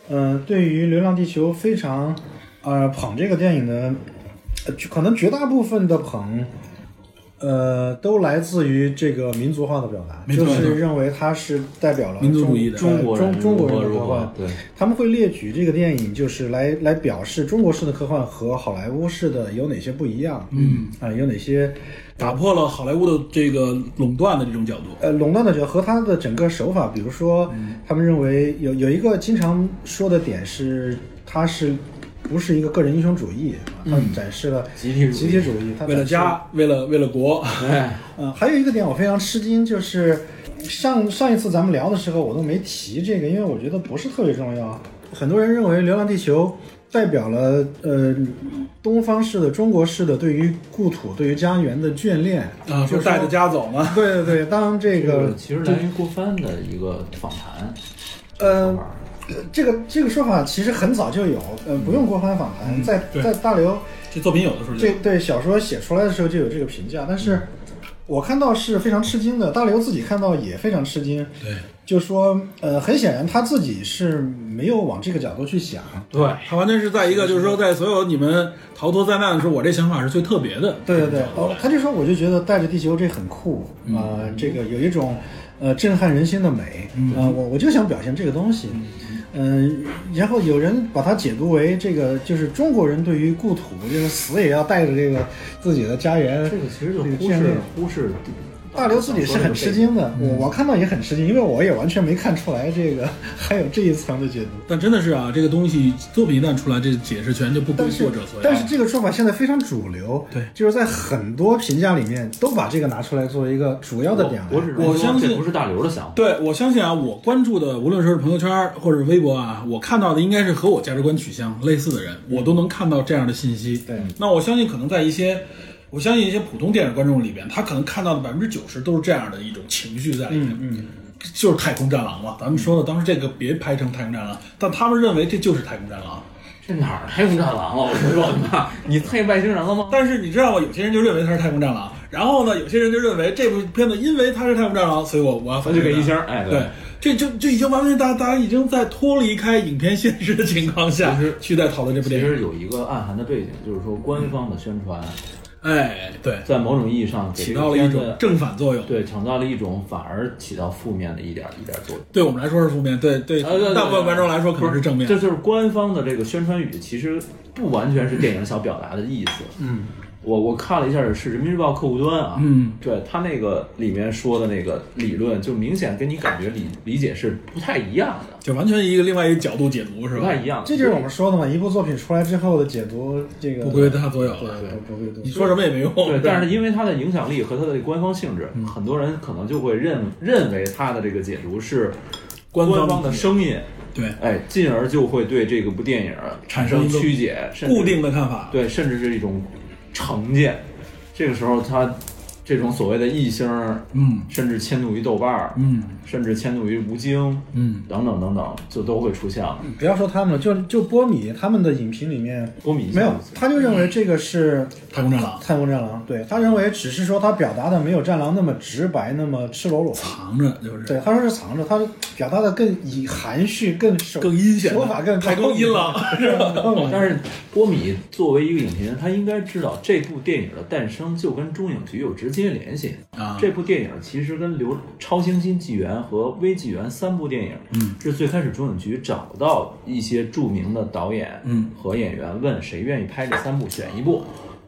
嗯、对于《流浪地球》非常，呃，捧这个电影的，呃可能绝大部分的捧，呃，都来自于这个民族化的表达，没错就没错是认为它是代表了民族主中义的中呃中国人中中国人的如科何幻，对，他们会列举这个电影，就是来来表示中国式的科幻和好莱坞式的有哪些不一样，嗯，啊、有哪些打破了好莱坞的这个垄断的这种角度。呃，垄断的角和他的整个手法，比如说，他们认为有有一个经常说的点是，他是不是一个个人英雄主义？他展示了集体主义集体主义，他为了展示家，为了为了国，哎，嗯，还有一个点我非常吃惊，就是上上一次咱们聊的时候，我都没提这个，因为我觉得不是特别重要。很多人认为《流浪地球》代表了呃东方式的、中国式的对于故土、对于家园的眷恋啊，就说是带着。家走嘛，对对对，当这这个个其实来源于郭帆的一个访谈，呃，这个这个说法其实很早就有，呃，不用郭帆访谈，在嗯对在大刘这作品有的时候就这对小说写出来的时候就有这嗯个评价，但是我看到是非常吃惊的，大刘自己看到也非常吃惊。对，就说呃，很显然他自己是没有往这个角度去想，对他完全是在一个，就是说，在所有你们逃脱灾难的时候，我这想法是最特别的。对对对，哦，他这时候我就觉得带着地球这很酷啊、嗯呃这个有一种呃震撼人心的美啊、呃我我就想表现这个东西，嗯、然后有人把它解读为这个就是中国人对于故土，就是死也要带着这个自己的家园，这个其实就这忽样视的忽视大刘自己是很吃惊的，嗯我我看到也很吃惊，因为我也完全没看出来这个 [LAUGHS] 还有这一层的解读。但真的是啊，这个东西作品一旦出来，这解释权就不归但是作者所有。但是这个说法现在非常主流，对就是在很多评价里面都把这个拿出来作为一个主要的点来。我只是我说相信这不是大刘的想法，对，我相信啊，我关注的无论是朋友圈或者是微博啊，我看到的应该是和我价值观取向类似的人，我都能看到这样的信息。对，那我相信可能在一些，我相信一些普通电影观众里边，他可能看到的百分之九十都是这样的一种情绪在里面。嗯。就是太空战狼嘛，咱们说的当时这个别拍成太空战狼，但他们认为这就是太空战狼。这哪儿太空战狼啊了？我跟你说，妈，你配外星人了吗？但是你知道吗？有些人就认为他是太空战狼，然后呢，有些人就认为这部片子因为他是太空战狼，所以我我要反那就对给它一星儿， [LAUGHS] 哎，对，这就这已经完全大大家已经在脱离开影片现实的情况下去在讨论这部其电影。实有一个暗含的背景，就是说官方的宣传哎，对，在某种意义上给起到了一这种个片子正反作用。对，创造了一种反而起到负面的一点一点作用。对我们来说是负面，对对呃对，对大部分观众来说可能是正面这。就是官方的这个宣传语，其实不完全是电影想表达的意思。嗯，我我看了一下，是人民日报客户端啊，嗯，对他那个里面说的那个理论，就明显跟你感觉理理解是不太一样的，就完全一个另外一个角度解读是不吧太？一样的。这就是我们说的嘛，一部作品出来之后的解读，这个不归他所有对，了，不不归对你说什么也没用。对，但是因为它的影响力和它的官方性质，很多人可能就会认认为它的这个解读是官方的官方的声音，对哎，进而就会对这个部电影产生生一个曲解，甚至固定的看法，对，甚至是一种成见。这个时候，他这种所谓的异星，嗯甚至迁怒于豆瓣儿，嗯甚至迁怒于吴京，嗯，等等等等，就都会出现了。不要说他们了，就就波米他们的影评里面波米一下没有，他就认为这个是太空战狼太空战狼，对他认为只是说他表达的没有战狼那么直白，那么赤裸裸。藏着就是对，他说是藏着，他表达的更以含蓄、更手更阴险的，手法更太空阴 [LAUGHS] 狼。[LAUGHS] 更但是波米作为一个影评人，他应该知道这部电影的诞生就跟中影局有直接联系。啊这部电影其实跟《流超新星纪元》和《微纪元》三部电影，嗯，是最开始中影局找到一些著名的导演，嗯，和演员问谁愿意拍这三部，选一部。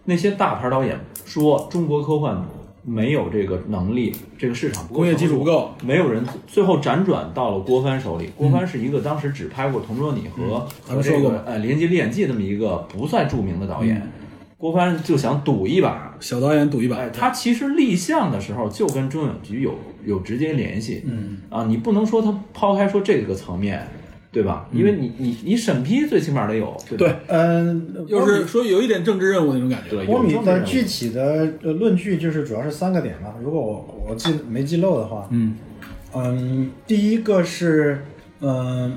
那些大牌导演说中国科幻没有这个能力，这个市场不够，工业基础不够，没有人最后辗转到了郭帆手里。郭帆是一个当时只拍过《同桌你》和嗯咱和们说这过个呃《连接历险记》这么一个不算著名的导演，郭帆就想赌一把。小导演赌一把哎，，他其实立项的时候就跟中影局有有直接联系。嗯啊，你不能说他抛开说这个层面，对吧？嗯因为你你你审批最起码得有，对吧嗯，又是说有一点政治任务那种感觉。对，波有米这么的人具体的呃论据就是主要是三个点吧，如果我我记没记漏的话，嗯嗯，第一个是嗯。呃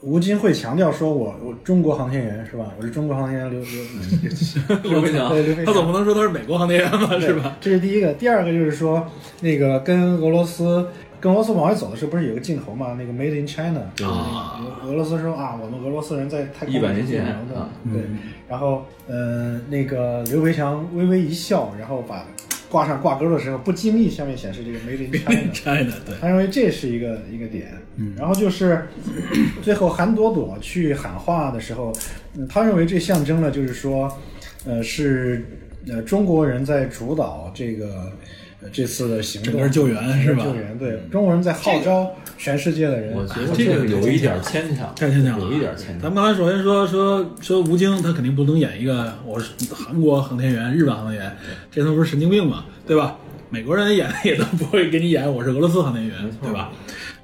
吴京会强调说我：“我中国航天员是吧？我是中国航天员刘刘 [LAUGHS] 刘飞强对刘飞他总不能说他是美国航天员吧，是吧？？这是第一个。第二个就是说，那个跟俄罗斯跟俄罗斯往外走的时候，不是有个镜头嘛？那个 Made in China，啊俄俄罗斯说啊，我们俄罗斯人在太空一百年是前自由的啊对。然后呃，那个刘培强微微一笑，然后把挂上挂钩的时候，不经意下面显示这个 Made [LAUGHS] in China。 China 对，他认为这是一个一个点，嗯，然后就是 [COUGHS] 最后韩朵朵去喊话的时候，嗯，他认为这象征了就是说，呃，是呃中国人在主导这个、呃这次的行动，整个救援是吧嗯整个救援对，中国人在号召全世界的人，我觉得这这个个有一点牵强，太牵强了，有一点牵咱强。们刚才首先说说说吴京，他肯定不能演一个我是韩国航天员、日本航天员，这他妈不是神经病嘛，对吧？美国人演的 [LAUGHS] 也都不会给你演我是俄罗斯航天员，对吧？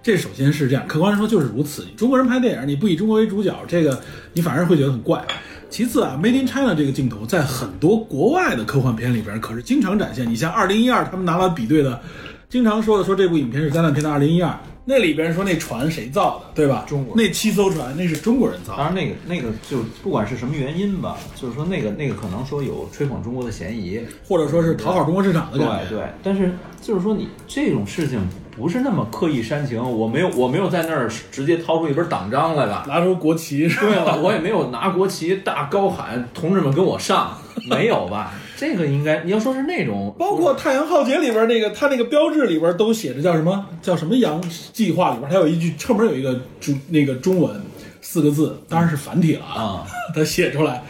这首先是这样，客观上说就是如此。中国人拍电影，你不以中国为主角，这个你反而会觉得很怪。其次啊，Made in China 这个镜头在很多国外的科幻片里边可是经常展现。你像二零一二，他们拿来比对的，经常说的说这部影片是灾难片的二零一二，那里边说那船谁造的，对吧？中国那七艘船那是中国人造当的，然，那个那个就不管是什么原因吧，就是说那个那个可能说有吹捧中国的嫌疑，或者说是讨好中国市场的感觉。对对，但是就是说你这种事情不是那么刻意煽情，我没有我没有在那儿直接掏出一本党章来吧。拿出国旗是吧？对了，我也没有拿国旗大高喊“同志们跟我上”，没有吧？这个应该你要说是 [LAUGHS] 那 [LAUGHS] 种，包括《太阳浩劫》里边那个，它那个标志里边都写着叫什么叫什么“洋计划”里边，它有一句侧面有一个中那个中文四个字，当然是繁体了啊，它写出来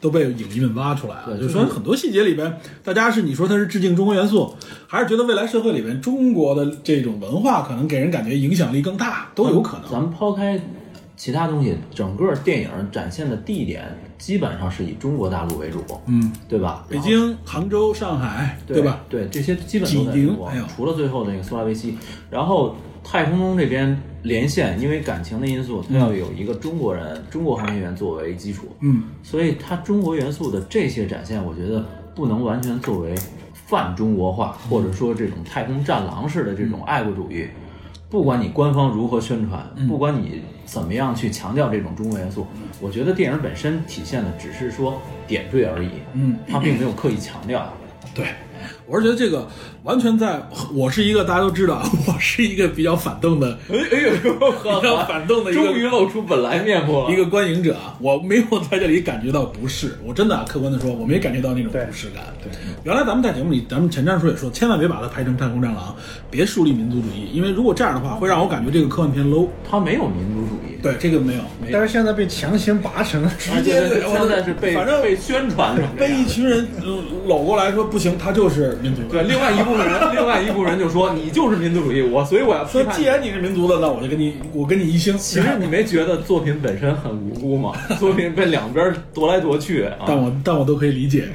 都被影迷们挖出来了。就说很多细节里边，大家是你说它是致敬中国元素，还是觉得未来社会里边中国的这种文化可能给人感觉影响力更大，都有可咱能。们抛开其他东西，整个电影展现的地点基本上是以中国大陆为主，嗯，对吧？北京、杭州、上海，对吧？？对，这些基本都在济宁中国哎还有，除了最后那个苏拉维西，然后太空中这边连线，因为感情的因素，它要有一个中国人、中国航天员作为基础，嗯，所以它中国元素的这些展现，我觉得不能完全作为泛中国化，或者说这种太空战狼式的这种爱国主义。不管你官方如何宣传，不管你怎么样去强调这种中国元素，我觉得电影本身体现的只是说点缀而已，嗯，它并没有刻意强调。对，我是觉得这个完全在，我是一个大家都知道， [LAUGHS] 我是一个比较反动的，哎 [LAUGHS] 比较反动的一个 [LAUGHS] 终于露出本来面目了。一个观影者，啊我没有在这里感觉到不适，我真的啊客观的说，我没感觉到那种不适感。对，原来咱们在节目里，咱们前瞻说也说，千万别把它拍成太空战狼，别树立民族主义，因为如果这样的话，会让我感觉这个科幻片 low。他没有民族主义，对，这个没有，没有但是现在被强行拔成了直接对我现在是被反正被宣传成这被一样。群人呃搂过来说不行，他就是民族的。对，另外一部分人， [LAUGHS] 另外一部分人就说你就是民族主义，我所以我要批说判既你。然你是民族的，那我就跟你我跟你一星。 [LAUGHS] 其实你没觉得作品本身很无 [LAUGHS] 辜吗？作品被两边夺来夺去但啊，我但我都可以理解，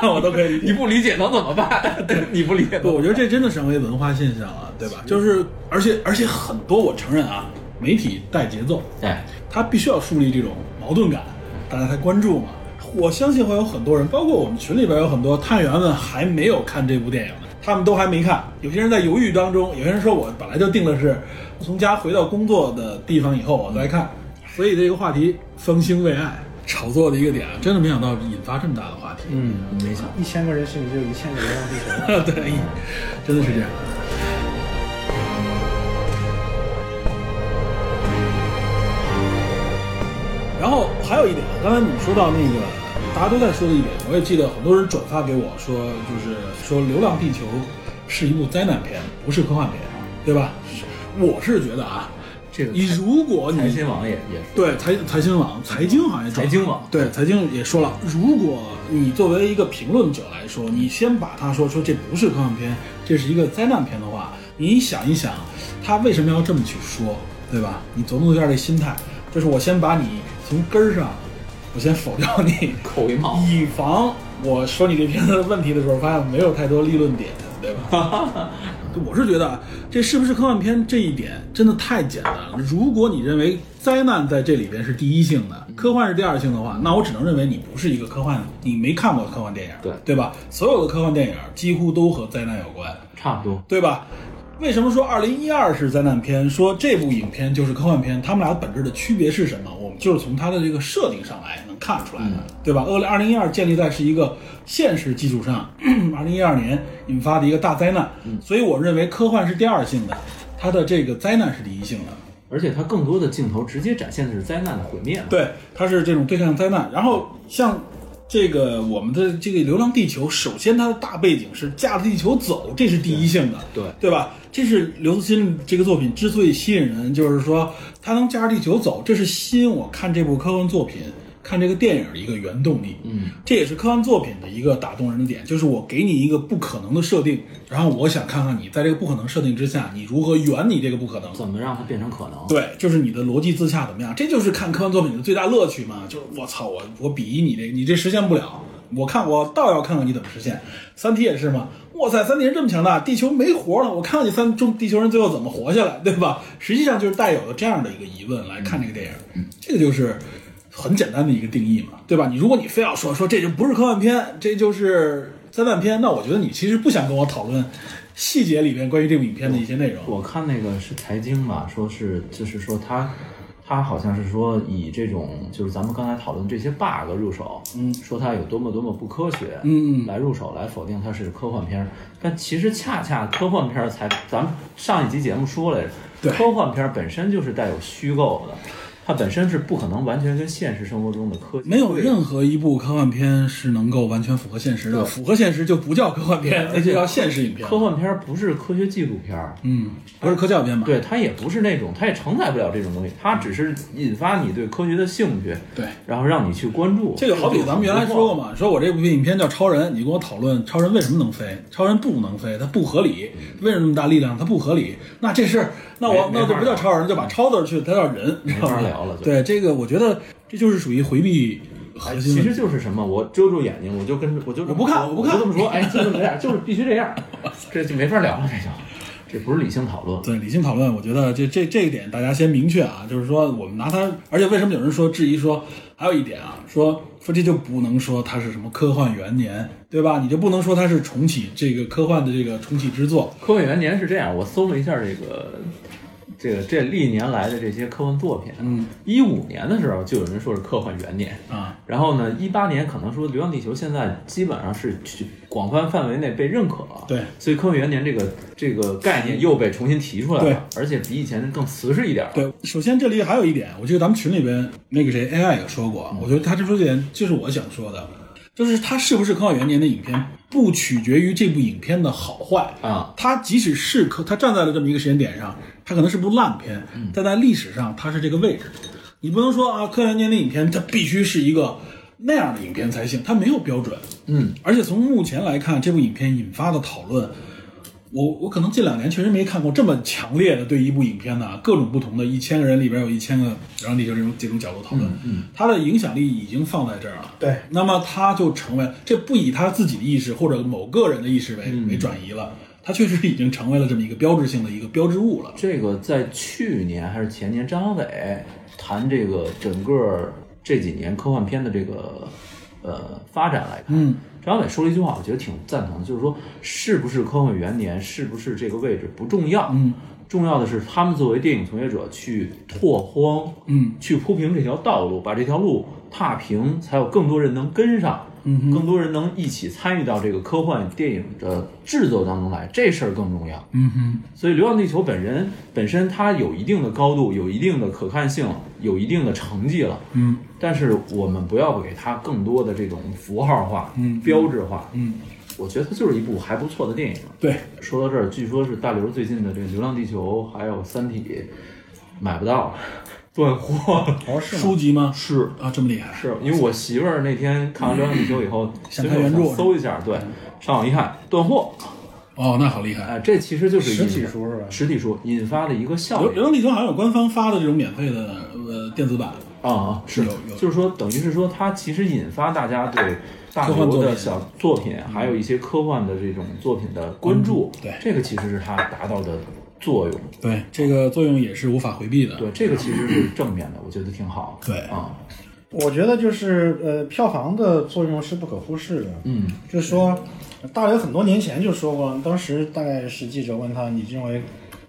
但我都可以理解。你不理解能怎么办？ [LAUGHS] 你不理解能不，怎么办，我觉得这真的是成为文化现象了，对吧？就是，而且而且很多，我承认啊，媒体带节奏，哎，它必须要树立这种矛盾感，大家才关注嘛。我相信会有很多人，包括我们群里边有很多探员们还没有看这部电影呢，他们都还没看。有些人在犹豫当中，有些人说我本来就定的是从家回到工作的地方以后我再看，所以这个话题方兴未艾，炒作的一个点，真的没想到引发这么大的话题。嗯，没想一千个人心里就有一千个流浪 [LAUGHS] 地球。对，真的是这样。然后还有一点，刚才你们说到那个，大家都在说的一点，我也记得很多人转发给我说，就是说《流浪地球》是一部灾难片，不是科幻片，对吧？我是觉得啊，这个你如果财你新网也也对财财新网、财经好像也转财经网对财经也说了，如果你作为一个评论者来说，你先把它说说这不是科幻片，这是一个灾难片的话，你想一想，他为什么要这么去说，对吧？你琢磨一下这心态，就是我先把你从根儿上，我先否掉你，口一冒，以防我说你这片子问题的时候，发现没有太多立论点，对吧？我是觉得啊这是不是科幻片这一点真的太简单了。如果你认为灾难在这里边是第一性的，科幻是第二性的话，那我只能认为你不是一个科幻，你没看过科幻电影，对对吧？所有的科幻电影几乎都和灾难有关。差不多。对吧？为什么说二零一二是灾难片？说这部影片就是科幻片，他们俩本质的区别是什么？我们就是从它的这个设定上来能看出来的，对吧？恶劣二零一二建立在是一个现实基础上， [CLEARS THROAT] 二零一二年引发的一个大灾难，所以我认为科幻是第二性的，它的这个灾难是第一性的。而且它更多的镜头直接展现的是灾难的毁灭嘛。对，它是这种对抗灾难。然后像这个我们的这个《流浪地球》，首先它的大背景是架着地球走，这是第一性的，对对对吧？这是刘慈欣这个作品之所以吸引人，就是说它能架着地球走，这是吸引我看这部科幻作品。看这个电影的一个原动力，嗯，这也是科幻作品的一个打动人的点，就是我给你一个不可能的设定，然后我想看看你在这个不可能设定之下，你如何圆你这个不可能。怎么让它变成可能？对，就是你的逻辑自洽怎么样？这就是看科幻作品的最大乐趣嘛。就是我操，我我鄙夷你这，你这实现不了。我看我倒要看看你怎么实现。三体也是嘛，哇塞，三体人这么强大，地球没活了，我看看你三中地球人最后怎么活下来，对吧？实际上就是带有了这样的一个疑问来看这个电影，这个就是很简单的一个定义嘛，对吧？你如果你非要说说这就不是科幻片，这就是灾难片，那我觉得你其实不想跟我讨论细节里面关于这部影片的一些内容。我看那个是财经吧，说是就是说它他好像是说以这种就是咱们刚才讨论这些 bug 入手，嗯，说它有多么多么不科学，嗯嗯来入手来否定它是科幻片儿，但其实恰恰科幻片儿才，咱们上一集节目说来着，科幻片儿本身就是带有虚构的，它本身是不可能完全跟现实生活中的科技没有对任何一部科幻片是能够完全符合现实的，符合现实就不叫科幻片，那就叫现实影片。科幻片儿不是科学纪录片儿，嗯，不是科教片吧？对，它也不是那种，它也承载不了这种东西，它只是引发你对科学的兴趣，对，然后让你去关注。这就好比咱们原来说过嘛，嘛，说我这部影片叫《超人》，你跟我讨论超人为什么能飞，超人不能飞，它不合理，为什么那么大力量，它不合理。那这事儿，那我嗯没那没就法不叫聊超人，就把超字儿去，它叫人，你知道吗没法聊了就对这个，我觉得这就是属于回避核心哎其问题。实就是什么，我遮住眼睛，我就跟我就我不看我不我看就这么说，哎，就是这样，就是必须这样， [LAUGHS] 这就没法聊了，这就这不是理性讨论。对理性讨论，我觉得这这这一点大家先明确啊，就是说我们拿它，而且为什么有人说质疑说，还有一点啊，说说这就不能说它是什么科幻元年，对吧？你就不能说它是重启这个科幻的这个重启之作，科幻元年是这样，我搜了一下这个。这个这历年来的这些科幻作品，嗯，一五年的时候就有人说是科幻元年啊，然后呢，一八年可能说《流浪地球》现在基本上是去广泛范围内被认可了，对所以科幻元年这个这个概念又被重新提出来了，而且比以前更瓷实一点，，对，首先这里还有一点，我记得咱们群里边那个谁 AI 也说嗯过，我觉得他这说这点就是我想说的，就是它是不是科幻元年的影片，不取决于这部影片的好坏啊。它即使是科，它站在了这么一个时间点上，它可能是部烂片，嗯但在历史上它是这个位置。你不能说啊，科幻元年的影片它必须是一个那样的影片才行，它没有标准。嗯，而且从目前来看，这部影片引发的讨论，我我可能近两年确实没看过这么强烈的对一部影片的啊各种不同的，一千个人里边有一千个然后地球这种这种角度讨论，嗯它的影响力已经放在这儿了。对，那么它就成为这不以他自己的意识或者某个人的意识为、嗯为转移了，它确实已经成为了这么一个标志性的一个标志物了。这个在去年还是前年，张家伟谈这个整个这几年科幻片的这个呃发展来看，嗯，张家伟说了一句话，我觉得挺赞同的，就是说是不是科幻元年，是不是这个位置不重要，嗯，重要的是他们作为电影从业者去拓荒，嗯，去铺平这条道路，把这条路踏平，才有更多人能跟上。嗯，更多人能一起参与到这个科幻电影的制作当中来，这事儿更重要。嗯哼，所以《流浪地球》本人本身它有一定的高度，有一定的可看性，有一定的成绩了。嗯，但是我们不要给它更多的这种符号化、嗯标志化。嗯，我觉得它就是一部还不错的电影。对，说到这儿，据说是大刘最近的这个《流浪地球》还有《三体》买不到了，断货了。书籍吗？是啊，这么厉害，是因为我媳妇儿那天看完《流浪地球》以后，嗯想随看手原著上搜一下，对，上网一看断货。哦，那好厉害。哎，这其实就是实引体书是吧？实体书引发的一个效流应流。浪地球好像有官方发的这种免费的呃电子版，啊，是有有就是说，等于是说，它其实引发大家对大科幻刘作的品嗯小作品，还有一些科幻的这种作品的关注，对这个其实是它达到的作用，对，这个作用也是无法回避的。对，这个其 [CLEARS THROAT] 实是正面的，我觉得挺好，对啊，我觉得就是呃，票房的作用是不可忽视的。嗯，就是说，大刘很多年前就说过，当时大概是记者问他，你认为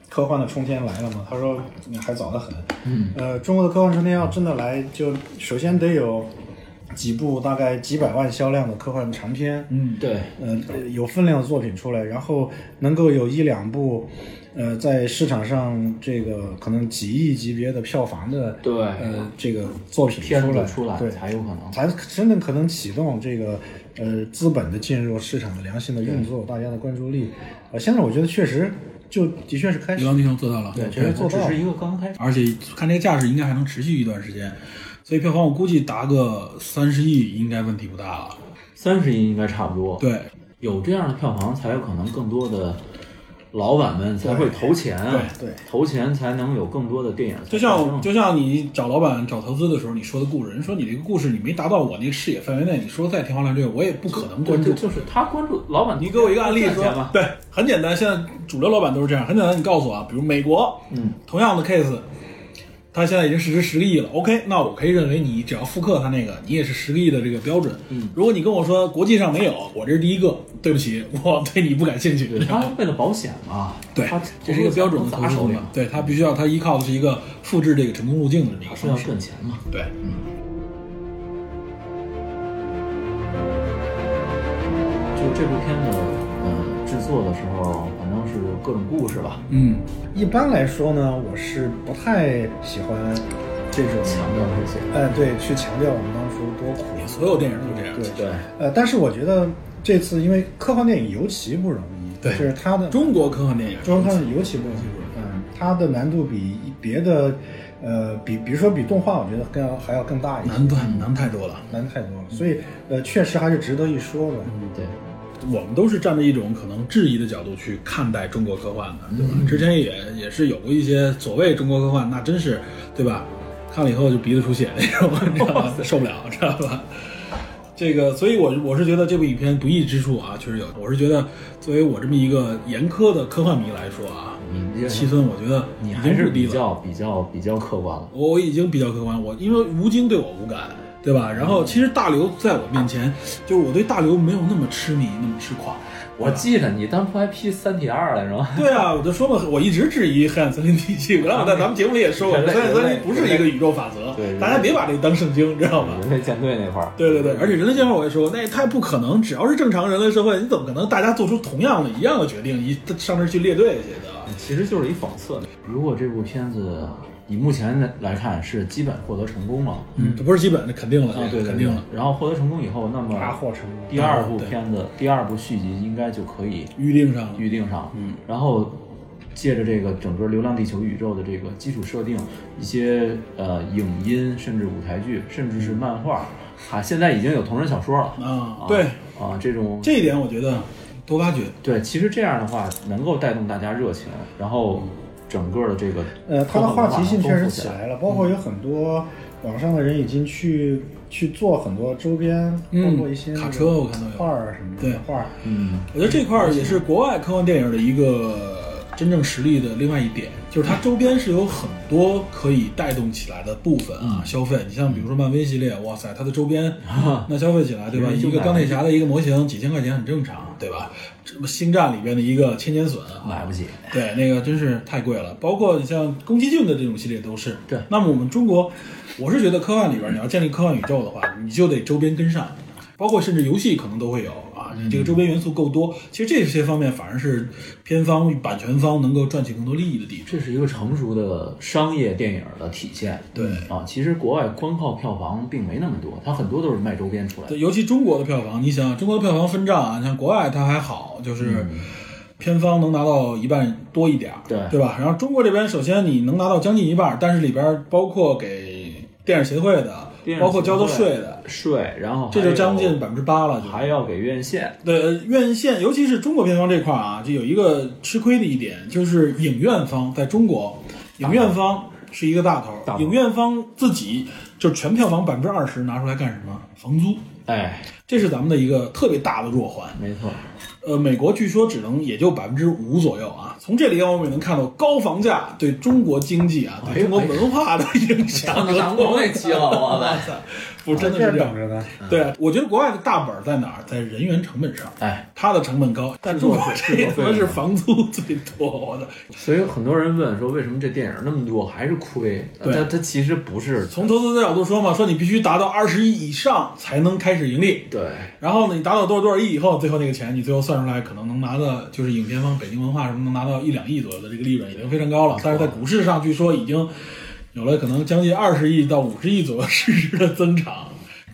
科幻的春天来了吗？他说嗯还早得很。嗯，呃，中国的科幻春天要真的来，就首先得有几部大概几百万销量的科幻长片。嗯，对，呃，有分量的作品出来，然后能够有一两部，呃，在市场上这个可能几亿级别的票房的，对呃，这个作品片出子来，出来对，才有可能，才真正可能启动这个呃资本的进入市场的良性的运嗯作，大家的关注力，呃，现在我觉得确实就的确是开流始，浪地球做到了，对，觉得这做只到是一个刚开始，而且看这个架势应该还能持续一段时间，所以票房我估计达个三十亿应该问题不大了。三十亿应该差不多，，对，有这样的票房，才有可能更多的老板们才会投钱，啊对对，投钱才能有更多的电影才就诞生，像就像你找老板找投资的时候，你说的故事，人说你这个故事你没达到我那个视野范围内，你说再天花乱坠，我也不可能关对，注。就是他关注老板，你给我一个案例赚说钱吧，，对，很简单，现在主流老板都是这样，很简单，你告诉我啊，比如美国，嗯，同样的 case，它现在已经市值十个亿了，OK，那我可以认为你只要复刻它那个，你也是十个亿的这个标准。嗯，如果你跟我说国际上没有，我这是第一个，对不起，我对你不感兴趣。他为了保险嘛，对他，这是一个标准的投砸资手风里格，对，它必须要它依靠的是一个复制这个成功路径的这么一个是要啊方式。赚钱嘛。对，就这部片子，嗯，制作的时候反正是各种故事吧，嗯，一般来说呢，我是不太喜欢这种强调这些。呃，对，去强调我们当初多苦。所有电影都这样。对对，呃，但是我觉得这次因为科幻电影尤其不容易，对就是它的中国科幻电影，中科幻尤其不容易，嗯，它的难度比别的，呃，比比如说比动画，我觉得更要还要更大一些，难断难太多了。难太多了。所以，呃，确实还是值得一说的。对，我们都是站着一种可能质疑的角度去看待中国科幻的，对吧？嗯之前也也是有过一些所谓中国科幻，那真是对吧？看了以后就鼻子出血那种，你知道吗？受不了，知道吧？这个，所以我我是觉得这部影片不易之处啊，确实有。我是觉得作为我这么一个严苛的科幻迷来说啊，你七分我觉得嗯你已还经是不低比了。较比较比较客观了。我已经比较客观，我因为吴京对我无感，对吧？然后其实大刘在我面前，就是我对大刘没有那么痴迷，那么痴狂。我记得你当初还批《三体二》来着吗？ [LAUGHS] 对啊，我就说嘛，我一直质疑黑暗森林体系。原来我在咱们节目里也说过，黑人类暗森林人类不是一个宇宙法则对人，类嗯大家别把这当圣经，知道吗？人类舰队那块儿。对对对，而且人类进化我也说过，那也太不可能。只要是正常人类社会，你怎么可能大家做出同样的一样的决定，一上那儿去列队去的？其实就是一讽刺。如果这部片子以目前来看是基本获得成功了，嗯，这不是基本的，肯定了，啊，对，肯定了。。然后获得成功以后，那么大获成功第二部片子，第二部续集应该就可以预定上了，预定上。嗯，然后借着这个整个《流浪地球》宇宙的这个基础设定，一些呃影音，甚至舞台剧，甚至是漫画，啊，现在已经有同人小说了。啊，对嗯啊，这种这一点我觉得多挖掘。对，其实这样的话能够带动大家热情，然后整个的这个呃，它的话题性确丰实富起来。来了，包嗯括有很多网上的人已经去去做很多周边，嗯包括一些那个卡车我看到有画儿什么的对画儿，嗯，我觉得这块儿也是国外科幻电影的一个真正实力的另外一点，就是它周边是有很多可以带动起来的部分嗯啊，消费。你像比如说漫威系列，哇塞，它的周边那消费起来，对吧？人一啊就个买钢铁侠的一个模型几千块钱很正常，对吧？什么星战里边的一个千年隼啊，买不起。对，那个真是太贵了。包括你像宫崎骏的这种系列都是。对那么我们中国，我是觉得科幻里边你要建立科幻宇宙的话，你就得周边跟上，包括甚至游戏可能都会有啊。你这个周边元素够多，其实这些方面反而是片方、版权方能够赚取更多利益的地方。这是一个成熟的商业电影的体现。对啊，其实国外光靠票房并没那么多，它很多都是卖周边出来的。对，尤其中国的票房，你想中国的票房分账啊，像国外它还好，就是片方能拿到一半多一点儿，对对吧？然后中国这边，首先你能拿到将近一半儿，但是里边儿包括给电影协会的，包括交的税的，税，然后还这就将近有百分之八了，就还要给院线。对呃院线，尤其是中国片方这块儿啊，就有一个吃亏的一点，就是影院方在中国，影院方是一个大头儿，大头影院方自己就全票房百分之二十拿出来干什么？房租，哎，这是咱们的一个特别大的弱环。没错，呃，美国据说只能也就百分之五左右啊。从这里我们也能看到高房价对中国经济啊，哎对中国文化的影响有咱多国内期了我们塞，不是真的这是儿这样哎等。着呢。对啊，我觉得国外的大本儿在哪儿？在人员成本上，哎，它的成本高，但中国制这作费他妈是房租最多，我的。所以很多人问说，为什么这电影那么多还是亏？对它它其实不是，从投资的角度说嘛，说你必须达到二十亿以上才能开始盈利，对，然后呢，你达到多少多少亿以后，最后那个钱你最后算出来，可能能拿到就是影片方北京文化什么能拿到一两亿左右的这个利润，已经非常高了。但是在股市上，据说已经有了可能将近二十亿到五十亿左右市值的增长。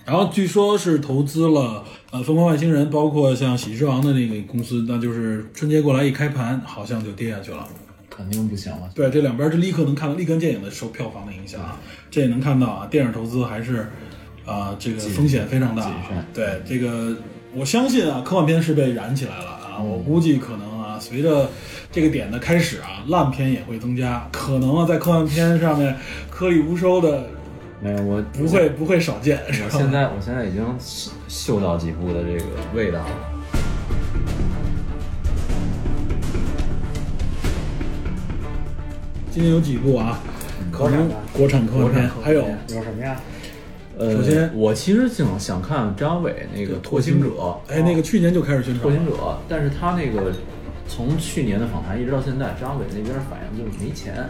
然后据说是投资了呃《疯狂外星人》，包括像《喜剧之王》的那个公司，那就是春节过来一开盘，好像就跌下去了。肯定不行了。对，这两边是立刻能看到立竿见影的受票房的影响啊，这也能看到啊，电影投资还是，啊、这个风险非常大啊谨慎。对，这个我相信啊，科幻片是被燃起来了啊，我估计可能啊，随着这个点的开始啊，烂片也会增加，可能啊，在科幻片上面颗粒无收的没有我不会不会少见，是我吧？现在我现在已经嗅嗅到几部的这个味道了。今天有几部啊？科国产的国产科幻片，还有有什么呀？呃，首先我其实想想看张伟那个《拓星者》，哎，那个去年就开始宣《拓传星了，者》，但是他那个从去年的访谈一直到现在，张伟那边反应就是没钱。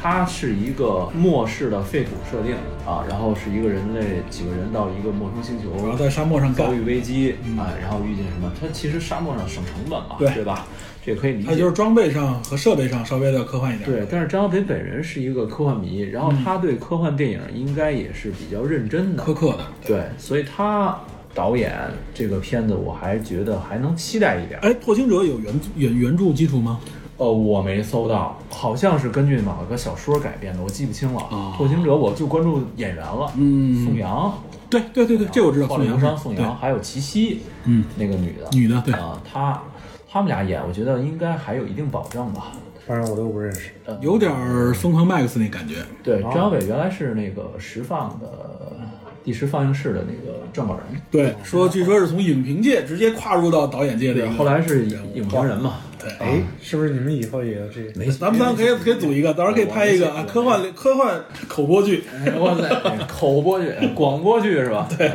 他是一个末世的废土设定啊，然后是一个人类几个人到一个陌生星球，主要在沙漠上遭干嗯遇，危机啊，然后遇见什么？它其实沙漠上省成本嘛，对对吧？这也可以理它就解是。装备上和设备上稍微的科幻一点。对，但是张小北本人是一个科幻迷，然后他对科幻电影应该也是比较认真的。嗯苛刻的。对，所以他导演这个片子，我还觉得还能期待一点。哎，拓星者有原原原著基础吗？呃，我没搜到，好像是根据哪个小说改编的，我记不清了。哦拓星者我就关注演员了，嗯宋阳，啊对对对对，这我知道。暴宋力阳无伤是宋对阳，还有齐溪，嗯，那个女的，女的对啊，她他们俩演，我觉得应该还有一定保障吧。反正我都不认识。呃有点儿疯狂 Max 那感觉。对，张小伟原来是那个石放的第十放映室的那个撰稿人，对，说据说是从影评界直接跨入到导演界的对，一个，后来是影评人嘛，哎，啊是不是你们以后也要这？没咱们三个可以可以组一个，到时候可以拍一个啊科幻科幻口播剧。哇 [LAUGHS] 塞，口播剧、广播剧是吧？ [LAUGHS] 对，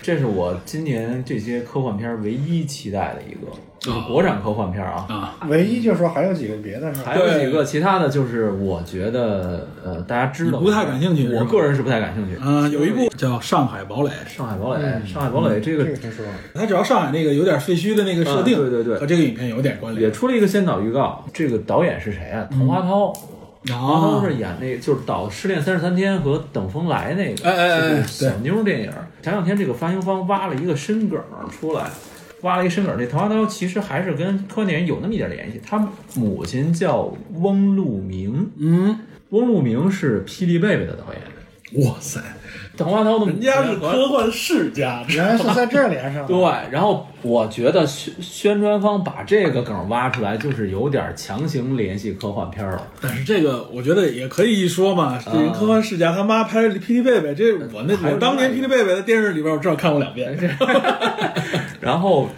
这是我今年这些科幻片儿唯一期待的一个，啊就是国产科幻片儿啊。唯一就是说还有几个别的是吧？还有几个其他的，就是我觉得呃，大家知道你不太感兴趣是吧我个人是不太感兴趣。啊，有一部叫《上海堡垒》，上海堡垒，上海堡垒嗯这这个个听说了。它主要上海那个有点废墟的那个设定，啊对对对和这个影片有点关也联。出了一个先导预告，这个导演是谁啊？嗯滕华涛。啊滕华涛是演那，就是导《失恋三十三天》和《等风来》那个，哎哎哎就是小妞电影。前两天这个发行方挖了一个深梗儿出来，挖了一个深梗儿。这滕华涛其实还是跟科幻电影有那么一点联系。他母亲叫翁路明，嗯，翁路明是《霹雳贝贝》的导演。哇塞，滕华涛的人家是母亲和科幻世家，原来是在这儿连上的。对，然后我觉得宣宣传方把这个梗挖出来，就是有点强行联系科幻片了。但是这个我觉得也可以一说嘛，这人科幻世家他妈拍《霹雳贝贝》，这我那啊哎还有我当年《霹另雳贝贝》的电视里边，我至少看过两哎遍。 [LAUGHS] 然后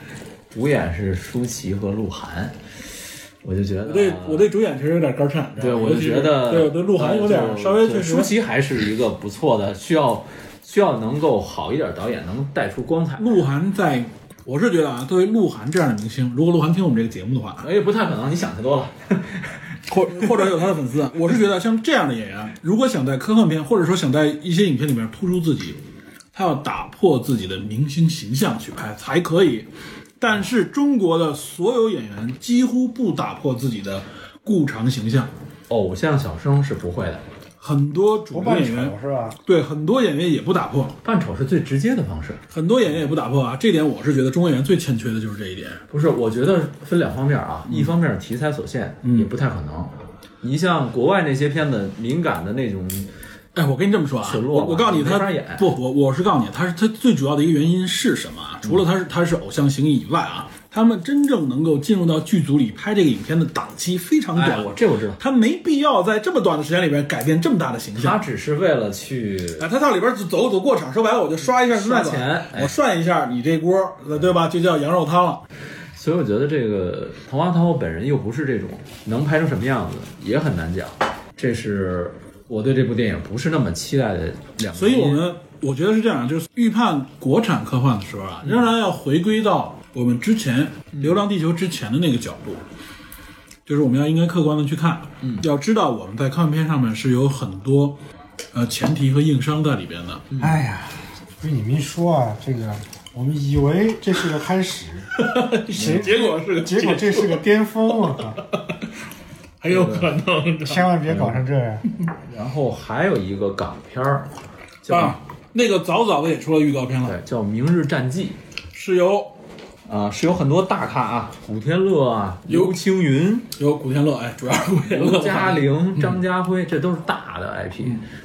主演是舒淇和鹿晗，我就觉得我对我对主演确实有点肝颤，啊对我尤就其是觉得对我对鹿晗有点呃就稍微确对实舒。淇还是一个不错的，需要需要能够好一点导演能带出光彩。鹿晗在，我是觉得啊，作为鹿晗这样的明星，如果鹿晗听我们这个节目的话，啊哎，不太可能，你想太多了。 [LAUGHS] 或或者有他的粉丝啊，我是觉得像这样的演员，如果想在科幻片或者说想在一些影片里面突出自己，他要打破自己的明星形象去拍才可以。但是中国的所有演员几乎不打破自己的固常形象，偶像小生是不会的，很多主流不扮演丑员是吧？对很多演员也不打破，扮丑是最直接的方式。很多演员也不打破啊。这点我是觉得中国演员最欠缺的就是这一点。不是，我觉得分两方面啊，嗯一方面是题材所限，也不太可能。你像国外那些片子，敏感的那种，哎，我跟你这么说啊，损落我嘛我告诉你没他，法演不，我我是告诉你，他是他最主要的一个原因是什么啊？除了他是他是偶像型以外啊，他们真正能够进入到剧组里拍这个影片的档期非常哎，短，我这我知道，他没必要在这么短的时间里边改变这么大的形他象。只是为了去，哎，他到里边走走走过场，说白了我就刷一下刷涮钱哎我涮一下你这锅，呃对吧？就叫羊肉汤了。所以我觉得这个滕华涛本人又不是这种能拍成什么样子，也很难讲。这是我对这部电影不是那么期待的两个原因。所以我们我觉得是这样，就是预判国产科幻的时候啊，仍然要回归到我们之前《流浪地球》之前的那个角度，就是我们要应该客观的去看，嗯，要知道我们在科幻片上面是有很多呃前提和硬伤在里边的。哎呀，被你们一说啊，这个我们以为这是个开始，谁结果是个结果这是个巅峰，我靠！很有可能的千万别搞成这样。然后还有一个港片儿，叫、啊。那个早早的也出了预告片了，对叫《明日战记》。是由啊、是有很多大咖啊，古天乐啊，有刘青云、由古天乐，哎，主要是古天乐刘嘉玲、嗯张家辉，这都是大的 IP。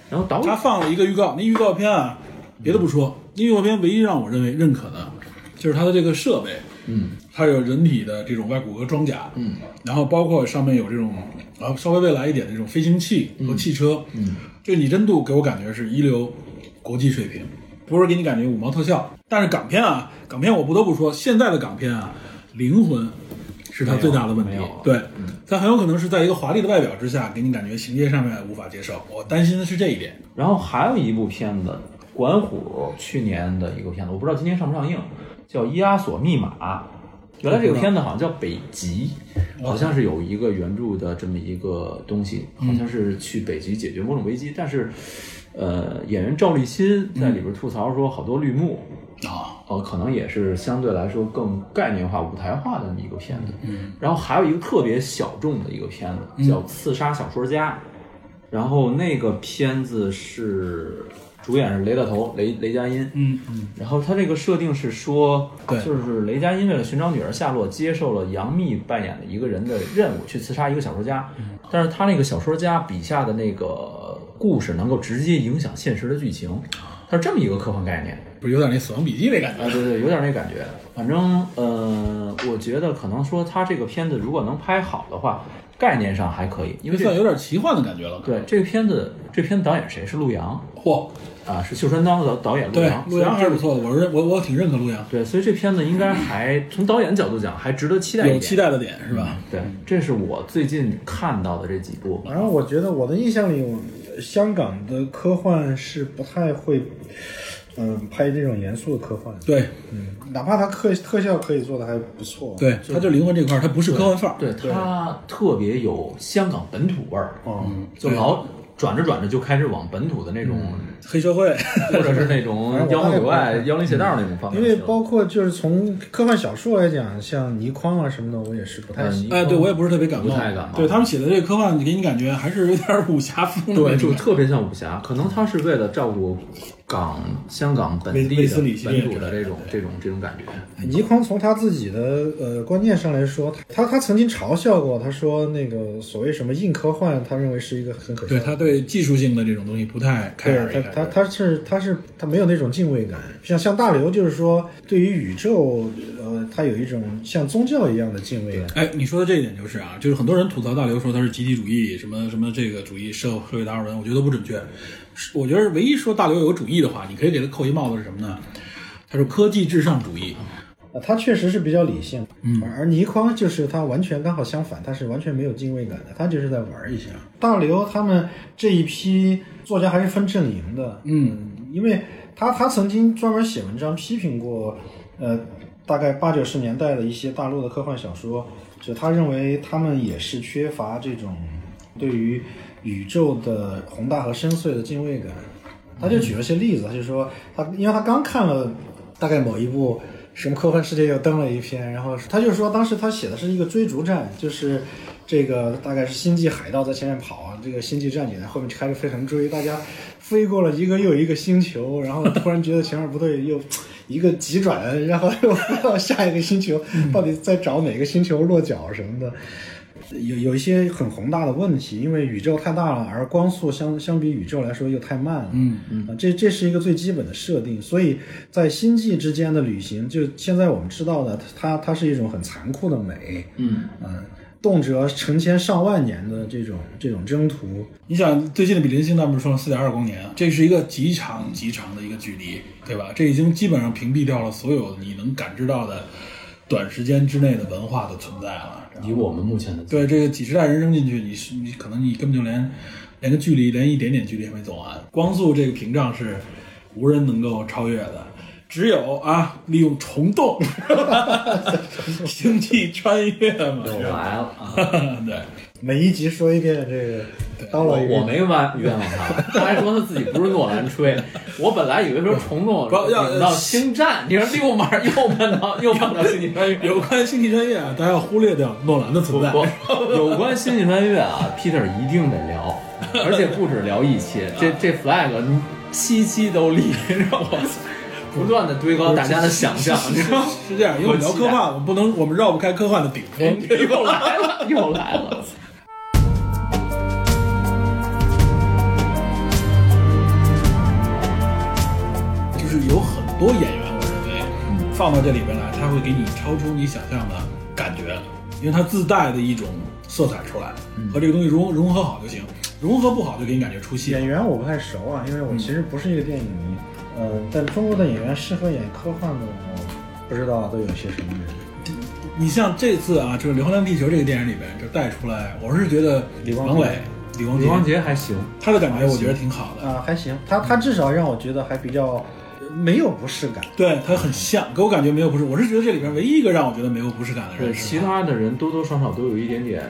然后导他演放了一个预告，那预告片啊，别的不说，那预告片唯一让我认为认可的，就是它的这个设备，嗯，它有人体的这种外骨骼装甲，嗯，然后包括上面有这种啊稍微未来一点的这种飞行器和汽车，嗯，这个拟真度给我感觉是一流国际水平，不是给你感觉五毛特效。但是港片啊，港片我不得不说，现在的港片啊，灵魂是他最大的问题没有没有。对，他很有可能是在一个华丽的外表之下，给你感觉情节上面无法接受。我担心的是这一点。然后还有一部片子，管虎去年的一个片子，我不知道今年上不上映，叫《伊阿索密码》。原来这个片子好像叫《北极》，好像是有一个原著的这么一个东西，好像是去北极解决某种危机。但是，呃，演员赵立新在里边吐槽说，好多绿幕，啊，呃，可能也是相对来说更概念化、舞台化的那么一个片子。嗯，然后还有一个特别小众的一个片子叫《刺杀小说家》，然后那个片子是主演是雷大头、雷雷佳音。嗯嗯，然后他这个设定是说，对就是雷佳音为了寻找女儿下落，接受了杨幂扮演的一个人的任务，去刺杀一个小说家。但是他那个小说家笔下的那个故事能够直接影响现实的剧情，它是这么一个科幻概念。不是有点那《死亡笔记》那感啊，觉。对对，有点那感觉。反正，呃，我觉得可能说他这个片子如果能拍好的话，概念上还可以，因为就算这有点奇幻的感觉了，对这个片子，这片子导演谁是陆阳嚯，啊？是绣春刀的导演陆对啊阳，。陆阳还是不错的，我认我我挺认可陆阳，对，所以这片子应该还从导演角度讲，还值得期待一有点。期待的点嗯是吧？对，这是我最近看到的这几部。然后我觉得我的印象里，我香港的科幻是不太会，嗯、拍这种严肃的科幻，对哪怕它特特效可以做的还不错。，对，他就灵魂这块儿，他不是科幻范儿，对，它特别有香港本土味儿，哦嗯，就老转着转着就开始往本土的那种，黑社会，或者是那种反正我妖魔鬼大概怪不、妖灵邪道那种方面因去了。为包括就是从科幻小说来讲，像倪匡啊什么的，我也是不太嗯喜哎，对我也不是特别感不冒，太感冒对他们写的这个科幻，给你感觉还是有点武侠风的那嗯对，种就感觉。特别像武侠，可能他是为了照顾港、香港本地威威的斯理系列本土的这种这种这种感觉。哎倪匡从他自己的呃观念上来说，他他曾经嘲笑过，他说那个所谓什么硬科幻，他认为是一个很可笑对的。他对技术性的这种东西不太开对眼他一看他他是他是他没有那种敬畏感，像像大刘就是说，对于宇宙，呃，他有一种像宗教一样的敬畏感。哎，你说的这一点就是啊，就是很多人吐槽大刘说他是集体主义，什么什么这个主义社社会达尔文，我觉得都不准确。是我觉得唯一说大刘有主义的话，你可以给他扣一帽子是什么呢？他说科技至上主义，啊，他确实是比较理性，嗯，而倪匡就是他完全刚好相反，他是完全没有敬畏感的，他就是在玩一下。大刘他们这一批作家还是分阵营的，嗯，因为他他曾经专门写文章批评过，呃，大概八九十年代的一些大陆的科幻小说，就他认为他们也是缺乏这种对于宇宙的宏大和深邃的敬畏感。他就举了些例子，他就说他，因为他刚看了大概某一部什么科幻世界又登了一篇，然后他就说当时他写的是一个追逐战，就是这个大概是星际海盗在前面跑啊，这个星际战警在后面开着飞船追，大家飞过了一个又一个星球，然后突然觉得前面不对，又一个急转，然后又 [LAUGHS] 飞到下一个星球，到底在找哪个星球落脚什么的。有有一些很宏大的问题，因为宇宙太大了，而光速相相比宇宙来说又太慢了。嗯嗯，这这是一个最基本的设定。所以在星际之间的旅行，就现在我们知道的，它它是一种很残酷的美。嗯动辄成千上万年的这种这种征途，你想最近的比邻星那不是说四点二光年，这是一个极长极长的一个距离，对吧？这已经基本上屏蔽掉了所有你能感知到的短时间之内的文化的存在了。以我们目前的对这个几十代人扔进去，你是你可能你根本就连连个距离，连一点点距离还没走完。光速这个屏障是无人能够超越的，只有啊利用虫洞 [LAUGHS] 星际穿越嘛。是吧来了啊，对，每一集说一遍这个叨我唠一遍。我没冤冤枉他，他还说他自己不是诺兰吹，我本来以为说虫洞不要引到星战，你说六马又碰到又碰到星际穿越，有关星际穿越啊，大家要忽略掉诺兰的存在。 [LAUGHS] 不，有关星际穿越啊，Peter 一定得聊，而且不止聊一期，这这 flag 七期都立，让我不断的堆高大家的想象，你知道吗？是这样，因为我们聊我期待科幻，我们不能，我们绕不开科幻的顶峰。又来了，又来了。就是有很多演员，我认为放到这里边来，他会给你超出你想象的感觉，因为他自带的一种色彩出来，和这个东西融融合好就行，融合不好就给你感觉出戏。演员我不太熟啊，因为我其实不是一个电影迷。呃嗯、但中国的演员适合演科幻的，我不知道都有些什么人。你像这次啊，这个《流浪地球》这个电影里边就带出来，我是觉得李光王洁磊、李光李光洁洁还行，他的感觉，我觉得挺好的。啊，还行，他他至少让我觉得还比较没有不适感。对他很像，给我感觉没有不适，我是觉得这里边唯一一个让我觉得没有不适感的对，人是其他的人多多少少都有一点点，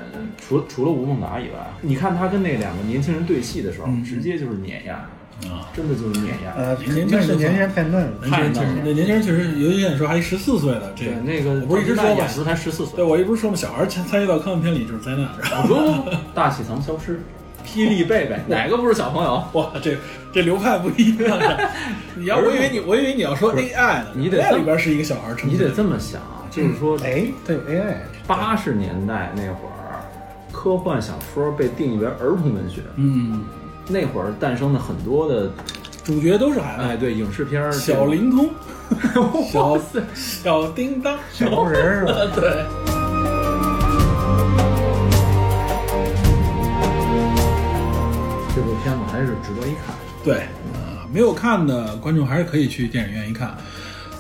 除除了吴孟达以外，你看他跟那两个年轻人对戏的时候，直接就是碾压，嗯啊，真的就是碾压。呃，年轻但是人年轻人太嫩了。太嫩了。那年轻人确实，尤其像你说还十四岁的这对个，，那个我不是一直说演嘛，的才十四岁，对我一直说嘛，小孩参参与到科幻片里就是灾难。然后不不不，大喜藏消失，霹雳贝贝，哪个不是小朋友？哇，这这流派不一样 [LAUGHS] 啊。你要我以为你，我以为你要说 AI 呢，你得 AI 里边是一个小孩成你长得这么想啊，就是嗯说哎，对 AI，八十年代那会儿，科幻小说被定义为儿童文学，嗯，那会儿诞生的很多的，主角都是孩子，哎，对，影视片儿，小林。灵通， [LAUGHS] 小小叮当，小木人儿是吧？ [LAUGHS] 对。这部片子还是值得一看。对，呃，没有看的观众还是可以去电影院一看。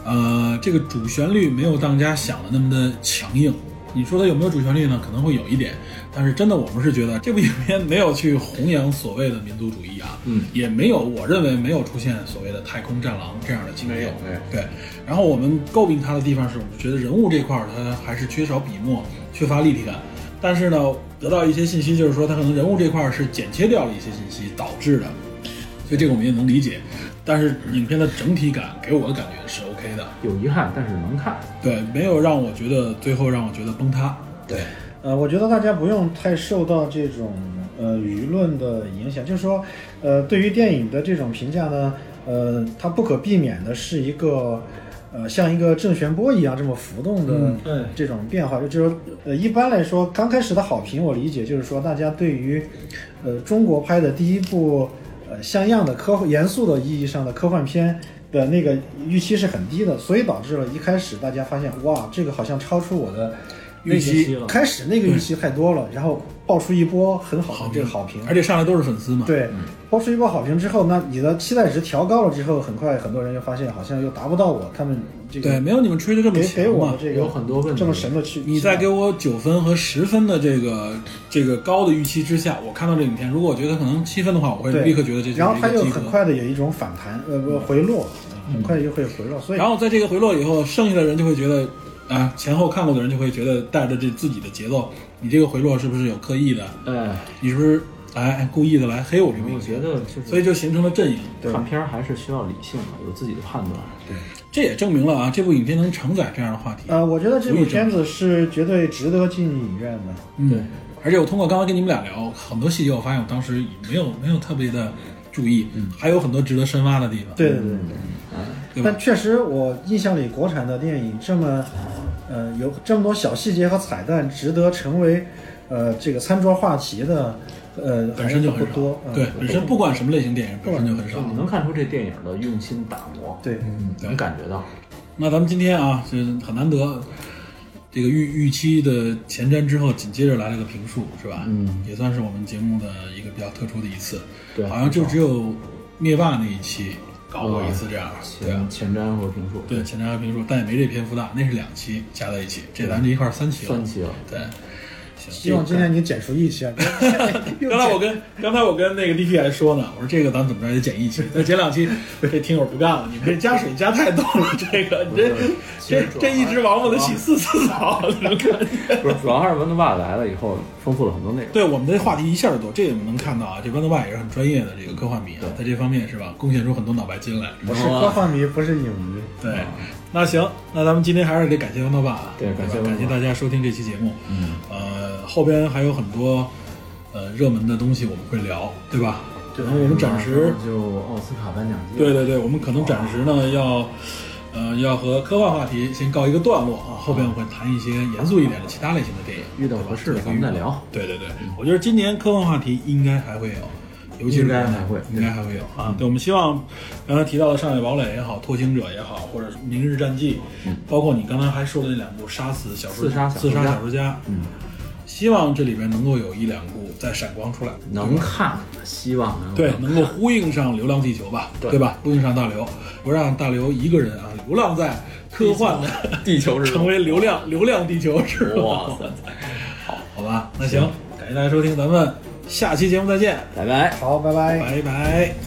呃，这个主旋律没有当家想的那么的强硬。你说它有没有主旋律呢？可能会有一点，但是真的我们是觉得这部影片没有去弘扬所谓的民族主义啊，嗯，也没有，我认为没有出现所谓的太空战狼这样的情节，对。然后我们诟病它的地方是，我们觉得人物这块儿它还是缺少笔墨，缺乏立体感。但是呢，得到一些信息就是说，它可能人物这块儿是剪切掉了一些信息导致的，所以这个我们也能理解。但是影片的整体感给我的感觉是 OK 的，有遗憾，但是能看。对，没有让我觉得最后让我觉得崩塌。对，呃，我觉得大家不用太受到这种呃舆论的影响，就是说，呃，对于电影的这种评价呢，呃，它不可避免的是一个。呃，像一个正弦波一样这么浮动对的这种变化，就就是说呃，一般来说，刚开始的好评我理解就是说，大家对于呃中国拍的第一部呃像样的科严肃的意义上的科幻片的那个预期是很低的，所以导致了一开始大家发现哇，这个好像超出我的预预期，开始那个预期太多了，然后爆出一波很好的哦这个好评，嗯而且上来都是粉丝嘛。，对，爆出一波好评之后，那你的期待值调高了之后，很快很多人就发现好像又达不到我他们这个对，没有你们吹的这么给给强我嘛的。这个有很多问题这么神的去，你在给我九分和十分的这个这个高的预期之下，我看到这影片，如果我觉得可能七分的话，我会对，立刻觉得这是一然后它个又及很格。快的有一种反弹，呃不回落，很快就会回落，所以然后在这个回落以后，剩下的人就会觉得，啊，前后看过的人就会觉得带着这自己的节奏，你这个回落是不是有刻意的？哎，你是不是哎故意的来黑我这个我影觉片？得就是所以就形成了阵营。对看片儿还是需要理性的，有自己的判断。这也证明了啊，这部影片能承载这样的话题。呃，我觉得这部片子是绝对值得进影院的。对，嗯而且我通过刚刚跟你们俩聊很多细节，我发现我当时没有没有特别的注意，还有很多值得深挖的地方。对对对对。嗯啊对吧但确实，我印象里国产的电影这么，呃，有这么多小细节和彩蛋，值得成为，呃，这个餐桌话题的，呃，本身就还很啊是不少多。嗯对，本身不管什么类型电影，本身就很少就。你能看出这电影的用心打磨，对，嗯能感觉到。那咱们今天啊，就是很难得，这个预预期的前瞻之后，紧接着来了个评述，是吧？嗯，也算是我们节目的一个比较特殊的一次。对好像就只有灭霸那一期搞过一次这样。对啊前，前瞻和评述，对，前瞻和评述，但也没这篇幅大，那是两期加在一起，这咱这一块儿三期了。三期了。对，希望今天你剪出一 [LAUGHS] [LAUGHS] 期啊。又刚才剪我跟刚才我跟那个 D P 还说呢，我说这个咱怎么着也剪一期， [LAUGHS] 再剪两期，这听友不干了，你们这加水加太多了， [LAUGHS] 这个你这这这一只王八得洗四 [LAUGHS] 次澡，这种感觉。不是，主要还是文德爸来了以后，丰富了很多内容。对我们的话题一下就多，这也能看到啊，这豌豆爸也是很专业的这个科幻迷啊，在这方面是吧，贡献出很多脑白金来。我是科幻迷，不是影迷。对，那行，那咱们今天还是得感谢豌豆爸啊，对吧感谢豌豆爸感谢大家收听这期节目。嗯，呃，后边还有很多呃热门的东西我们会聊，对吧？对，然后我们暂时就奥斯卡颁奖季，对对对，我们可能暂时呢要，呃，要和科幻话题先告一个段落啊，后边我会谈一些严肃一点的其他类型的电影，遇到合适的咱们再聊。对对对，我觉得今年科幻话题应该还会有，尤其是应该还会嗯应该还会有啊。对，我们希望刚才提到的《上海堡垒》也好，《拓星者》也好，或者是《明日战记》，包括你刚才还说的那两部《杀死小说嗯刺杀小刺杀说家小说家》，嗯，希望这里边能够有一两部再闪光出来，能看，希望能对，能够呼应上《流浪地球》吧，对吧？呼应上大刘，不让大刘一个人啊流浪在科幻的地球是 [LAUGHS] 成为流量流量地球是吧？哇塞，好吧，那行，感谢大家收听，咱们下期节目再见， [LAUGHS] 拜拜。好，拜拜。拜拜。